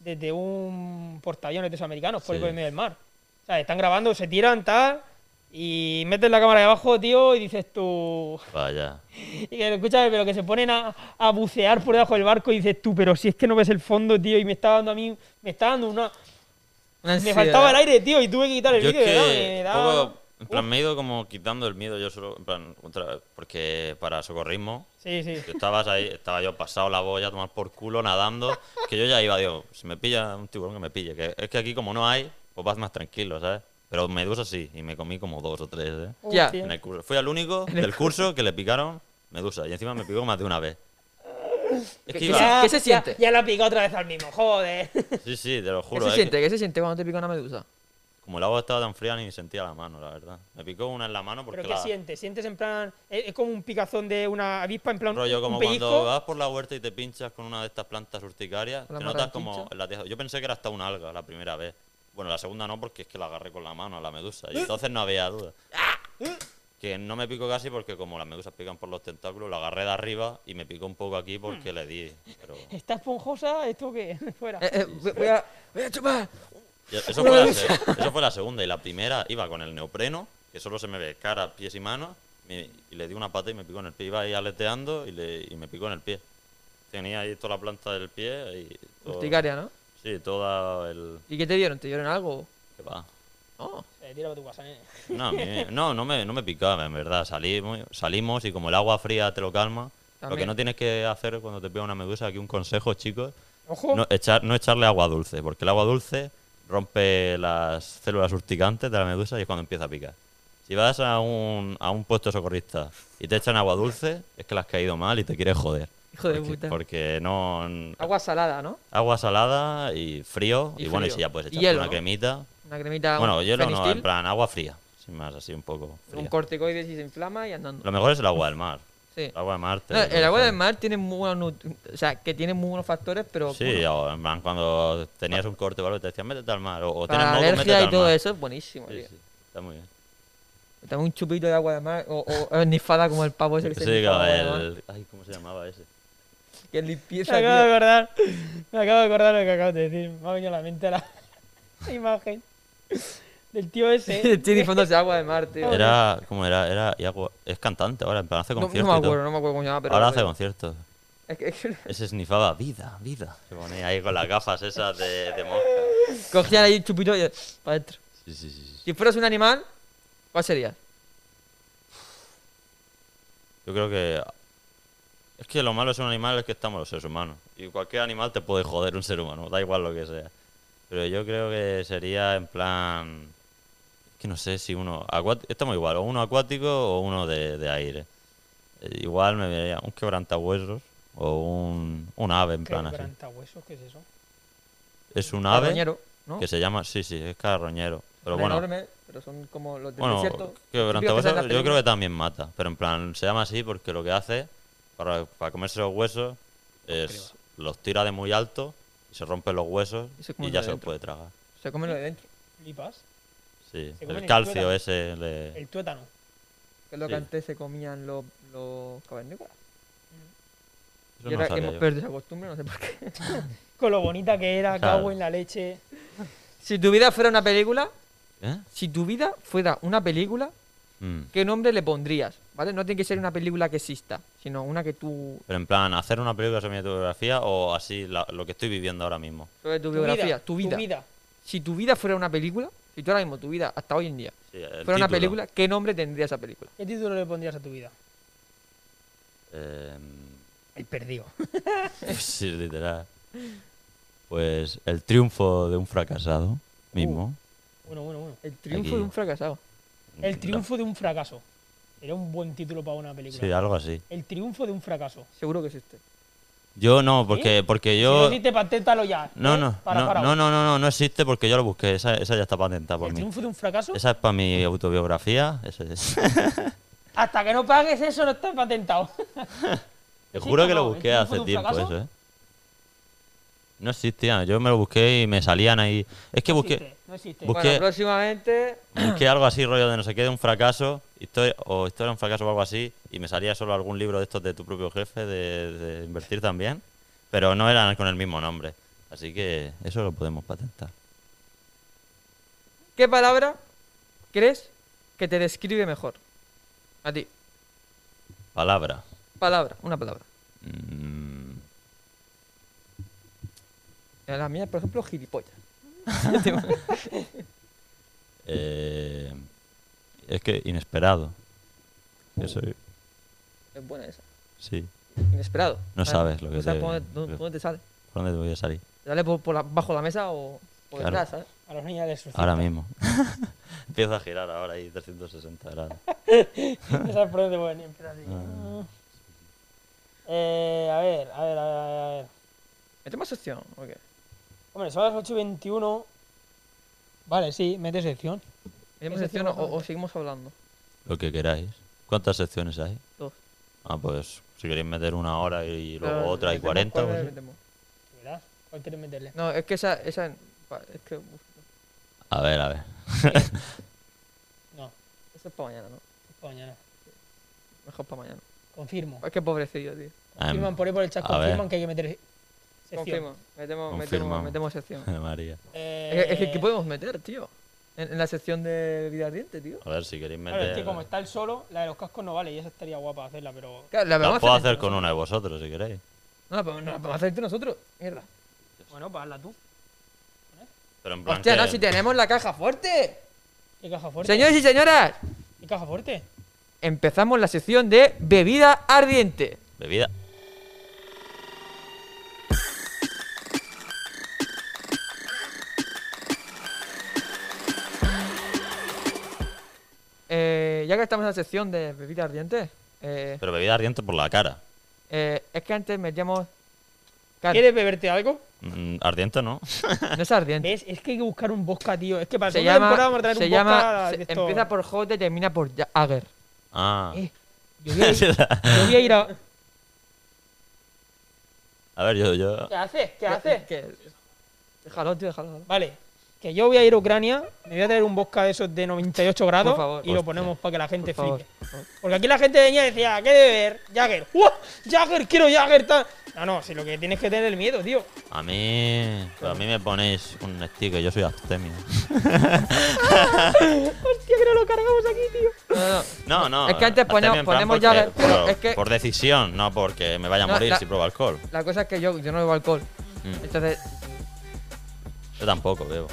S3: desde un portaaviones de esos americanos por,
S5: Sí.
S3: por el medio del mar. O sea, están grabando, se tiran, tal, y meten la cámara debajo, tío, y dices tú... *laughs*
S5: Vaya.
S3: Y que, escúchame, pero que se ponen a, a bucear por debajo del barco y dices tú, pero si es que no ves el fondo, tío, y me está dando a mí, me está dando una... Me
S4: Una ansiedad.
S3: faltaba el aire, tío, y tuve que quitar el
S5: Yo es
S3: vídeo. ¿verdad?
S5: que
S3: Me da-
S5: poco- en plan, me he ido como quitando el miedo yo solo, en plan, otra- porque para socorrismo,
S3: Uh, Sí, sí.
S5: tú estabas ahí, estaba yo pasado la boya a tomar por culo, nadando, que yo ya iba, digo, si me pilla un tiburón que me pille, que es que aquí como no hay, pues vas más tranquilo, ¿sabes? Pero medusa sí, y me comí como dos o tres, ¿eh?
S4: Ya.
S3: Hostia.
S5: En el curso. Fui al único del curso que le picaron medusa, y encima me picó más de una vez. Es que
S4: ¿Qué-
S5: iba,
S4: ¿Qué se siente?
S3: Ya, la picó otra vez al mismo, joder.
S5: sí, sí, te lo
S4: ¿Qué
S5: juro.
S4: se
S5: es que-
S4: siente? ¿Qué se siente cuando te pica una medusa?
S5: como el agua estaba tan fría ni sentía la mano, la verdad. Me picó una en la mano porque
S3: *laughs* ¿Pero qué
S5: la,
S3: sientes? ¿Sientes en plan.? Es, es como un picazón de una avispa, en plan.
S5: rollo
S3: un
S5: como
S3: pellizco?
S5: cuando vas por la huerta y te pinchas con una de estas plantas urticarias,
S4: Con la
S5: te notas
S4: marranchicha.
S5: como en la tieja- Yo pensé que era hasta un alga la primera vez. Bueno, la segunda no porque es que la agarré con la mano a la medusa
S3: ¿Eh?
S5: y entonces no había duda.
S3: ¡Ah!
S5: Que no me picó casi porque como las medusas pican por los tentáculos, la agarré de arriba y me picó un poco aquí
S3: Hmm.
S5: porque le di. Pero
S3: ¿Está esponjosa? ¿Esto qué? *laughs* Fuera.
S5: Ah,
S4: Eh, eh, voy- voy, a, voy a chupar.
S5: Y Eso fue, la, se- eso fue la segunda. Y la primera iba con el neopreno, que solo se me ve cara, pies y manos. me- y le di una pata y me picó en el pie. Iba ahí aleteando y, le, y me picó en el pie. Tenía ahí toda la planta del pie. Y todo-
S4: Urticaria, ¿no?
S5: Sí, toda el.
S4: ¿Y qué te dieron? ¿Te dieron algo?
S5: ¿Qué va?
S4: No.
S3: Eh, tira pa' tu casa, nene.
S5: No, a mí- no, no me, no me picaba, en verdad. Salimos, salimos y como el agua fría te lo calma. Lo que
S4: También.
S5: no tienes que hacer cuando te pega una medusa, aquí un consejo, chicos.
S3: Ojo.
S5: No, echar, no echarle agua dulce, porque el agua dulce rompe las células urticantes de la medusa y es cuando empieza a picar. Si vas a un, a un puesto socorrista y te echan agua dulce, es que la has caído mal y te quieres joder.
S4: Hijo de
S5: Porque-
S4: puta.
S5: Porque no. n-
S4: Agua salada, ¿no?
S5: Agua salada y frío.
S4: Y
S5: Y, bueno, y
S4: frío.
S5: si ya puedes
S4: Y
S5: echar
S4: hielo,
S5: una
S4: ¿no?
S5: cremita.
S4: Una cremita.
S5: Bueno,
S4: un
S5: hielo no, en
S4: fenistil,
S5: plan agua fría. Sin más, así un poco.
S4: Un
S5: fría.
S4: corticoide y se inflama y andando.
S5: Lo mejor es el agua del mar.
S4: Sí.
S5: El agua del mar. te-
S4: No, el agua del mar tiene muy buenos, nut- o sea, que tiene muy buenos factores, pero
S5: Sí,
S4: bueno,
S5: o en plan, cuando tenías un corte o algo, te decían métete al mar. O, o tienes
S4: para la
S5: moco, métete
S4: alergia y
S5: al
S4: todo
S5: mar.
S4: eso es buenísimo,
S5: Sí,
S4: tío.
S5: sí, está muy bien.
S4: También un chupito de agua de mar o, o nifada como Pues el pavo ese que se
S5: Sí,
S4: nifa de agua de mar.
S5: el... Ay, ¿cómo se llamaba ese?
S4: Qué
S3: me
S4: limpieza,
S3: acabo de
S4: *laughs* tío.
S3: acordar. Me acabo de acordar lo que acabas de decir. Me ha venido a la mente la *laughs* imagen del
S5: *laughs*
S3: tío ese.
S4: Estoy nifándose agua de mar, tío.
S5: Era, ¿cómo era? Era Iago- Es cantante ahora, en plan, hace
S4: no, no
S5: conciertos.
S4: me
S5: y todo.
S4: acuerdo, no me acuerdo cómo se llama, pero...
S5: ahora hace conciertos.
S4: es que- es que *laughs*
S5: Ese snifaba vida, vida. Se ponía ahí con las gafas esas de, de mosca.
S4: Cogían ahí el chupito y para adentro.
S5: Sí, sí, sí. sí.
S4: Si fueras un animal, ¿cuál sería?
S5: Yo creo que. Es que lo malo es un animal es que estamos los seres humanos. Y cualquier animal te puede joder un ser humano, da igual lo que sea. Pero yo creo que sería en plan. Es que no sé si uno. acuat- Estamos igual, o uno acuático o uno de, de aire. Eh, Igual me vería un quebrantahuesos o un, un ave en
S3: ¿Qué
S5: plan así.
S3: qué es eso?
S5: Es un ave
S4: Carroñero, ¿no?
S5: que se llama. Sí, sí, es carroñero. Pero
S4: Son
S5: bueno.
S4: enormes, pero son como los del
S5: Bueno,
S4: desierto.
S5: quebrantahuesos
S4: Típicos que salen en las
S5: yo creo
S4: películas.
S5: que también mata, pero en plan se llama así porque lo que hace para, para comerse los huesos es los tira de muy alto y se rompen los huesos
S4: Y se
S5: y
S4: comen
S5: ya
S4: lo de
S5: se los
S4: dentro.
S5: puede tragar.
S4: Se comen lo de dentro,
S3: Flipas.
S5: Sí,
S3: Se comen
S5: el
S3: el
S5: calcio
S3: tuétano.
S5: ese le...
S3: El tuétano.
S4: que es lo que
S5: Sí.
S4: antes se comían los, los cavernícolas.
S5: Eso
S4: y
S5: no
S4: ahora
S5: sabía
S4: hemos
S5: yo.
S4: perdido esa costumbre, no sé por qué.
S3: Con lo bonita que era,
S5: Claro.
S3: cago en la leche.
S4: Si tu vida fuera una película,
S5: ¿Eh?
S4: si tu vida fuera una película,
S5: Mm.
S4: ¿qué nombre le pondrías? ¿Vale? No tiene que ser una película que exista, sino una que tú.
S5: Pero en plan, hacer una película sobre mi autobiografía o así la- lo que estoy viviendo ahora mismo.
S4: sobre tu biografía, tu vida.
S3: Tu vida.
S4: Si tu vida fuera una película, si tú ahora mismo tu vida, hasta hoy en día,
S5: Sí, el
S4: fuera una
S5: título.
S4: película, ¿qué nombre tendría esa película?
S3: ¿Qué título le pondrías a tu vida?
S5: Eh, *laughs*
S3: El perdido.
S5: sí, literal. Pues el triunfo de un fracasado mismo.
S3: *laughs* Bueno, bueno, bueno.
S4: El triunfo
S5: Aquí.
S4: de un fracasado.
S3: El triunfo de un fracaso. Era un buen título para una película.
S5: Sí, algo así.
S3: El triunfo de un fracaso.
S4: Seguro que existe.
S5: Yo no, porque, porque yo...
S3: Si no te paténtalo ya.
S5: No,
S3: ¿eh?
S5: no,
S3: Para,
S5: no,
S3: para.
S5: no, no, no, no, no existe porque yo lo busqué. Esa, esa ya está patentada por
S3: El
S5: mí.
S3: triunfo de un fracaso.
S5: Esa es para mi autobiografía. Esa es.
S3: Hasta que no pagues eso no está patentado.
S5: *laughs*
S3: *laughs*
S5: Te juro que
S3: no,
S5: lo
S3: el
S5: busqué
S3: triunfo de
S5: hace
S3: un
S5: tiempo
S3: fracaso.
S5: eso, ¿eh? No existía. Yo me lo busqué y me salían ahí. Es que
S3: No
S5: busqué,
S3: existe, no existe.
S5: Busqué-
S4: Bueno, próximamente.
S5: busqué algo así, rollo de no sé qué, de un fracaso, historia, o historia de un fracaso o algo así, y me salía solo algún libro de estos de tu propio jefe, de, de invertir también, pero no eran con el mismo nombre. Así que eso lo podemos patentar.
S4: ¿Qué palabra crees que te describe mejor? A ti.
S5: Palabra.
S4: Palabra, una palabra.
S5: Mm,
S4: Eh, La mía, por ejemplo, gilipollas. *laughs*
S5: eh, es que inesperado. Que soy-
S4: Es buena esa.
S5: sí.
S4: Inesperado.
S5: No sabes lo que
S4: no sabes
S5: te-
S4: por dónde, dónde-
S5: lo-
S4: dónde te sale.
S5: ¿Por dónde te voy a salir?
S4: ¿Te sale por, por la- bajo la mesa o por
S5: Claro.
S4: detrás, sabes?
S3: A los niños les suscita.
S5: Ahora mismo. Empieza a girar ahora ahí 360 grados.
S3: *laughs* Esa es por donde pueden empezar así.
S5: Ah.
S3: Eh, a ver, a ver, a ver, a ver.
S4: ¿Metemos sección o qué?
S3: Hombre, son las 8 y 21. Vale, sí, mete sección.
S4: ¿Metemos
S3: Esa
S4: sección o,
S3: sección
S4: o seguimos hablando?
S5: Lo que queráis. ¿Cuántas secciones hay?
S4: Dos.
S5: Ah, pues si queréis meter una hora y luego
S4: Pero
S5: otra y
S4: metemos
S5: 40.
S4: cuál
S5: pues sí.
S4: metemos.
S3: Verás, ¿cuál quieres meterle?
S4: No, es que esa... esa pa- es que... uf,
S5: A ver, a ver.
S3: No, es
S4: esa es para mañana, ¿no?
S3: para mañana.
S4: Mejor para mañana.
S3: Confirmo.
S4: Es que pobrecillo, tío.
S5: Em, *laughs*
S3: Confirman por ahí por el chat,
S5: a ver.
S3: confirman que hay que meter sección.
S4: Confirmo. Metemos, metemos,
S5: Confirmamos. *laughs*
S4: metemos sección.
S5: Ay, María.
S3: Eh,
S4: Es que- es que ¿qué podemos meter, tío? En, en la sección de vida ardiente, tío.
S5: A ver si queréis
S3: Claro, es que
S5: meter.
S3: como está el solo, la de los cascos no vale y esa estaría guapa hacerla, pero.
S4: Claro, la
S5: La
S4: vamos a
S5: puedo
S4: hacer
S5: hacer
S4: entre
S5: con una de vosotros si queréis.
S4: nosotros. No, la podemos- no, la podemos hacer entre nosotros. Mierda.
S3: Bueno, pues hazla tú.
S5: Pero en plan
S4: Hostia, no,
S5: que-
S4: si tenemos la caja fuerte.
S3: ¿Qué caja fuerte?
S4: Señores y señoras,
S3: ¿Qué caja fuerte?
S4: empezamos la sección de bebida ardiente.
S5: Bebida.
S4: Eh, ya que estamos en la sección de bebida ardiente, eh,
S5: Pero bebida ardiente por la cara.
S4: eh, es que antes metíamos... Claro,
S3: ¿Quieres beberte algo?
S5: Mm, Ardiente no.
S4: no es ardiente.
S3: ¿Ves? Es que hay que buscar un bosca, tío. Es que para la
S4: Se
S3: segunda
S4: llama...
S3: temporada vamos a traer
S4: se
S3: un
S4: llama-
S3: bosca.
S4: se-
S3: de estos.
S4: empieza por J y termina por Jagger.
S5: Ah.
S3: Eh,
S5: *laughs*
S3: yo, voy a ir, yo voy a ir a.
S5: A ver, yo, yo.
S3: ¿Qué haces? ¿Qué haces?
S4: Que- Déjalo, tío, déjalo. déjalo.
S3: Vale, que yo voy a ir a Ucrania, me voy a traer un vodka de esos de 98 grados
S4: favor.
S3: y
S5: Hostia.
S3: lo ponemos para que la gente
S4: Por favor.
S3: flipe. Porque aquí la gente venía y decía, ¿qué beber? Jagger. ¡Uah! Jagger, quiero Jagger. Tal. No, no, si lo que tienes que tener es el miedo, tío.
S5: A mí. A mí me ponéis un sticker. Yo soy abstemio.
S3: Hostia, que no lo cargamos aquí, tío.
S4: No, no, no.
S5: No, no.
S4: Es que antes
S5: abstemio
S4: ponemos-
S5: en plan
S4: ponemos
S5: porque-
S4: Jagger, pero
S5: por,
S4: es que-
S5: por decisión, no porque me vaya a
S4: No,
S5: morir
S4: la-
S5: si pruebo alcohol.
S4: La cosa es que yo, yo no bebo alcohol.
S5: Mm.
S4: Entonces,
S5: Yo tampoco bebo.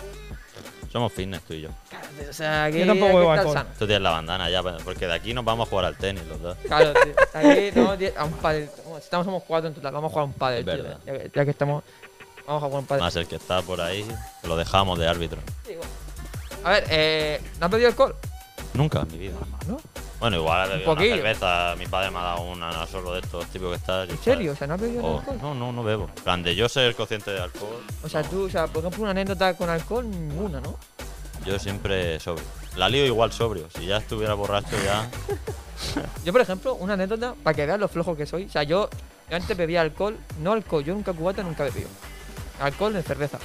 S5: Somos fitness tú y yo.
S4: claro, o sea, aquí,
S3: Yo tampoco
S4: aquí
S3: bebo
S4: está
S3: alcohol.
S4: sano.
S5: Tú tienes la bandana ya, porque de aquí nos vamos a jugar al tenis los dos.
S4: Claro, tío. Aquí tenemos diez- a un pádel. Bueno, Estamos somos cuatro en total. Vamos a jugar a un pádel,
S5: Es
S4: tío.
S5: verdad.
S4: Ya que, ya que estamos. Vamos a jugar a un pádel.
S5: Más el que está por ahí, lo dejamos de árbitro.
S4: A ver, eh, ¿no has bebido alcohol?
S5: Nunca en mi vida.
S4: ¿No?
S5: Bueno, igual he bebido una
S4: poquillo.
S5: cerveza. Mi padre me ha dado una solo de estos tipos que está.
S4: ¿En serio? O sea, ¿no has bebido
S5: O-
S4: alcohol?
S5: Oh. no, no, no bebo. En plan, de yo ser consciente de alcohol.
S4: O sea, tú, o sea, por ejemplo, una anécdota con alcohol, ninguna, ¿no?
S5: Yo siempre sobrio. La lío igual sobrio. Si ya estuviera borracho ya...
S4: Yo, por ejemplo, una anécdota para que veas lo flojo que soy. O sea, yo, yo antes bebía alcohol, no alcohol, yo nunca cubata, nunca bebí. Alcohol en cerveza.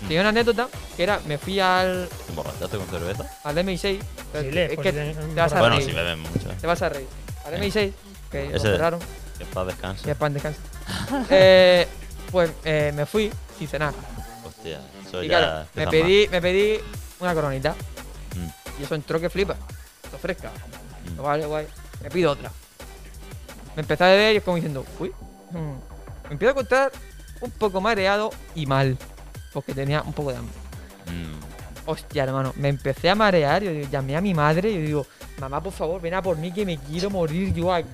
S4: Tenía una anécdota que era, me fui al,
S5: ¿Te emborrachaste con cerveza?
S4: al MI6. pero
S3: Sí, le-
S4: es
S3: pues,
S4: que
S3: le-
S4: te vas a
S5: Bueno,
S4: reír.
S5: si beben mucho.
S4: Te vas a reír. Al MI6, que lo
S5: Ese-
S4: cerraron,
S5: Que en paz
S4: y
S5: descanse.
S4: el pan descansa. Eh, pues eh, me fui sin cenar.
S5: Hostia, eso
S4: Y
S5: ya...
S4: claro, me
S5: empieza
S4: pedí, me pedí una coronita.
S5: mal. Mm.
S4: Y eso entró que flipa. Lo fresca.
S5: Mm.
S4: Vale, guay. Me pido otra. Me empecé a beber y es como diciendo, uy. mm". Me empiezo a contar un poco mareado y mal. Porque tenía un poco de hambre.
S5: Mm.
S4: Hostia, hermano, me empecé a marear. Yo digo, llamé a mi madre y yo digo, mamá, por favor, ven a por mí que me quiero morir yo aquí.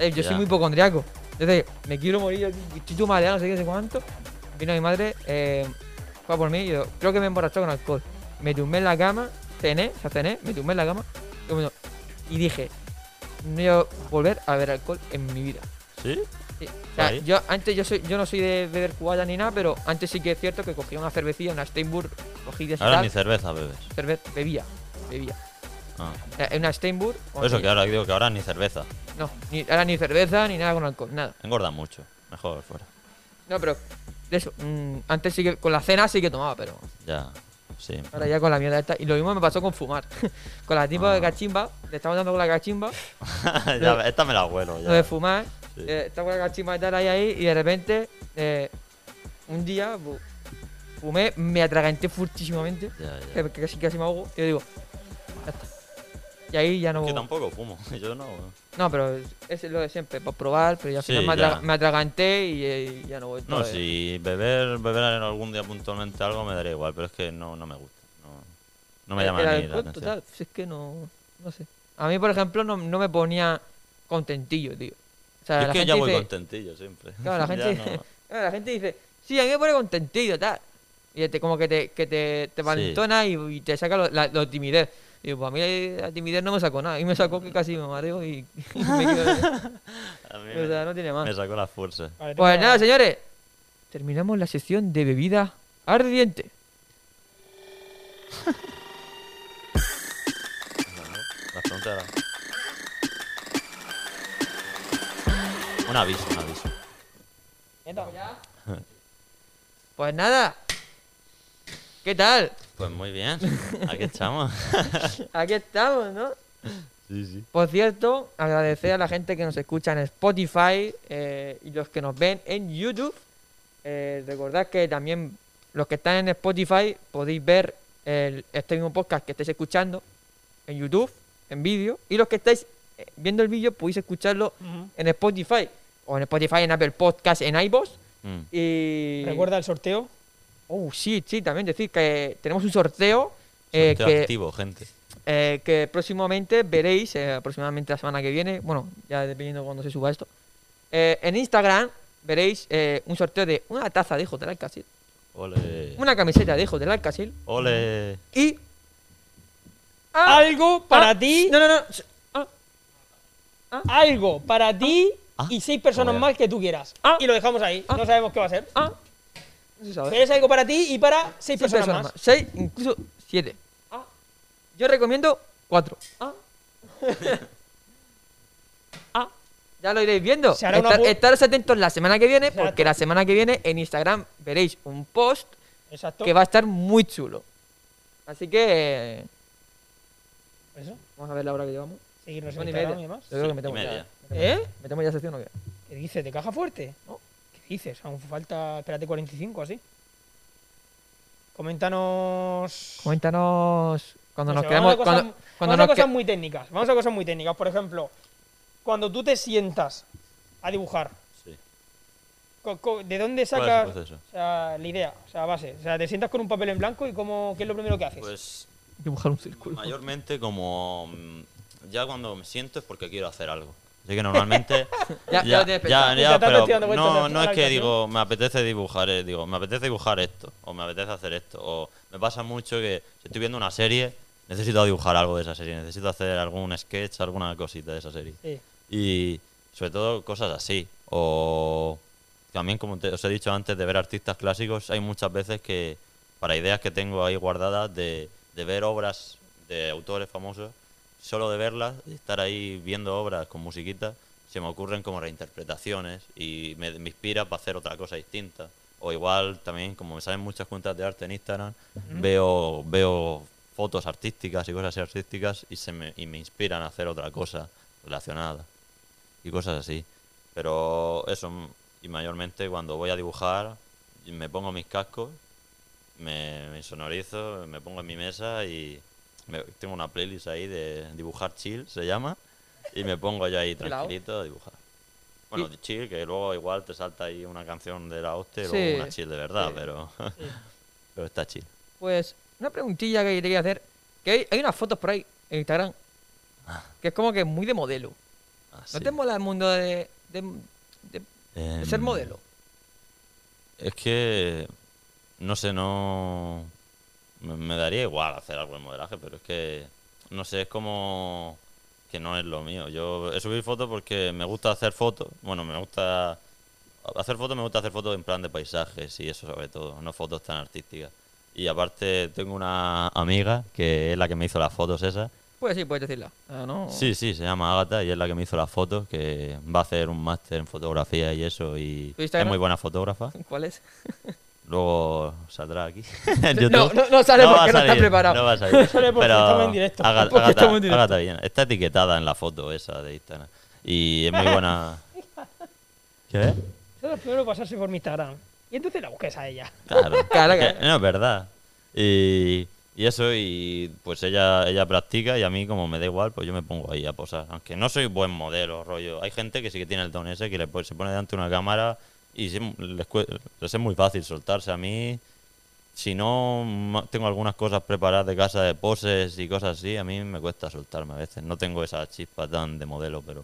S4: Eh, yo soy
S5: Hostia.
S4: muy hipocondriaco. Entonces, me quiero morir yo aquí, estoy todo mareado, no sé qué, no sé cuánto. Vino mi madre, eh, fue a por mí y yo, creo que me emborrachó con alcohol. Me tumbé en la cama, cené, o sea, cené, me tumbé en la cama y, bueno, y dije, no voy a volver a beber alcohol en mi vida.
S5: ¿Sí?
S4: Sí, o sea,
S5: Ahí.
S4: yo antes yo soy, yo no soy de beber cubata ni nada, pero antes sí que es cierto que cogía una cervecilla, una Steinburg, cogí de
S5: Ahora ni cerveza bebes.
S4: Cerve- bebía, bebía.
S5: Ah.
S4: Eh, Una Steinburg. o
S5: Eso
S4: ni-
S5: que ahora digo que ahora ni cerveza.
S4: No, ni, ahora ni cerveza ni nada con alcohol, nada.
S5: Engorda mucho. Mejor fuera.
S4: No, pero de eso, mm, antes sí que con la cena sí que tomaba, pero
S5: Ya. Sí.
S4: ahora ya con la mierda esta. Y lo mismo me pasó con fumar. *laughs* con la tipa
S5: Ah.
S4: de cachimba, le estaba dando con la cachimba,
S5: *laughs* Ya, esta me la vuelo
S4: lo de
S5: ya.
S4: fumar,
S5: Sí.
S4: eh, estaba con la cachimba y tal ahí, ahí, y de repente, eh, un día bu- fumé, me atraganté furtísimamente,
S5: Ya, ya.
S4: que que casi, casi me ahogo, y yo digo, ya está. Y ahí ya no.
S5: Yo tampoco fumo. *laughs* Yo no.
S4: No, pero es- es lo de siempre, por probar, pero ya al
S5: Sí,
S4: final me,
S5: ya.
S4: atra- me atraganté y, eh, ya no voy.
S5: No,
S4: otra vez.
S5: si beber, beber algún día puntualmente algo me daría igual, pero es que no, no me gusta. No, no me
S4: El-
S5: llama
S4: el
S5: ni la
S4: alcohol,
S5: atención.
S4: total, si es que no, no sé. A mí, por ejemplo, no, no me ponía contentillo, tío. O sea,
S5: Yo
S4: la
S5: es que
S4: gente
S5: ya voy
S4: dice,
S5: contentillo siempre.
S4: *laughs* claro, la
S5: *laughs*
S4: gente,
S5: Ya
S4: dice,
S5: no-
S4: claro, la gente dice, sí, a mí me pone contentillo, tal. Y te, como que te, que te, te valentona y, y te saca lo- la lo timidez. Y pues a mí la timidez no me sacó nada. Y me sacó que casi me mareo y, *laughs* y me quedo.
S5: *laughs* a mí
S4: o sea,
S5: me,
S4: no tiene más.
S5: me sacó la fuerza.
S3: Vale,
S4: Pues
S3: tengo-
S4: nada, señores. Terminamos la sesión de bebida ardiente.
S5: La frontera. Un aviso, un aviso.
S3: Neta.
S4: Pues nada. ¿Qué tal?
S5: Pues muy
S4: *laughs*
S5: bien, aquí estamos.
S4: Aquí estamos, ¿no?
S5: sí, sí.
S4: Por cierto, agradecer a la gente que nos escucha en Spotify eh, y los que nos ven en YouTube. Eh, recordad que también los que están en Spotify podéis ver el- este mismo podcast que estáis escuchando en YouTube, en vídeo. Y los que estáis eh, viendo el vídeo podéis escucharlo
S3: Ujú.
S4: en Spotify. O en Spotify, en Apple Podcast, en iVoox.
S5: Mm.
S4: Y...
S3: Recuerda el sorteo.
S4: Oh, Eh, sí, sí, también decir que tenemos un sorteo, eh,
S5: Sorteo
S4: que,
S5: activo, gente.
S4: eh, que próximamente veréis, eh, aproximadamente la semana que viene, bueno, ya dependiendo de cuando se suba esto, eh, en Instagram veréis eh, un sorteo de una taza de Hotel Alcacil,
S5: Ole.
S4: una Mm. camiseta de Hotel Alcacil
S5: Ole.
S4: y... Ah,
S3: Algo para
S4: ah,
S3: ti.
S4: No, no, no. s- ah,
S3: Algo para ti
S5: Ah.
S3: y seis personas
S5: Joder.
S3: más que tú quieras.
S4: Ah.
S3: Y lo dejamos ahí.
S4: Ah.
S3: No sabemos qué va a ser.
S4: ah, no se sabe.
S3: Pero es algo para ti y para seis
S4: Seis
S3: personas,
S4: personas
S3: más.
S4: más, Seis, incluso siete. Ah, Yo recomiendo cuatro. *laughs* Ah. Ah, Ya lo iréis viendo.
S3: Se hará una
S4: Estar-
S3: pu-
S4: estaros atentos la semana que viene,
S3: Exacto.
S4: porque la semana que viene en Instagram veréis un post
S3: Exacto.
S4: que va a estar muy chulo. Así que. eh,
S3: Eso.
S4: Vamos a ver la hora que llevamos.
S3: Seguirnos en
S4: Una y
S3: Pues Instagram y
S4: media.
S3: demás.
S4: Yo creo que metemos
S5: y media.
S4: ya.
S3: ¿Eh?
S4: ¿Metemos ya sección o qué?
S3: ¿Qué dices? ¿De caja fuerte?
S4: No.
S3: ¿Qué dices? Aún falta, espérate, 45 así. Coméntanos...
S4: Cuéntanos cuando
S3: No
S4: nos
S3: sé,
S4: quedemos.
S3: Vamos Pues a cosas,
S4: Cuando, cuando
S3: vamos a
S4: nos
S3: cosas
S4: que-
S3: muy técnicas. Vamos a cosas muy técnicas. Por ejemplo, cuando tú te sientas a dibujar,
S5: Sí.
S3: co- co- ¿de dónde
S5: ¿Cuál es el
S3: sacas
S5: proceso?
S3: o sea, la idea? O sea, base. O sea, te sientas con un papel en blanco y cómo, ¿qué es lo primero que haces?
S5: Pues
S4: Dibujar un círculo.
S5: Mayormente como mm, ya cuando me siento es porque quiero hacer algo. Así que normalmente
S4: *laughs* Ya- ya lo tienes pensado.
S5: ya,
S3: Ya te
S5: pero
S3: estoy dando vueltas
S5: no,
S3: a-
S5: no
S3: a
S5: es
S3: la
S5: que
S3: habitación.
S5: digo me apetece dibujar, eh, digo me apetece dibujar esto o me apetece hacer esto o me pasa mucho que si estoy viendo una serie necesito dibujar algo de esa serie, necesito hacer algún sketch, alguna cosita de esa serie
S3: Sí.
S5: y sobre todo cosas así o también como te- os he dicho antes de ver artistas clásicos hay muchas veces que para ideas que tengo ahí guardadas de, de ver obras de autores famosos, solo de verlas, de estar ahí viendo obras con musiquita, se me ocurren como reinterpretaciones y me, me inspira para hacer otra cosa distinta. O igual también, como me salen muchas cuentas de arte en Instagram, veo, veo fotos artísticas y cosas así artísticas y, se me, y me inspiran a hacer otra cosa relacionada y cosas así. Pero eso, mm, y mayormente cuando voy a dibujar, y me pongo mis cascos, me, me sonorizo, me pongo en mi mesa y me- tengo una playlist ahí de dibujar chill, se llama, y me pongo
S4: *laughs*
S5: yo ahí
S4: Claro.
S5: tranquilito a dibujar. Bueno,
S4: Y-
S5: chill, que luego igual te salta ahí una canción de la hoste o
S4: Sí,
S5: una chill de verdad,
S4: sí,
S5: pero, *laughs* pero está chill.
S4: Pues una preguntilla que quería hacer. Que hay, hay unas fotos por ahí en Instagram.
S5: Ah.
S4: Que es como que muy de modelo.
S5: Así.
S4: ¿No te mola el mundo de, de, de- de ser
S5: Em,
S4: modelo?
S5: Es que, no sé, no... Me, me daría igual hacer algo de modelaje, pero es que, no sé, es como que no es lo mío. Yo he subido fotos porque me gusta hacer fotos. Bueno, me gusta... Hacer fotos me gusta hacer fotos en plan de paisajes y eso sobre todo, no fotos tan artísticas. Y aparte tengo una amiga que es la que me hizo las fotos esas.
S4: Pues sí, puedes decirla. Ah, no.
S5: Sí, sí, se llama Ágata y es la que me hizo las fotos, que va a hacer un máster en fotografía y eso y
S4: ¿Tu
S5: es
S4: Instagram?
S5: muy buena fotógrafa.
S4: ¿Cuál es?
S5: Luego saldrá aquí. *laughs* en
S4: No,
S5: YouTube.
S4: no- no sale
S5: va
S4: porque
S5: a
S4: no está
S5: salir,
S4: preparado.
S5: No va a salir.
S3: sale porque
S5: Pero
S3: estamos en directo,
S5: Aga-
S3: porque
S5: Agata-
S3: estamos en directo.
S5: Agata bien. Está etiquetada en la foto esa de Instagram. Y es muy buena. ¿Qué?
S3: Eso es lo primero pasarse por mi Instagram. Y entonces la busques a ella.
S5: Claro.
S4: *laughs* Claro,
S5: Es que-
S4: claro.
S5: No, es verdad. Y, y eso, y pues ella, ella practica y a mí como me da igual, pues yo me pongo ahí a posar. Aunque no soy buen modelo, rollo. Hay gente que sí que tiene el don ese, que le, pone- se pone delante de una cámara y sí, les, cue- les es muy fácil soltarse a mí. Si no ma- tengo algunas cosas preparadas de casa de poses y cosas así, a mí me cuesta soltarme a veces. No tengo esa chispa tan de modelo, pero,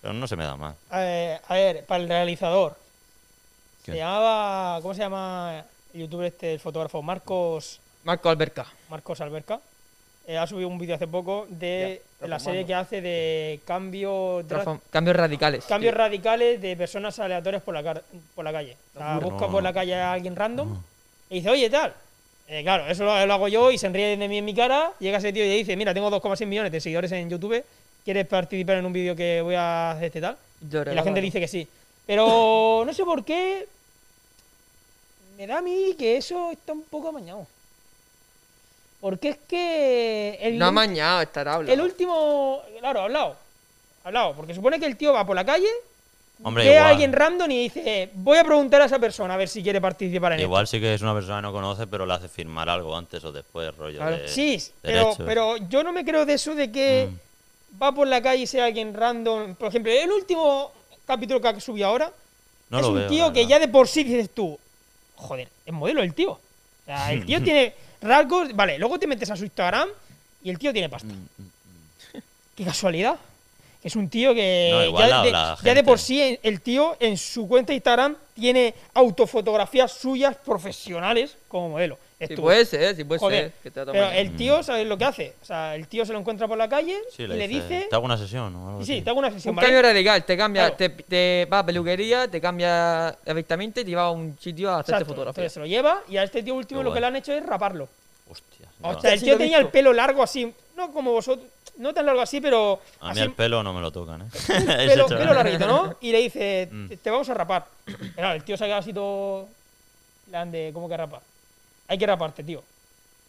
S5: pero no se me da mal.
S3: Eh, a ver, para el realizador. Se
S5: ¿Qué?
S3: llamaba. ¿Cómo se llama el youtuber este, el fotógrafo? Marcos.
S4: Marco Alberca.
S3: Marcos Alberca. Eh, ha subido un vídeo hace poco de
S4: Ya,
S3: la serie
S4: transformando.
S3: que hace de cambios, dra-
S4: Transform- Cambios radicales.
S3: cambios
S4: Sí.
S3: radicales de personas aleatorias por la, car- por la calle. O sea,
S5: No.
S3: busca por la calle a alguien random y dice, oye, tal. Eh, claro, eso lo, lo hago yo y se ríen de mí en mi cara. Llega ese tío y le dice, mira, tengo 2,6 millones de seguidores en YouTube. ¿Quieres participar en un vídeo que voy a hacer este tal?
S4: Lloré,
S3: Y la gente
S4: vale.
S3: dice que sí.
S4: *laughs*
S3: Pero no sé por qué. Me da a mí que eso está un poco amañado. Porque es que. El,
S4: No ha
S3: ul-
S4: mañado, estará hablando.
S3: el último. Claro, hablado. Hablado. Porque supone que el tío va por la calle,
S5: Hombre,
S3: ve a
S5: igual.
S3: alguien random y dice: Voy a preguntar a esa persona a ver si quiere participar en esto".
S5: Igual sí que es una persona que no conoce, pero le hace firmar algo antes o después, rollo.
S4: Claro.
S5: de-
S3: Sí, pero,
S5: derecho.
S3: pero yo no me creo de eso de que
S5: Mm.
S3: va por la calle y sea alguien random. Por ejemplo, el último capítulo que ha subido ahora
S5: No
S3: es
S5: lo
S3: un
S5: veo,
S3: tío
S5: la
S3: que
S5: verdad.
S3: ya de por sí dices tú, joder, es modelo el tío. O
S5: *laughs*
S3: sea, el tío tiene rasgos. Vale, luego te metes a su Instagram y el tío tiene pasta.
S5: Mm,
S3: *laughs* Qué casualidad. Que es un tío que
S5: No, igual
S3: ya,
S5: la-
S3: de,
S5: la
S3: ya de por
S5: gente.
S3: sí en- el tío en su cuenta de Instagram tiene autofotografías suyas profesionales como modelo.
S4: Sí pues,
S3: Estuvo-
S4: puede ser, sí puede
S3: Joder,
S4: ser. que te la
S3: pero
S4: tomen.
S3: el tío, ¿sabes lo que hace? O sea, el tío se lo encuentra por la calle
S5: Mm. Sí,
S3: y le dice.
S5: ¿Te hago una sesión o algo
S3: Sí,
S5: así?
S3: te hago una
S4: Un
S3: sesión, ¿vale?
S4: cambio radical, te cambia,
S3: Claro.
S4: te, te va a peluquería, te cambia abiertamente y te va a un sitio a hacerte
S3: Exacto,
S4: este fotografía.
S3: Entonces se lo lleva y a este tío último
S5: Qué
S3: lo
S5: guay.
S3: que le han hecho es raparlo.
S5: Hostia.
S3: O
S5: no.
S3: sea, el
S4: Sí,
S3: tío
S4: lo he
S3: tenía el
S4: visto.
S3: pelo largo así, no como vosotros, no tan largo así, pero
S5: a mí
S3: así,
S5: el pelo no me lo
S3: *laughs*
S5: tocan, ¿eh? *laughs* Ese
S3: pelo,
S5: chaval.
S3: pelo larguito, ¿no? Y le dice,
S4: Mm.
S3: te, te vamos a rapar. Claro, el tío se ha quedado así todo, en plan de, ¿cómo que rapa? Hay que raparte, tío.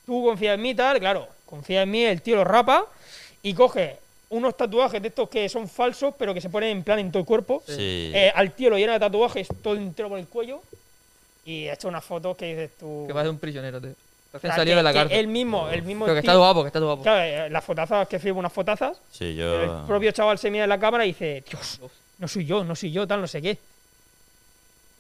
S3: Tú confías en mí, tal, claro, confía en mí, el tío lo rapa y coge unos tatuajes de estos que son falsos, pero que se ponen en plan en todo el cuerpo.
S5: Sí.
S3: Eh, al tío lo llena de tatuajes todo entero por el cuello y ha hecho unas fotos que dices tú...
S4: Que va a ser un prisionero, tío.
S3: O
S4: Recién
S3: sea,
S4: salido
S3: que-
S4: de la
S3: que
S4: cárcel.
S3: Él mismo, el mismo
S4: Pero que está
S3: tío-
S4: guapo, que está guapo.
S3: Claro, eh, las fotazas que firma unas fotazas.
S5: sí,
S3: pero
S5: yo.
S3: El propio chaval se mira en la cámara y dice, Dios, no soy yo, no soy yo, tal, no sé qué.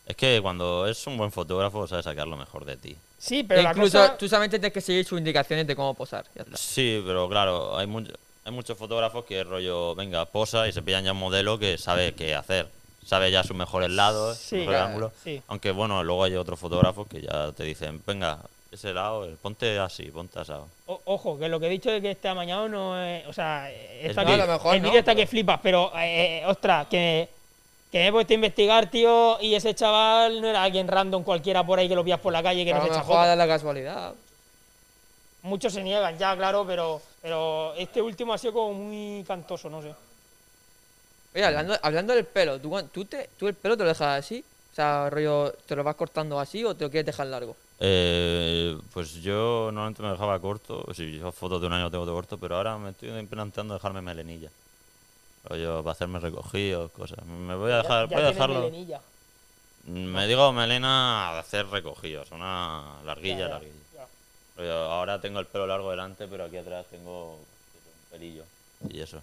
S5: Es que cuando es un buen fotógrafo, sabe sacar lo mejor de ti.
S3: Sí, pero
S4: E Incluso
S3: la cosa...
S4: tú solamente tienes que seguir sus indicaciones de cómo posar. Ya está.
S5: Sí, pero claro, hay, mucho- hay muchos fotógrafos que rollo, venga, posa y se pillan ya un modelo que sabe qué hacer. Sabe ya sus mejores lados,
S3: Sí,
S5: sus mejores
S4: claro,
S5: ángulos.
S3: sí.
S5: Aunque bueno, luego hay otros fotógrafos que ya te dicen, venga, ese lado, eh, ponte así, ponte asado.
S3: o- ojo, que lo que he dicho de que este amañado no es... O sea, eh, está
S5: Es
S3: que,
S5: vídeo. No,
S4: a lo mejor
S3: el
S4: no,
S3: vídeo está
S4: pero-
S3: que flipas, pero, eh, eh, ostras, que, que me he puesto a investigar, tío, y ese chaval no era alguien random cualquiera por ahí que lo pillas por la calle que
S4: A
S3: no
S4: lo
S3: se echa
S4: mejor
S3: fotos.
S4: da la casualidad.
S3: Muchos se niegan, ya, claro, pero, pero este último ha sido como muy cantoso, no sé.
S4: Oye, hablando, hablando del pelo, ¿tú, cuan- tú, te, ¿tú el pelo te lo dejas así? O sea, rollo, ¿te lo vas cortando así o te lo quieres dejar largo?
S5: Eh, pues yo normalmente me dejaba corto, si yo fotos de un año tengo todo corto, pero ahora me estoy implantando dejarme melenilla. Rollo, para hacerme recogidos, cosas. Me voy a dejar, voy
S3: ya
S5: a
S3: tienes
S5: dejarlo. Mm,
S3: melenilla.
S5: Me digo melena de hacer recogidos, una larguilla,
S3: Ya, ya,
S5: larguilla.
S3: ya.
S5: Rollo, ahora tengo el pelo largo delante, pero aquí atrás tengo un pelillo. Y eso.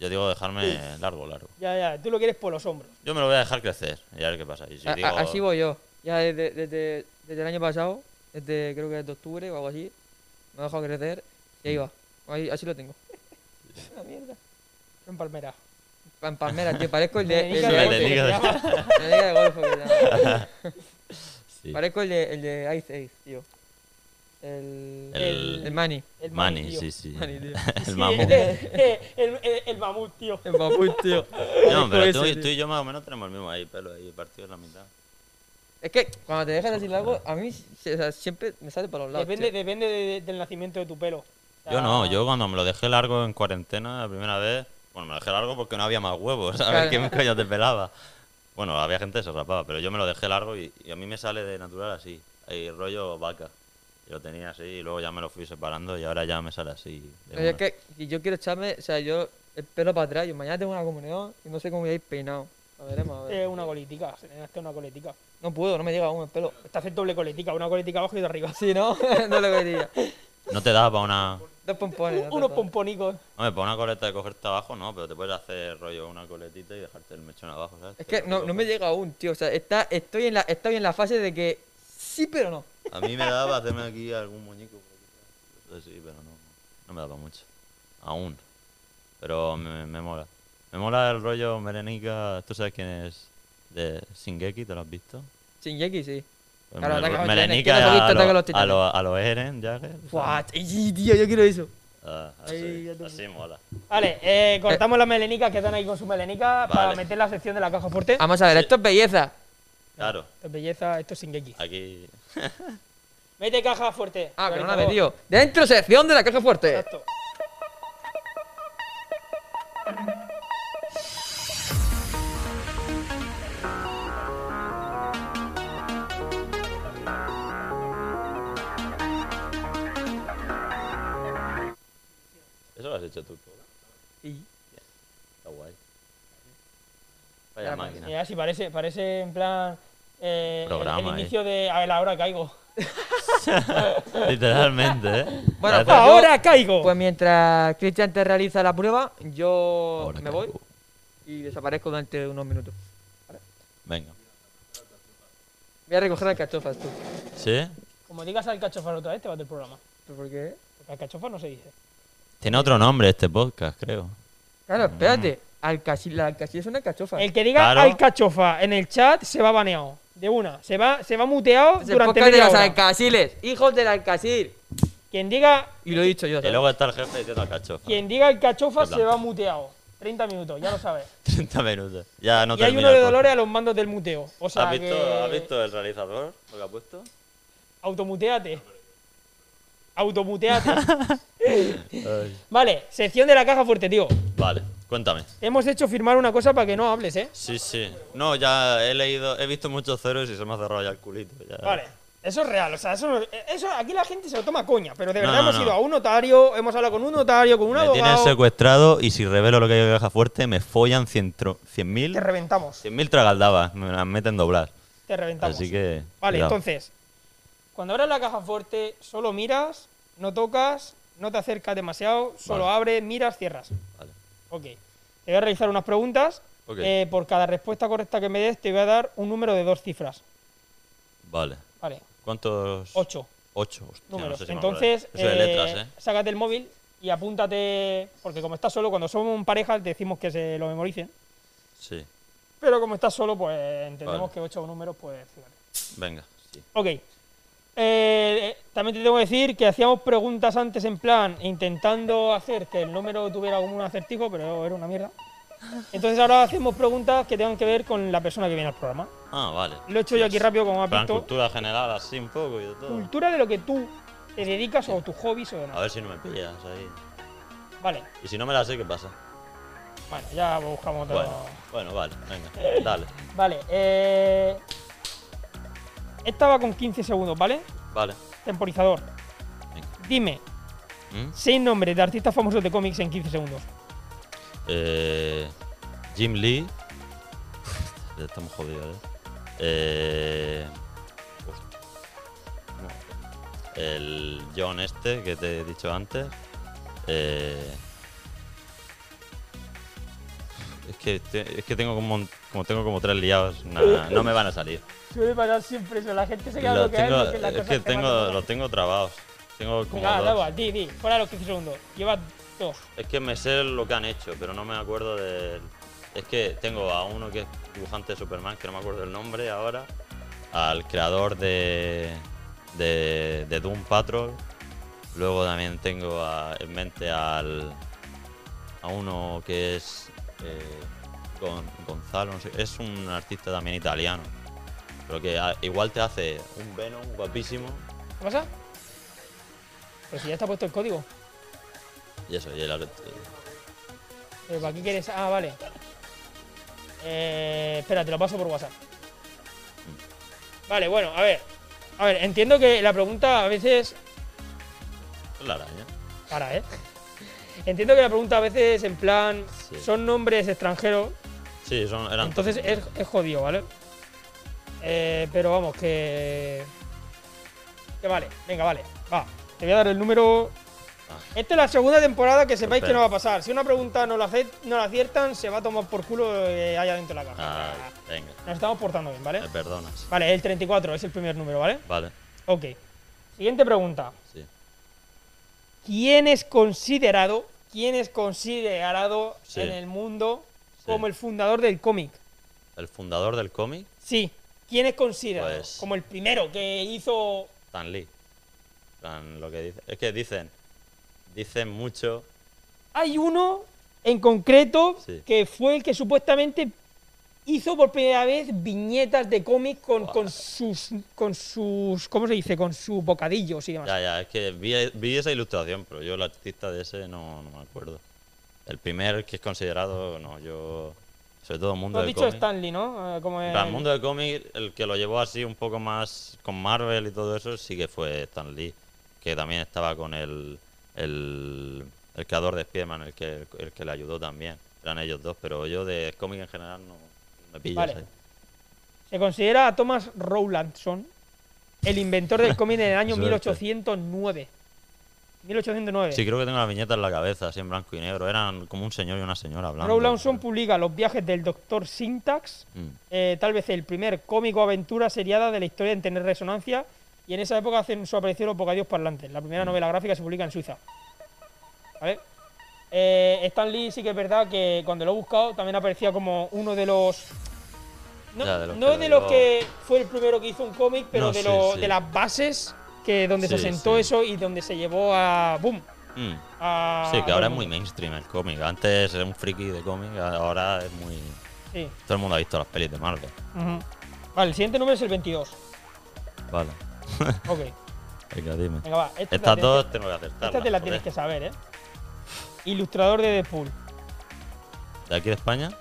S5: Yo digo dejarme largo, largo.
S3: Ya, ya, tú lo quieres por los hombros. *laughs*
S5: Yo me lo voy a dejar crecer y a ver qué pasa. Y si
S4: A- a-
S5: digo,
S4: así voy yo. Ya desde, desde, desde el año pasado, desde creo que es de octubre o algo así, me he dejado crecer y ahí va. Ahí- así lo tengo.
S3: Una mierda. En Palmera.
S4: En palmera, tío, parezco el de. El
S3: Melenilla
S5: de
S4: de
S5: golf.
S4: golfo.
S5: Melenilla.
S4: Melenilla de golfo, que se llama.
S5: *laughs* sí.
S4: Parezco el de, el de Ice Age, tío. El.
S5: El-
S4: El Manny.
S5: *laughs*
S3: el
S5: Mani,
S3: tío.
S5: sí, sí.
S4: Mani, tío.
S5: *laughs* el
S3: Sí,
S4: *laughs*
S5: mamut.
S3: eh, el, el- el mamut, tío.
S4: El papú, tío.
S5: No,
S4: Parezco
S5: pero
S4: ese,
S5: tú,
S4: tío.
S5: tú y yo más o menos tenemos el mismo ahí, pelo ahí partido en la mitad.
S4: Es que cuando te dejas así largo, a mí se- o sea, siempre me sale para los lados.
S3: Depende,
S4: tío.
S3: depende de- del nacimiento de tu pelo. O sea,
S5: Yo no, yo cuando me lo dejé largo en cuarentena la primera vez, bueno, me lo dejé largo porque no había más huevos, *laughs* ¿sabes?
S4: Claro.
S5: ¿Quién coño te pelaba? Bueno, había gente que se rapaba, pero yo me lo dejé largo y, y a mí me sale de natural así, ahí rollo vaca. Y lo tenía así y luego ya me lo fui separando y ahora ya me sale así. de
S4: Pero es
S5: una.
S4: que y yo quiero echarme, o sea, yo el pelo para atrás. Yo mañana tengo una comunión y no sé cómo voy a ir peinado. A veremos, a ver.
S3: Es una coletica, se le gasta una coletica.
S4: No puedo, no me llega aún el pelo. *laughs*
S3: Te hace doble coletica, una coletica abajo y otra arriba.
S4: Sí, ¿no? *laughs* no lo quería.
S5: No te da para una...
S4: Dos pompones. dos
S3: Unos
S4: pompones.
S3: pomponicos.
S5: Hombre, para una coleta de cogerte abajo no, pero te puedes hacer rollo una coletita y dejarte el mechón abajo, ¿sabes?
S4: Es
S5: Te
S4: que
S5: lo
S4: no,
S5: digo
S4: no me
S5: porque
S4: llega aún, tío. O sea, está, estoy, en la, estoy en la fase de que sí, pero no.
S5: A mí me daba para hacerme
S4: *laughs*
S5: aquí algún muñeco. por aquí, ¿sabes? Sí, pero no, no me daba mucho. Aún. Pero me, me mola. Me mola el rollo Merenica. ¿Tú sabes quién es? De Shingeki, ¿te lo has visto?
S4: Sin Jackie, sí.
S5: Pues
S4: Claro,
S5: Mere-
S4: ataca a los
S5: Merenica
S4: titanes. ¿Quién
S5: a
S4: no se ha visto? Ataca a los
S5: los a
S4: titanes.
S5: lo, a lo Eren, Jagger.
S4: Buah, sí, tío, yo quiero eso.
S5: Ah,
S4: Ay,
S5: así,
S4: ya te-
S5: así mola.
S3: Vale, eh, cortamos las melenicas que están ahí con su melenica para
S5: Vale.
S3: meter la sección de la caja fuerte.
S4: Vamos a ver, esto es belleza.
S5: Claro,
S3: Esto es belleza, esto es Shingeki.
S5: aquí. *laughs*
S3: Mete caja fuerte.
S4: Ah, pero no la
S3: Lorenzo.
S4: he metido. Dentro sección de la caja fuerte.
S3: Exacto.
S5: Eso lo has hecho tú, Paula.
S4: Sí.
S5: Está guay. Vaya
S4: Ya, pues,
S5: máquina.
S3: Mira, sí, parece, parece en plan. eh, el- el,
S5: Programa, eh.
S3: inicio de. A ver, ahora caigo.
S5: Literalmente, ¿eh?
S4: Bueno,
S5: Parece-
S4: pues yo-
S3: ¡Ahora caigo!
S4: Pues mientras Cristian te realiza la prueba, yo
S3: pues,
S5: Ahora
S4: me
S5: caigo.
S4: voy y desaparezco durante unos minutos.
S5: Venga.
S4: Voy a recoger las cachofas, tú.
S5: ¿Sí?
S3: Como digas al cachofar otra vez, te vas del programa.
S4: ¿Pero por qué?
S3: Porque al cachofa no se dice.
S5: Tiene otro nombre este podcast, creo.
S4: Claro, espérate. Alcachi, la alcachofas es una cachofa.
S3: Mm. El que diga
S5: Claro.
S3: al cachofa en el chat se va baneado. De una. Se va, se va muteado
S4: Es el
S3: durante
S4: podcast de
S3: media
S4: los
S3: hora.
S4: alcaciles, hijos del alcacil.
S3: Quien diga,
S4: Y lo he dicho yo.
S5: Y
S4: ¿sabes?
S5: luego está el jefe diciendo al cachofa. *laughs*
S3: quien diga el cachofa
S5: Qué
S3: se
S5: blanco.
S3: va muteado. 30 minutos, ya lo sabes.
S5: 30 minutos. Ya no
S3: y hay
S5: termina
S3: uno
S5: el
S3: de
S5: podcast.
S3: dolores a los mandos del muteo. O sea
S5: ¿Has visto,
S3: que-
S5: has visto el realizador? Lo que ha puesto.
S3: Automuteate.
S5: *laughs*
S3: Automuteate. vale, sección de la caja fuerte, tío.
S5: Vale, cuéntame.
S3: Te Hemos hecho firmar una cosa para que no hables, ¿eh?
S5: Sí, sí. No, ya he leído, he visto muchos ceros y se me ha cerrado ya el culito. ya.
S3: Vale. Eso es real, o sea, eso, no- eso aquí la gente se lo toma coña, pero de
S5: No,
S3: verdad
S5: no,
S3: hemos
S5: no.
S3: ido a un notario, hemos hablado con un notario, con un
S5: Me tienen
S3: abogado,
S5: secuestrado y si revelo lo que hay en la caja fuerte me follan 100.000
S3: te
S5: 100.000
S3: reventamos,
S5: 100.000 tragaldabas, me las meten doblar.
S3: te reventamos.
S5: Así que
S3: Vale,
S5: cuidado.
S3: entonces, cuando abras la caja fuerte, solo miras, no tocas, no te acercas demasiado, solo
S5: Vale.
S3: abres, miras, cierras.
S5: Vale.
S3: Ok. Te voy a realizar unas preguntas.
S5: Ok.
S3: Eh, por cada respuesta correcta que me des, te voy a dar un número de dos cifras.
S5: Vale.
S3: Vale,
S5: ¿Cuántos?
S3: ocho
S5: Ocho. Hostia, no
S3: números.
S5: sé si me acuerdo.
S3: Entonces,
S5: Eso de
S3: eh,
S5: letras, ¿eh?
S3: sácate el móvil y apúntate, porque como estás solo, cuando somos parejas decimos que se lo memoricen,
S5: Sí.
S3: pero como estás solo, pues entendemos
S5: Vale.
S3: que ocho números, pues fíjate.
S5: Venga, sí.
S3: Ok. Eh, eh, también te tengo que decir que hacíamos preguntas antes en plan intentando hacer que el número tuviera como un acertijo, pero era una mierda. Entonces ahora hacemos preguntas que tengan que ver con la persona que viene al programa.
S5: Ah, vale.
S3: Lo he hecho yo aquí rápido, como has
S5: Plan
S3: visto.
S5: cultura general, así un poco y de todo.
S3: Cultura de lo que tú te dedicas o tus hobbies o
S5: A
S3: nada.
S5: ver si no me pillas ahí.
S3: Vale,
S5: Y si no me la sé, ¿qué pasa?
S3: bueno, ya buscamos otro.
S5: Bueno, bueno, vale, venga, dale.
S3: Vale, eh. Esta va con 15 segundos, ¿vale?
S5: Vale.
S3: Temporizador.
S5: Venga.
S3: Dime,
S5: ¿Mm?
S3: seis nombres de artistas famosos de cómics en 15 segundos.
S5: Eh, Jim Lee. *laughs* Ya Estamos jodidos, ¿eh? Eh, hostia. No. El John este que te he dicho antes. Eh, es, que te- es que tengo como, un- como tengo como tres liados. nah, no me van a
S3: *laughs*
S5: salir.
S3: Suele pasar siempre eso, la gente se queda ¿eh?
S5: Los
S3: bloqueada en
S5: tengo,
S3: lo que las
S5: es
S3: cosas
S5: que
S3: te
S5: tengo,
S3: matan.
S5: los tengo trabados. Tengo como
S3: Venga, da
S5: dos.
S3: igual, di, di, fuera de los 15 segundos. Llevas dos.
S5: Es que me sé lo que han hecho, pero no me acuerdo del. Es que tengo a uno que es dibujante de Superman, que no me acuerdo el nombre ahora, al creador de, de, de Doom Patrol. Luego también tengo a- en mente al, a uno que es eh, Gon- Gonzalo, no sé, es un artista también italiano. Pero que a- igual te hace un Venom guapísimo
S3: ¿Qué pasa? Pero si ya está puesto el código.
S5: y eso, y el arte.
S3: Eh, ¿Para qué quieres? Ah, vale. Eh, espera, te lo paso por WhatsApp. Vale, bueno, a ver. A ver, entiendo que la pregunta a veces.
S5: Es la araña.
S3: Para, ¿eh? Entiendo que la pregunta a veces en plan.
S5: Sí.
S3: Son nombres extranjeros.
S5: Sí, son, eran
S3: Entonces er, es, es jodido, ¿vale? Eh, pero vamos, que. Que vale, venga, vale. Va, te voy a dar el número.
S5: Ah.
S3: Esta es la segunda temporada que sepáis que
S5: Perfecto.
S3: no va a pasar. Si una pregunta no la, ace- no la aciertan, se va a tomar por culo eh, allá dentro de la caja.
S5: Ay, Eh. venga,
S3: Nos estamos portando bien, ¿vale?
S5: me perdonas.
S3: Vale, el 34 es el primer número, ¿vale?
S5: Vale,
S3: Ok. Siguiente pregunta.
S5: sí.
S3: ¿Quién es considerado, quién es considerado
S5: Sí.
S3: en el mundo
S5: Sí.
S3: como el fundador del cómic?
S5: El fundador del cómic,
S3: Sí. ¿Quién es considerado
S5: Pues-
S3: como el primero que hizo
S5: Stan Lee. En plan, lo que dice. Es que dicen. Dicen mucho.
S3: Hay uno en concreto
S5: Sí.
S3: que fue el que supuestamente hizo por primera vez viñetas de cómic con, con sus con sus ¿cómo se dice? con sus bocadillos y demás.
S5: Ya, ya, es que vi, vi esa ilustración, pero yo el artista de ese no, no me acuerdo. El primer que es considerado, no, yo. Sobre todo mundo
S3: Tú has
S5: del
S3: dicho
S5: cómic.
S3: Stanley, ¿no? Eh, Como
S5: En
S3: el,
S5: plan, mundo del cómic, el que lo llevó así un poco más con Marvel y todo eso, sí que fue Stan Lee, que también estaba con el, el, el creador de Spiderman, el que, el que le ayudó también. Eran ellos dos, pero yo de cómic en general no me pillo.
S3: Vale. Se considera a Thomas Rowlandson el inventor del cómic en
S5: *laughs*
S3: el año
S5: Suerte.
S3: 1809. 1809.
S5: Sí, creo que tengo la viñeta en la cabeza, así en blanco y negro. Eran como un señor y una señora hablando.
S3: Rowlandson publica Los viajes del doctor Syntax,
S5: Mm.
S3: eh, tal vez el primer cómico aventura seriada de la historia en tener resonancia, y en esa época hacen su aparición los bocadillos parlantes. La
S5: Mm.
S3: primera novela gráfica que se publica en Suiza. ¿Vale? Eh, Stan Lee sí que es verdad que cuando lo he buscado también aparecía como uno de los... No,
S5: Ya, de los
S3: no
S5: que
S3: de
S5: lo
S3: los que fue el primero que hizo un cómic, pero
S5: No,
S3: de,
S5: sí,
S3: los-
S5: sí.
S3: de las bases que donde se
S5: Sí,
S3: sentó
S5: sí.
S3: eso y donde se llevó a... ¡Boom!
S5: Mm.
S3: A,
S5: Sí, que
S3: todo
S5: ahora
S3: el
S5: es muy
S3: mundo.
S5: mainstream el cómic. Antes era un friki de cómic, ahora es muy.
S3: Sí.
S5: Todo el mundo ha visto las pelis de Marvel.
S3: Ujú. Vale, el siguiente número es el 22.
S5: Vale.
S3: Ok,
S5: Venga, dime.
S3: venga, va. Esta te la
S5: Estas
S3: tienes
S5: dos tengo que
S3: que-
S5: acertar.
S3: esta te la tienes que saber, ¿eh? Ilustrador de Deadpool.
S5: ¿De aquí de España?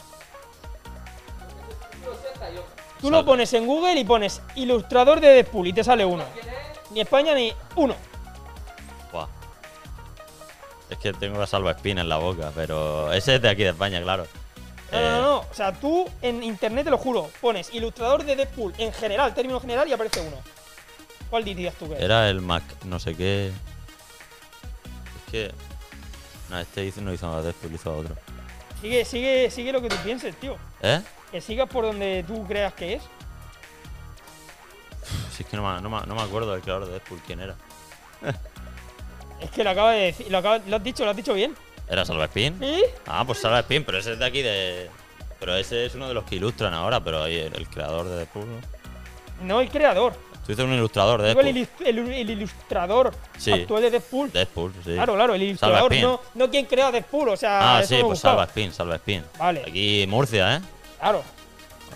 S3: Tú
S5: Sale.
S3: lo pones en Google y pones ilustrador de Deadpool y te sale uno. Ni España ni uno.
S5: Buah. Es que tengo la salva espina en la boca, pero ese es de aquí de España, claro.
S3: No,
S5: Eh,
S3: no, no. O sea, tú en internet, te lo juro, pones ilustrador de Deadpool en general, término general, y aparece uno. ¿Cuál dirías tú que es?
S5: Eh, Era el Mac, no sé qué. Es que. No, este hizo, no hizo nada de Deadpool, hizo otro.
S3: Sigue, sigue, sigue lo que tú pienses, tío.
S5: ¿Eh?
S3: Que sigas por donde tú creas que es.
S5: Si es que no me, no me- no me acuerdo del creador de Deadpool quién era.
S3: Es que lo acabas de decir, lo, acabas- lo has dicho, lo has dicho bien.
S5: ¿Era Salva Spin?
S3: ¿Sí?
S5: Ah, pues Salva Spin, pero ese es de aquí de. Pero ese es uno de los que ilustran ahora, pero ahí el, el creador de Deadpool. ¿no?
S3: No el creador.
S5: Tú dices un ilustrador de
S3: Digo el,
S5: Deadpool.
S3: ilus- el- el ilustrador
S5: Sí.
S3: actual de Deadpool.
S5: Deadpool, sí.
S3: Claro, claro, el
S5: Salva
S3: ilustrador,
S5: Spin.
S3: no, no quien crea Deadpool, o sea,
S5: Ah,
S3: eso
S5: sí,
S3: me
S5: pues
S3: gustaba.
S5: Salva Spin, Salva Spin.
S3: Vale.
S5: Aquí Murcia, ¿eh?
S3: Claro.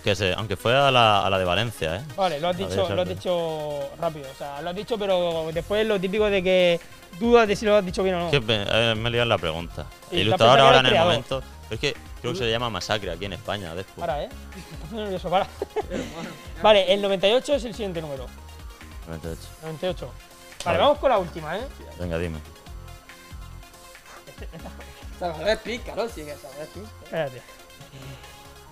S5: Que se, aunque fue a la, a la de Valencia, ¿eh?
S3: Vale, lo has
S5: A ver,
S3: dicho, lo has
S5: exacto.
S3: dicho rápido. O sea, lo has dicho, pero después lo típico de que dudas de si lo has dicho bien o no.
S5: Que me, eh, me he liado en la pregunta. El
S3: Sí, la
S5: ilustrador
S3: pensaba que
S5: ahora
S3: era
S5: en el
S3: creador.
S5: momento. Es que creo que se le llama masacre aquí en España. Después.
S3: Para, eh. Me pone nervioso, para. *laughs* vale, el 98 es el siguiente número.
S5: 98.
S3: 98. Vale,
S5: Vale.
S3: vamos con la última, eh.
S5: Venga, dime.
S4: Salvador Pícaro, sigue Salvador Pícaro.
S3: Espérate.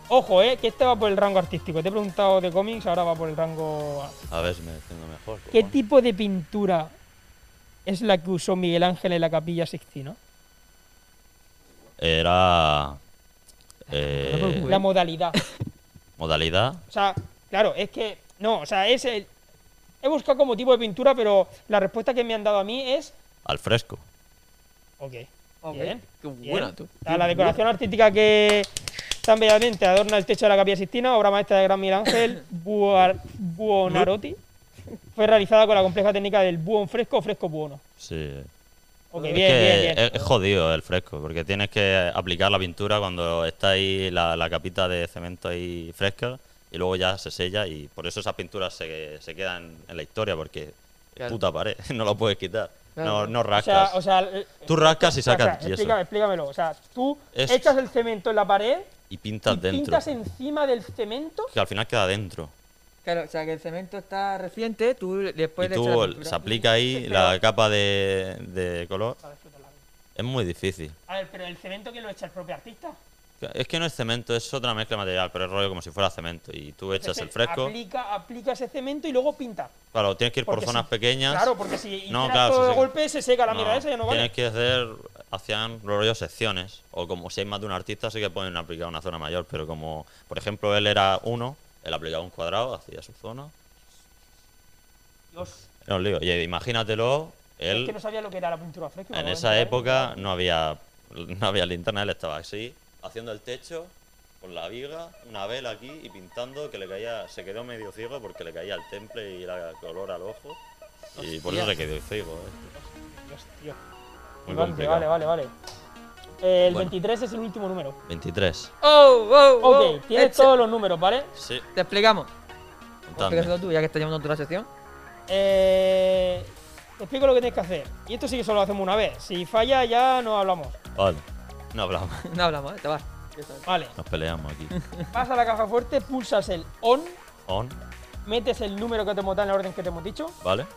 S3: Ojo, eh, que este va por el rango artístico. Te he preguntado de cómics, ahora va por el rango.
S5: A ver si me defiendo mejor.
S3: ¿Qué
S5: cojones.
S3: tipo de pintura es la que usó Miguel Ángel en la Capilla Sixtina?
S5: Era.
S4: No me
S5: Eh,
S4: acuerdo.
S3: La modalidad.
S5: modalidad.
S3: O sea, claro, es que. No, o sea, es el. He buscado como tipo de pintura, pero la respuesta que me han dado a mí es.
S5: Al fresco.
S3: Ok.
S4: Ok,
S3: Bien.
S4: qué
S3: bien.
S4: buena, tú.
S3: O sea, la decoración artística que tan bellamente adorna el techo de la Capilla Sistina, obra maestra de gran Miguel
S5: *laughs*
S3: Ángel Buar- Buonarotti, fue realizada con la compleja técnica del buon fresco o fresco buono.
S5: Sí.
S3: Ok,
S5: Es
S3: bien,
S5: que
S3: bien, bien.
S5: Es, es jodido el fresco, porque tienes que aplicar la pintura cuando está ahí la, la capita de cemento ahí fresca y luego ya se sella y por eso esas pinturas se, se quedan en la historia, porque
S4: Claro.
S5: es puta pared, *laughs* no lo puedes quitar.
S4: Claro.
S5: No, no
S3: o
S5: rascas.
S3: sea, o sea, el-
S5: Tú rascas y
S3: o sea,
S5: sacas yeso
S3: explícame, explícamelo. O sea, tú
S5: Es-
S3: echas el cemento en la pared
S5: y pintas
S3: y
S5: dentro.
S3: pintas encima del cemento.
S5: Que al final queda dentro.
S4: Claro, o sea que el cemento está reciente, tú le- después
S5: y
S4: le echas la
S5: tú
S4: pintura.
S5: se aplica ahí la capa de, de color.
S3: A ver, suéltala.
S5: Es muy difícil.
S3: A ver, pero el cemento que lo echa el propio artista.
S5: Es que no es cemento, es otra mezcla de material, pero es rollo como si fuera cemento. Y tú echas
S3: Entonces,
S5: el fresco.
S3: Aplica, aplica ese cemento y luego pinta.
S5: Claro, tienes que ir por
S3: Porque
S5: zonas
S3: si-
S5: pequeñas.
S3: Claro, porque si hicieras
S5: No, claro,
S3: todo
S5: se
S3: de
S5: seca.
S3: golpe se seca la
S5: No,
S3: mierda esa y ya no vale.
S5: Tienes que hacer, hacían rollo secciones, o como si hay más de un artista, sí que pueden aplicar una zona mayor, pero como, por ejemplo, él era uno, él aplicaba un cuadrado, hacía su zona.
S3: Dios,
S5: No, os digo, y imagínatelo,
S3: es
S5: él
S3: que no sabía lo que era la pintura fresca.
S5: en
S3: me
S5: esa
S3: acabo de
S5: época
S3: enterar, ¿eh?
S5: no había no había linterna, él estaba así, haciendo el techo con la viga, una vela aquí y pintando que le caía, se quedó medio ciego porque le caía el temple y la color al ojo. Y por eso se quedó ciego. eh.
S3: Dios, tío.
S5: Muy
S3: Vale,
S5: complicado.
S3: Vale, vale, vale. El
S5: Bueno.
S3: 23 es el último número.
S5: 23.
S4: ¡Oh, oh, oh!
S3: Ok, tienes
S4: Echa-
S3: todos los números, ¿vale?
S5: Sí,
S4: Te explicamos.
S5: contadme.
S4: Explícaselo tú, ya que estás llevando tú la sección. *laughs*
S3: Eh, te explico lo que tienes que hacer. Y esto sí que solo lo hacemos una vez. Si falla ya no hablamos.
S5: Vale, no hablamos,
S4: No hablamos, ¿eh? te vas.
S3: Vale.
S5: *laughs* nos peleamos aquí.
S3: Vas a la caja fuerte, pulsas el on,
S5: On,
S3: metes el número que te hemos dado en la orden que te hemos dicho.
S5: ¿vale?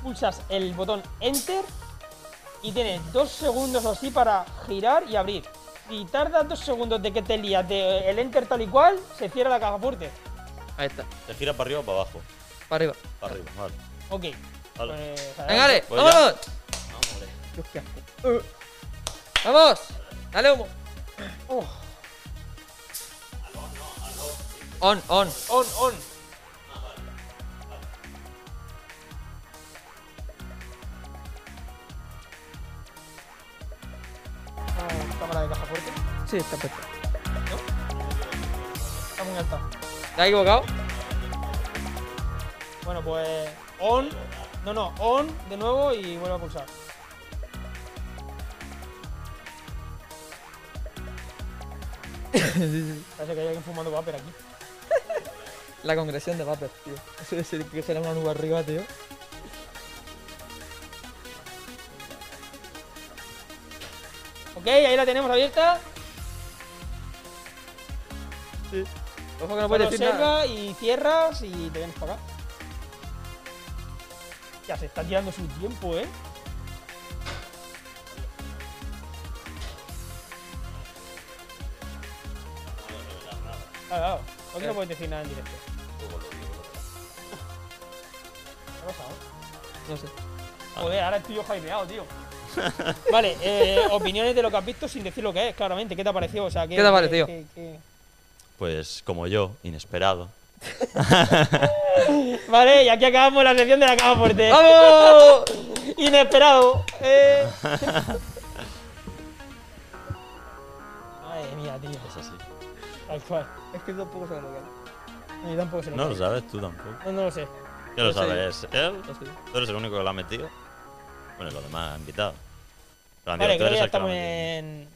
S3: pulsas el botón Enter y tienes dos segundos o así para girar y abrir. Si tardas dos segundos de que te lías de eh, el Enter tal y cual, se cierra la caja fuerte.
S4: Ahí está,
S5: ¿Te gira para arriba o para abajo?
S4: para arriba.
S5: Para arriba, vale.
S3: Ok.
S5: Vale.
S3: Pues,
S4: ¡Venga, Ale!
S5: Voy ya.
S4: ¡Vámonos! Dios, qué asco. Eh. ¡Vamos! ¡Dale humo!
S3: Uh,
S4: On, on.
S3: on, on. Ah, Ah, Cámara de caja fuerte.
S4: Sí, está puesto.
S3: Está muy alta.
S4: ¿Te has equivocado?
S3: Bueno, pues on. No, no, on de nuevo y vuelvo a pulsar. Parece que hay alguien fumando vapor aquí.
S4: La congresión de vapor, tío. Eso de ser que será una nube arriba, tío.
S3: Ok, ahí la tenemos abierta.
S4: Ojo que no
S3: Solo
S4: puedes decir nada.
S3: observa y cierras y te vienes para acá. Ya se está tirando su tiempo, ¿eh? Ah, Claro, claro. Aquí no
S4: Eh.
S3: puedes decir nada en directo. ¿Qué ha pasado?
S4: No sé.
S3: Joder, ahora estoy yo jaimeado,
S4: *laughs*
S3: tío. vale, eh, opiniones de lo que has visto sin decir lo que es, claramente. ¿Qué te ha parecido? O sea,
S4: ¿Qué te ha parecido?
S3: qué- qué-
S5: Pues como yo, inesperado.
S3: Vale, y aquí acabamos la sección de la caja fuerte.
S4: ¡Vamos!
S3: *laughs* Inesperado. Eh. Madre mía, tío.
S5: Es así.
S3: Tal cual.
S4: Es que tampoco sabe lo que era.
S3: No, Yo tampoco sé lo
S5: No
S3: que
S5: lo
S3: es.
S5: sabes tú tampoco.
S3: No, no lo sé.
S5: Ya lo
S4: Yo soy-
S5: sabes, él.
S4: No sé.
S5: Tú eres el único que lo ha metido. Bueno, y los demás han invitado. Pero, Andy,
S3: Vale,
S5: tú
S3: creo que
S5: eres
S3: ya
S5: el que lo ha
S3: estamos
S5: metido.
S3: en.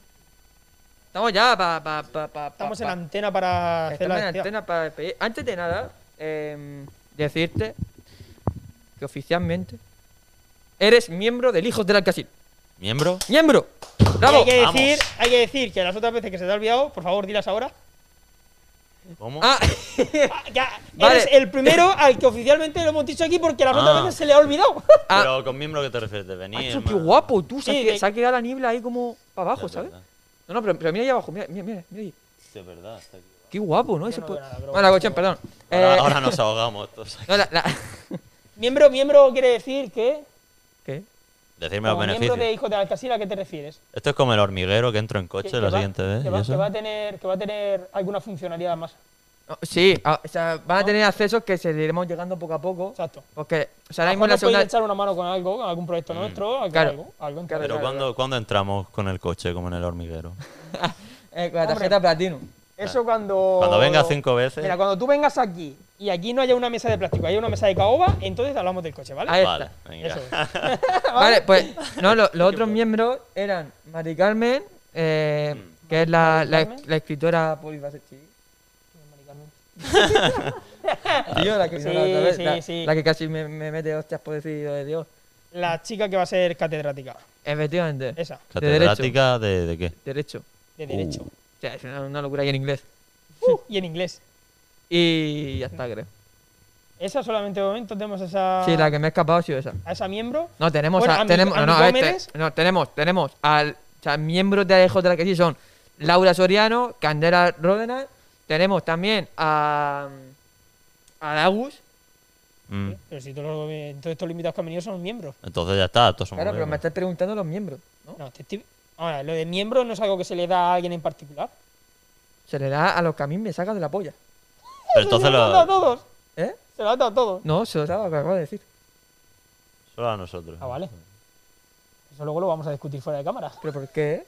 S4: Estamos ya para. Pa, pa, pa-
S3: Estamos
S4: pa-
S3: en
S4: pa-
S3: antena para hacer la
S4: Estamos en
S3: despedida.
S4: antena para despedir. Antes de nada, em, decirte que oficialmente eres miembro del Hijos del Alcacil.
S5: ¿Miembro?
S4: ¡Miembro! ¡Bravo!
S3: Hay que,
S5: Vamos.
S3: decir, hay que decir que las otras veces que se te ha olvidado, por favor, dilas ahora.
S5: ¿Cómo?
S4: Ah,
S3: Ah, *laughs* ya,
S4: Vale.
S3: Eres el *laughs* primero al que oficialmente lo hemos dicho aquí porque las otras
S5: Ah.
S3: veces se le ha olvidado. *laughs*
S4: ah,
S5: Pero con miembro que te refieres de venir.
S4: *laughs* macho, qué
S5: hermano?
S4: guapo! Tú, se, ha
S3: Sí,
S4: que-
S3: de-
S4: se ha quedado la niebla ahí como para
S5: Sí,
S4: abajo,
S5: es
S4: ¿sabes?
S5: verdad.
S4: No, no, pero, pero mira ahí abajo, mira, mira, mira, mira ahí.
S5: Sí, es verdad. está aquí.
S4: Qué guapo, ¿no? Eso
S3: no
S4: puede-
S3: veo nada, bro.
S4: Bueno, la cuestión, perdón.
S5: Ahora,
S4: Eh,
S5: ahora nos ahogamos todos. aquí.
S4: *laughs* no, la-
S5: *laughs*
S4: la-
S3: Miembro, miembro quiere decir que.
S4: ¿Qué?
S5: Decirme los
S3: Como miembro
S5: beneficios.
S3: de Hijo de Alcasila, ¿a qué te refieres?
S5: Esto es como el hormiguero que entro en coche
S3: que
S5: la
S3: va-
S5: siguiente vez.
S3: que
S5: ¿y
S3: va,
S5: eso?
S3: que va a tener, que va a tener alguna funcionalidad más.
S4: No, sí, ah, o sea, van a tener accesos que se iremos llegando poco a poco.
S3: Exacto. Ah,
S4: Porque, o sea, ahora
S3: Vamos
S4: mismo en la
S3: a
S4: segunda.
S3: echar una mano con algo, con algún proyecto nuestro, algo,
S4: claro.
S3: algo, algo,
S4: Claro,
S5: Mm. Pero
S4: claro,
S5: ¿cuándo, ¿cuándo entramos con el coche como en el hormiguero?
S4: eh, con la tarjeta platino.
S3: Eso cuando.
S5: Cuando venga cinco veces.
S3: Mira, cuando tú vengas aquí y aquí no haya una mesa de plástico, haya una mesa de caoba, entonces hablamos del coche, ¿vale?
S4: Ahí está.
S5: Vale, venga.
S3: Eso
S5: *laughs*
S3: es.
S4: Vale, pues *laughs* no, lo- los otros miembros eran Mari Carmen, eh,
S5: Mm.
S4: que es la, la- la escritora
S3: *laughs*
S4: polifacética. Tío, la que,
S3: Sí,
S4: la otra vez,
S3: sí,
S4: la-
S3: sí.
S4: la que casi me, me mete hostias por decir lo de Dios.
S3: La chica que va a ser catedrática.
S4: Efectivamente.
S3: Esa,
S5: ¿Catedrática de, de qué?
S4: Derecho.
S3: de derecho.
S4: O sea, es una, una locura ahí en inglés.
S3: Uh, y en inglés.
S4: Y ya está, creo.
S3: Esa solamente de momento tenemos esa,
S4: Sí, la que me ha escapado ha sido esa.
S3: a esa miembro.
S4: No, tenemos
S3: Bueno,
S4: a,
S3: a mi-
S4: tenemos,
S3: a
S4: no, no,
S3: mis
S4: a ver, te-
S3: dómenes.
S4: no, tenemos, tenemos al o sea, miembros de AJ de la que sí son Laura Soriano, Candela Ródenas, tenemos también a a Dagus.
S5: Mm.
S3: Pero si todos, los- todos estos limitados que han venido son miembros.
S5: Entonces ya está, todos somos
S4: Claro, pero me
S5: miembros.
S4: estás preguntando los miembros, ¿no?
S3: No, te estoy- Ahora, lo de miembro no es algo que se le da a alguien en particular.
S4: Se le da a los que a mí me sacan de la polla.
S5: Pero entonces
S3: se lo han dado a
S5: lo,
S3: todos.
S4: ¿Eh?
S3: Se lo han dado a todos.
S4: No, se lo daba, lo acabo de decir.
S5: solo a nosotros.
S3: Ah, vale. Eso luego lo vamos a discutir fuera de cámara. *laughs*
S4: ¿Pero por qué?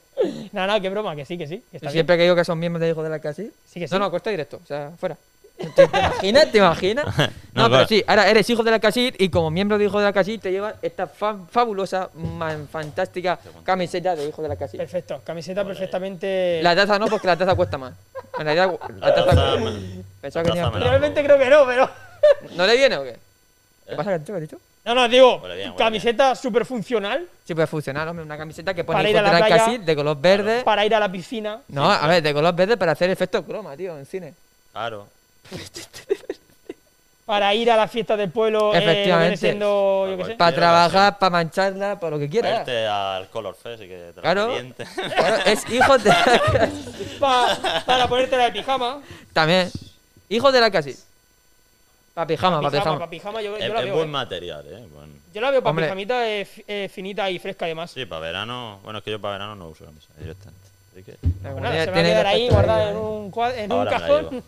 S3: Nada, nada, qué broma, que sí, que sí. Que
S4: Yo
S3: está
S4: siempre que digo que son miembros de AJ de la que sí.
S3: bien. Sí, que sí.
S4: No, no, corta directo, o sea, fuera. ¿Te, *laughs* te imaginas? ¿Te imaginas? *laughs*
S5: No,
S4: No, pero
S5: claro.
S4: sí, ahora eres hijo de la Casir y como miembro de hijo de la Casir te llevas esta fa- fabulosa, man- fantástica camiseta de hijo de la Casir.
S3: Perfecto. Camiseta perfectamente.
S4: La taza no, porque la taza cuesta más. En realidad, la
S5: La
S4: taza.
S5: taza me-
S4: Pensaba
S5: la
S4: que
S5: taza
S4: tenía-
S5: me
S3: Realmente creo que no, pero.
S4: ¿No le viene o qué? ¿Qué pasa contigo, Tito?
S3: No, no, digo,
S5: Huele bien, huele
S3: camiseta súper funcional
S4: Sí, puede funcionar, hombre, una camiseta que
S3: Para
S4: pone
S3: ir
S4: hijo
S3: a
S4: de
S3: la
S4: la
S3: playa.
S4: Casir de color verde.
S3: para ir a la piscina.
S4: No, a ver, de color verde para hacer efecto croma, tío, en cine.
S5: Claro.
S3: para ir a la fiesta del pueblo, eh,
S4: Efectivamente.
S3: viene siendo, yo qué sé.
S5: Para
S4: Para
S5: Quiero
S4: trabajar, para mancharla, para lo que
S5: Para
S4: quieras.
S5: irte al Color Fest y que te la
S4: Claro.
S5: caliente.
S4: Claro, es hijo de la Casir.
S3: Pa- para ponerte la de pijama.
S4: También. Hijo de la Casir. Para pijama, para
S3: Pijama,
S4: pijama.
S3: pa' pijama, yo, yo
S5: *laughs* Es,
S3: la
S5: es
S3: veo.
S5: buen
S3: eh.
S5: material, ¿eh? Bueno.
S3: Yo la veo para
S4: Hombre.
S3: pijamita eh, fi- eh, finita y fresca además.
S5: Sí, para verano. Bueno, es que yo para verano no uso camisa directamente. Así que.
S4: La
S3: Pues nada,
S4: comunidad
S3: se va a
S4: tiene
S3: quedar
S4: dos
S3: ahí
S4: aspectos
S3: guardada en
S4: variados, ¿eh?
S3: un, cua- en un
S5: Ahora me la
S3: cajón.
S5: llevo.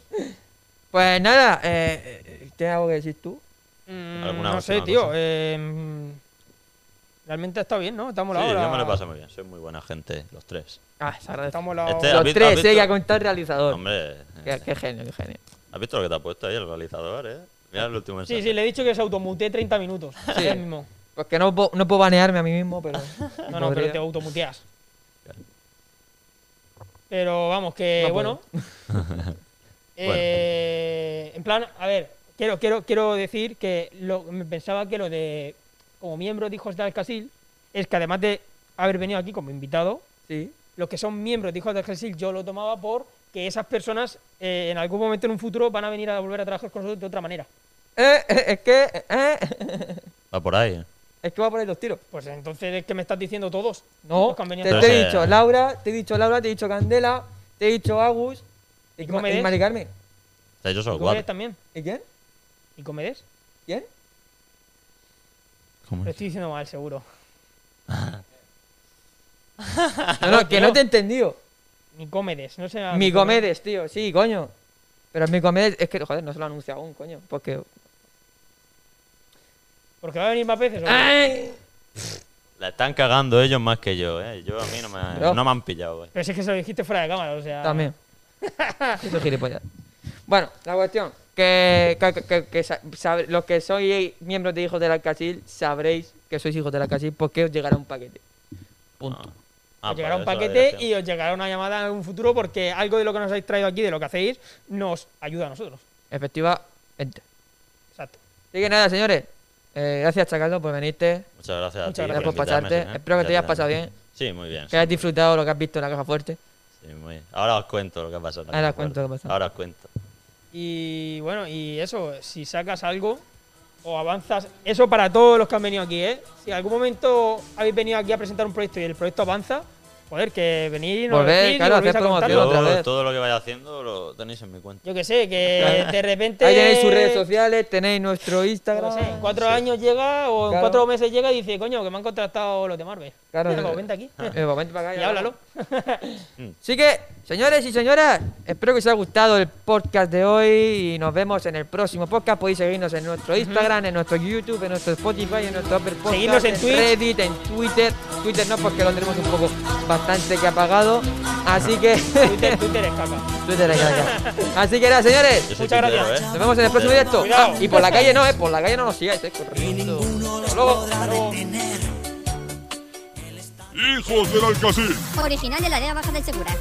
S4: Pues nada, eh, eh, ¿tienes algo que decir tú?
S3: Mm,
S5: Alguna
S3: No sé,
S5: última
S3: tío.
S5: cosa.
S3: eh, realmente está bien, ¿no? Estamos
S5: Sí,
S3: la
S5: yo me lo paso muy bien. Soy muy buena gente, los tres.
S4: Ah, se agradece.
S3: Estamos la
S5: Este- ¿Has
S4: Los
S5: visto- has
S4: tres,
S5: visto?
S4: eh, que ha contado el realizador.
S5: Hombre, eh,
S4: Qué, qué genio, qué
S3: *laughs*
S4: genio.
S5: ¿has visto lo que te ha puesto ahí el realizador, eh? Mira el último mensaje.
S3: Sí, sí, le he dicho que se automutee 30
S5: *laughs*
S3: minutos.
S4: Sí.
S3: Ahora mismo.
S4: Pues que no, puedo- no puedo banearme a mí
S3: *laughs*
S4: mismo, pero.
S3: No, no, pero
S4: podría.
S3: te automuteas.
S5: Claro.
S3: Pero vamos, que
S4: No
S3: bueno.
S4: *laughs*
S3: Eh, En plan, a ver, quiero, quiero, quiero decir que lo, me pensaba que lo de como miembro de Hijos de Alcasil es que además de haber venido aquí como invitado,
S4: Sí.
S3: los que son miembros de Hijos de Alcasil yo lo tomaba por que esas personas eh, en algún momento en un futuro van a venir a volver a trabajar con nosotros de otra manera.
S4: Eh, eh, es que. eh,
S5: Va por ahí, eh.
S4: es que va por ahí los tiros.
S3: Pues entonces es que me estás diciendo todos.
S4: No,
S3: los que han
S4: te,
S3: venido
S4: te
S3: a
S5: Pero
S4: he
S5: ese-
S4: dicho Laura, te he dicho Laura, te he dicho Candela, te he dicho Agus. ¿Y, ma-
S3: Comedes?
S4: y Mari Carmen.
S5: O sea, yo
S3: trabajar.
S5: solo
S3: ¿Y Comedes
S5: cuatro.
S3: también?
S4: ¿Y quién?
S3: ¿Y Comedes?
S4: ¿Quién?
S5: ¿Cómo
S3: Lo
S5: es?
S3: estoy diciendo mal, seguro.
S4: No, no, Ah, que
S3: tío.
S4: no Ah, te he entendido.
S3: Ni Comedes, no sé. a
S4: Mi
S3: Comedes.
S4: Comedes, tío, sí, coño. Pero mi Comedes, es que, joder, no se lo anuncia aún, coño. Porque.
S3: Porque va a venir más veces. ¿o qué?
S5: Ah.
S4: ¡Ay!
S5: La están cagando ellos más que yo, eh. Yo a mí no
S4: Bro.
S5: me, no me han pillado, eh.
S3: Pero si es que se lo dijiste fuera de cámara, o sea.
S4: También. Eso es gilipollas. Bueno, la cuestión. Que, que- que- que sa- sab- los que sois miembros de Hijos del Alcacil sabréis que sois hijos del Alcacil porque os llegará un paquete. Punto.
S5: Ah. Ah,
S3: os llegará
S5: vale,
S3: un
S5: eso es la
S3: paquete
S5: dirección.
S3: y os llegará una llamada en algún futuro porque algo de lo que nos habéis traído aquí, de lo que hacéis, nos ayuda a nosotros.
S4: Efectivamente.
S3: Exacto.
S4: Así que nada, señores. eh, gracias, Chacaldo, por venirte.
S5: Muchas gracias a
S3: Muchas
S5: ti
S3: gracias
S5: por,
S4: por
S5: invitarme, ¿eh?
S4: pasarte.
S5: Ginés.
S4: Espero que te
S5: Ya
S4: hayas pasado bien.
S5: Sí, muy bien.
S4: Que hayas disfrutado lo que has visto en la caja fuerte.
S5: sí, muy bien. Ahora os cuento lo que ha pasado.
S4: Ahora os cuento lo que ha pasado.
S5: Ahora os cuento.
S3: Y bueno, y eso, si sacas algo o avanzas, eso para todos los que han venido aquí, ¿eh? Si en algún momento habéis venido aquí a presentar un proyecto y el proyecto avanza, joder, que venís, nos
S4: Volver,
S3: decís y
S4: claro,
S3: volvéis
S4: hacer
S3: a contarlo.
S4: promoción. otra
S5: Yo,
S4: vez.
S5: todo lo que vaya haciendo lo tenéis en mi cuenta.
S3: Yo que sé,
S4: *laughs*
S3: que de repente.
S4: Ahí tenéis sus redes sociales, tenéis nuestro
S3: yo qué sé, en
S4: Instagram.
S3: cuatro años llega o en
S4: Claro.
S3: cuatro meses llega y dice, coño, que me han contratado los de Marvel.
S4: Claro,
S3: Venga,
S4: sí.
S3: pues, vente aquí.
S4: Eh, pues vente para
S3: *laughs*
S4: acá
S3: Y háblalo.
S4: Así que, señores y señoras, espero que os haya gustado el podcast de hoy y nos vemos en el próximo podcast. Podéis seguirnos en nuestro Instagram, en nuestro YouTube, en nuestro Spotify, en nuestro Apple Podcast,
S3: Seguidnos en Twitch.
S4: Reddit, en Twitter. Twitter no, porque lo tenemos un poco bastante que apagado.
S3: *laughs*
S4: Así que...
S3: Twitter, Twitter es caca.
S4: Twitter, ahí, ahí, ahí. Así que nada, señores.
S5: Yo soy
S3: Muchas
S5: tuitero,
S3: gracias.
S5: ¿eh?
S4: Nos vemos en el próximo
S5: Tuitero.
S4: directo.
S3: Cuidado.
S4: Ah, y por la calle no, eh. Por la calle no nos sigáis, eh. corriendo. Hasta luego.
S1: ¡Hijos del Alcacil!
S2: Original de la área baja del Segura.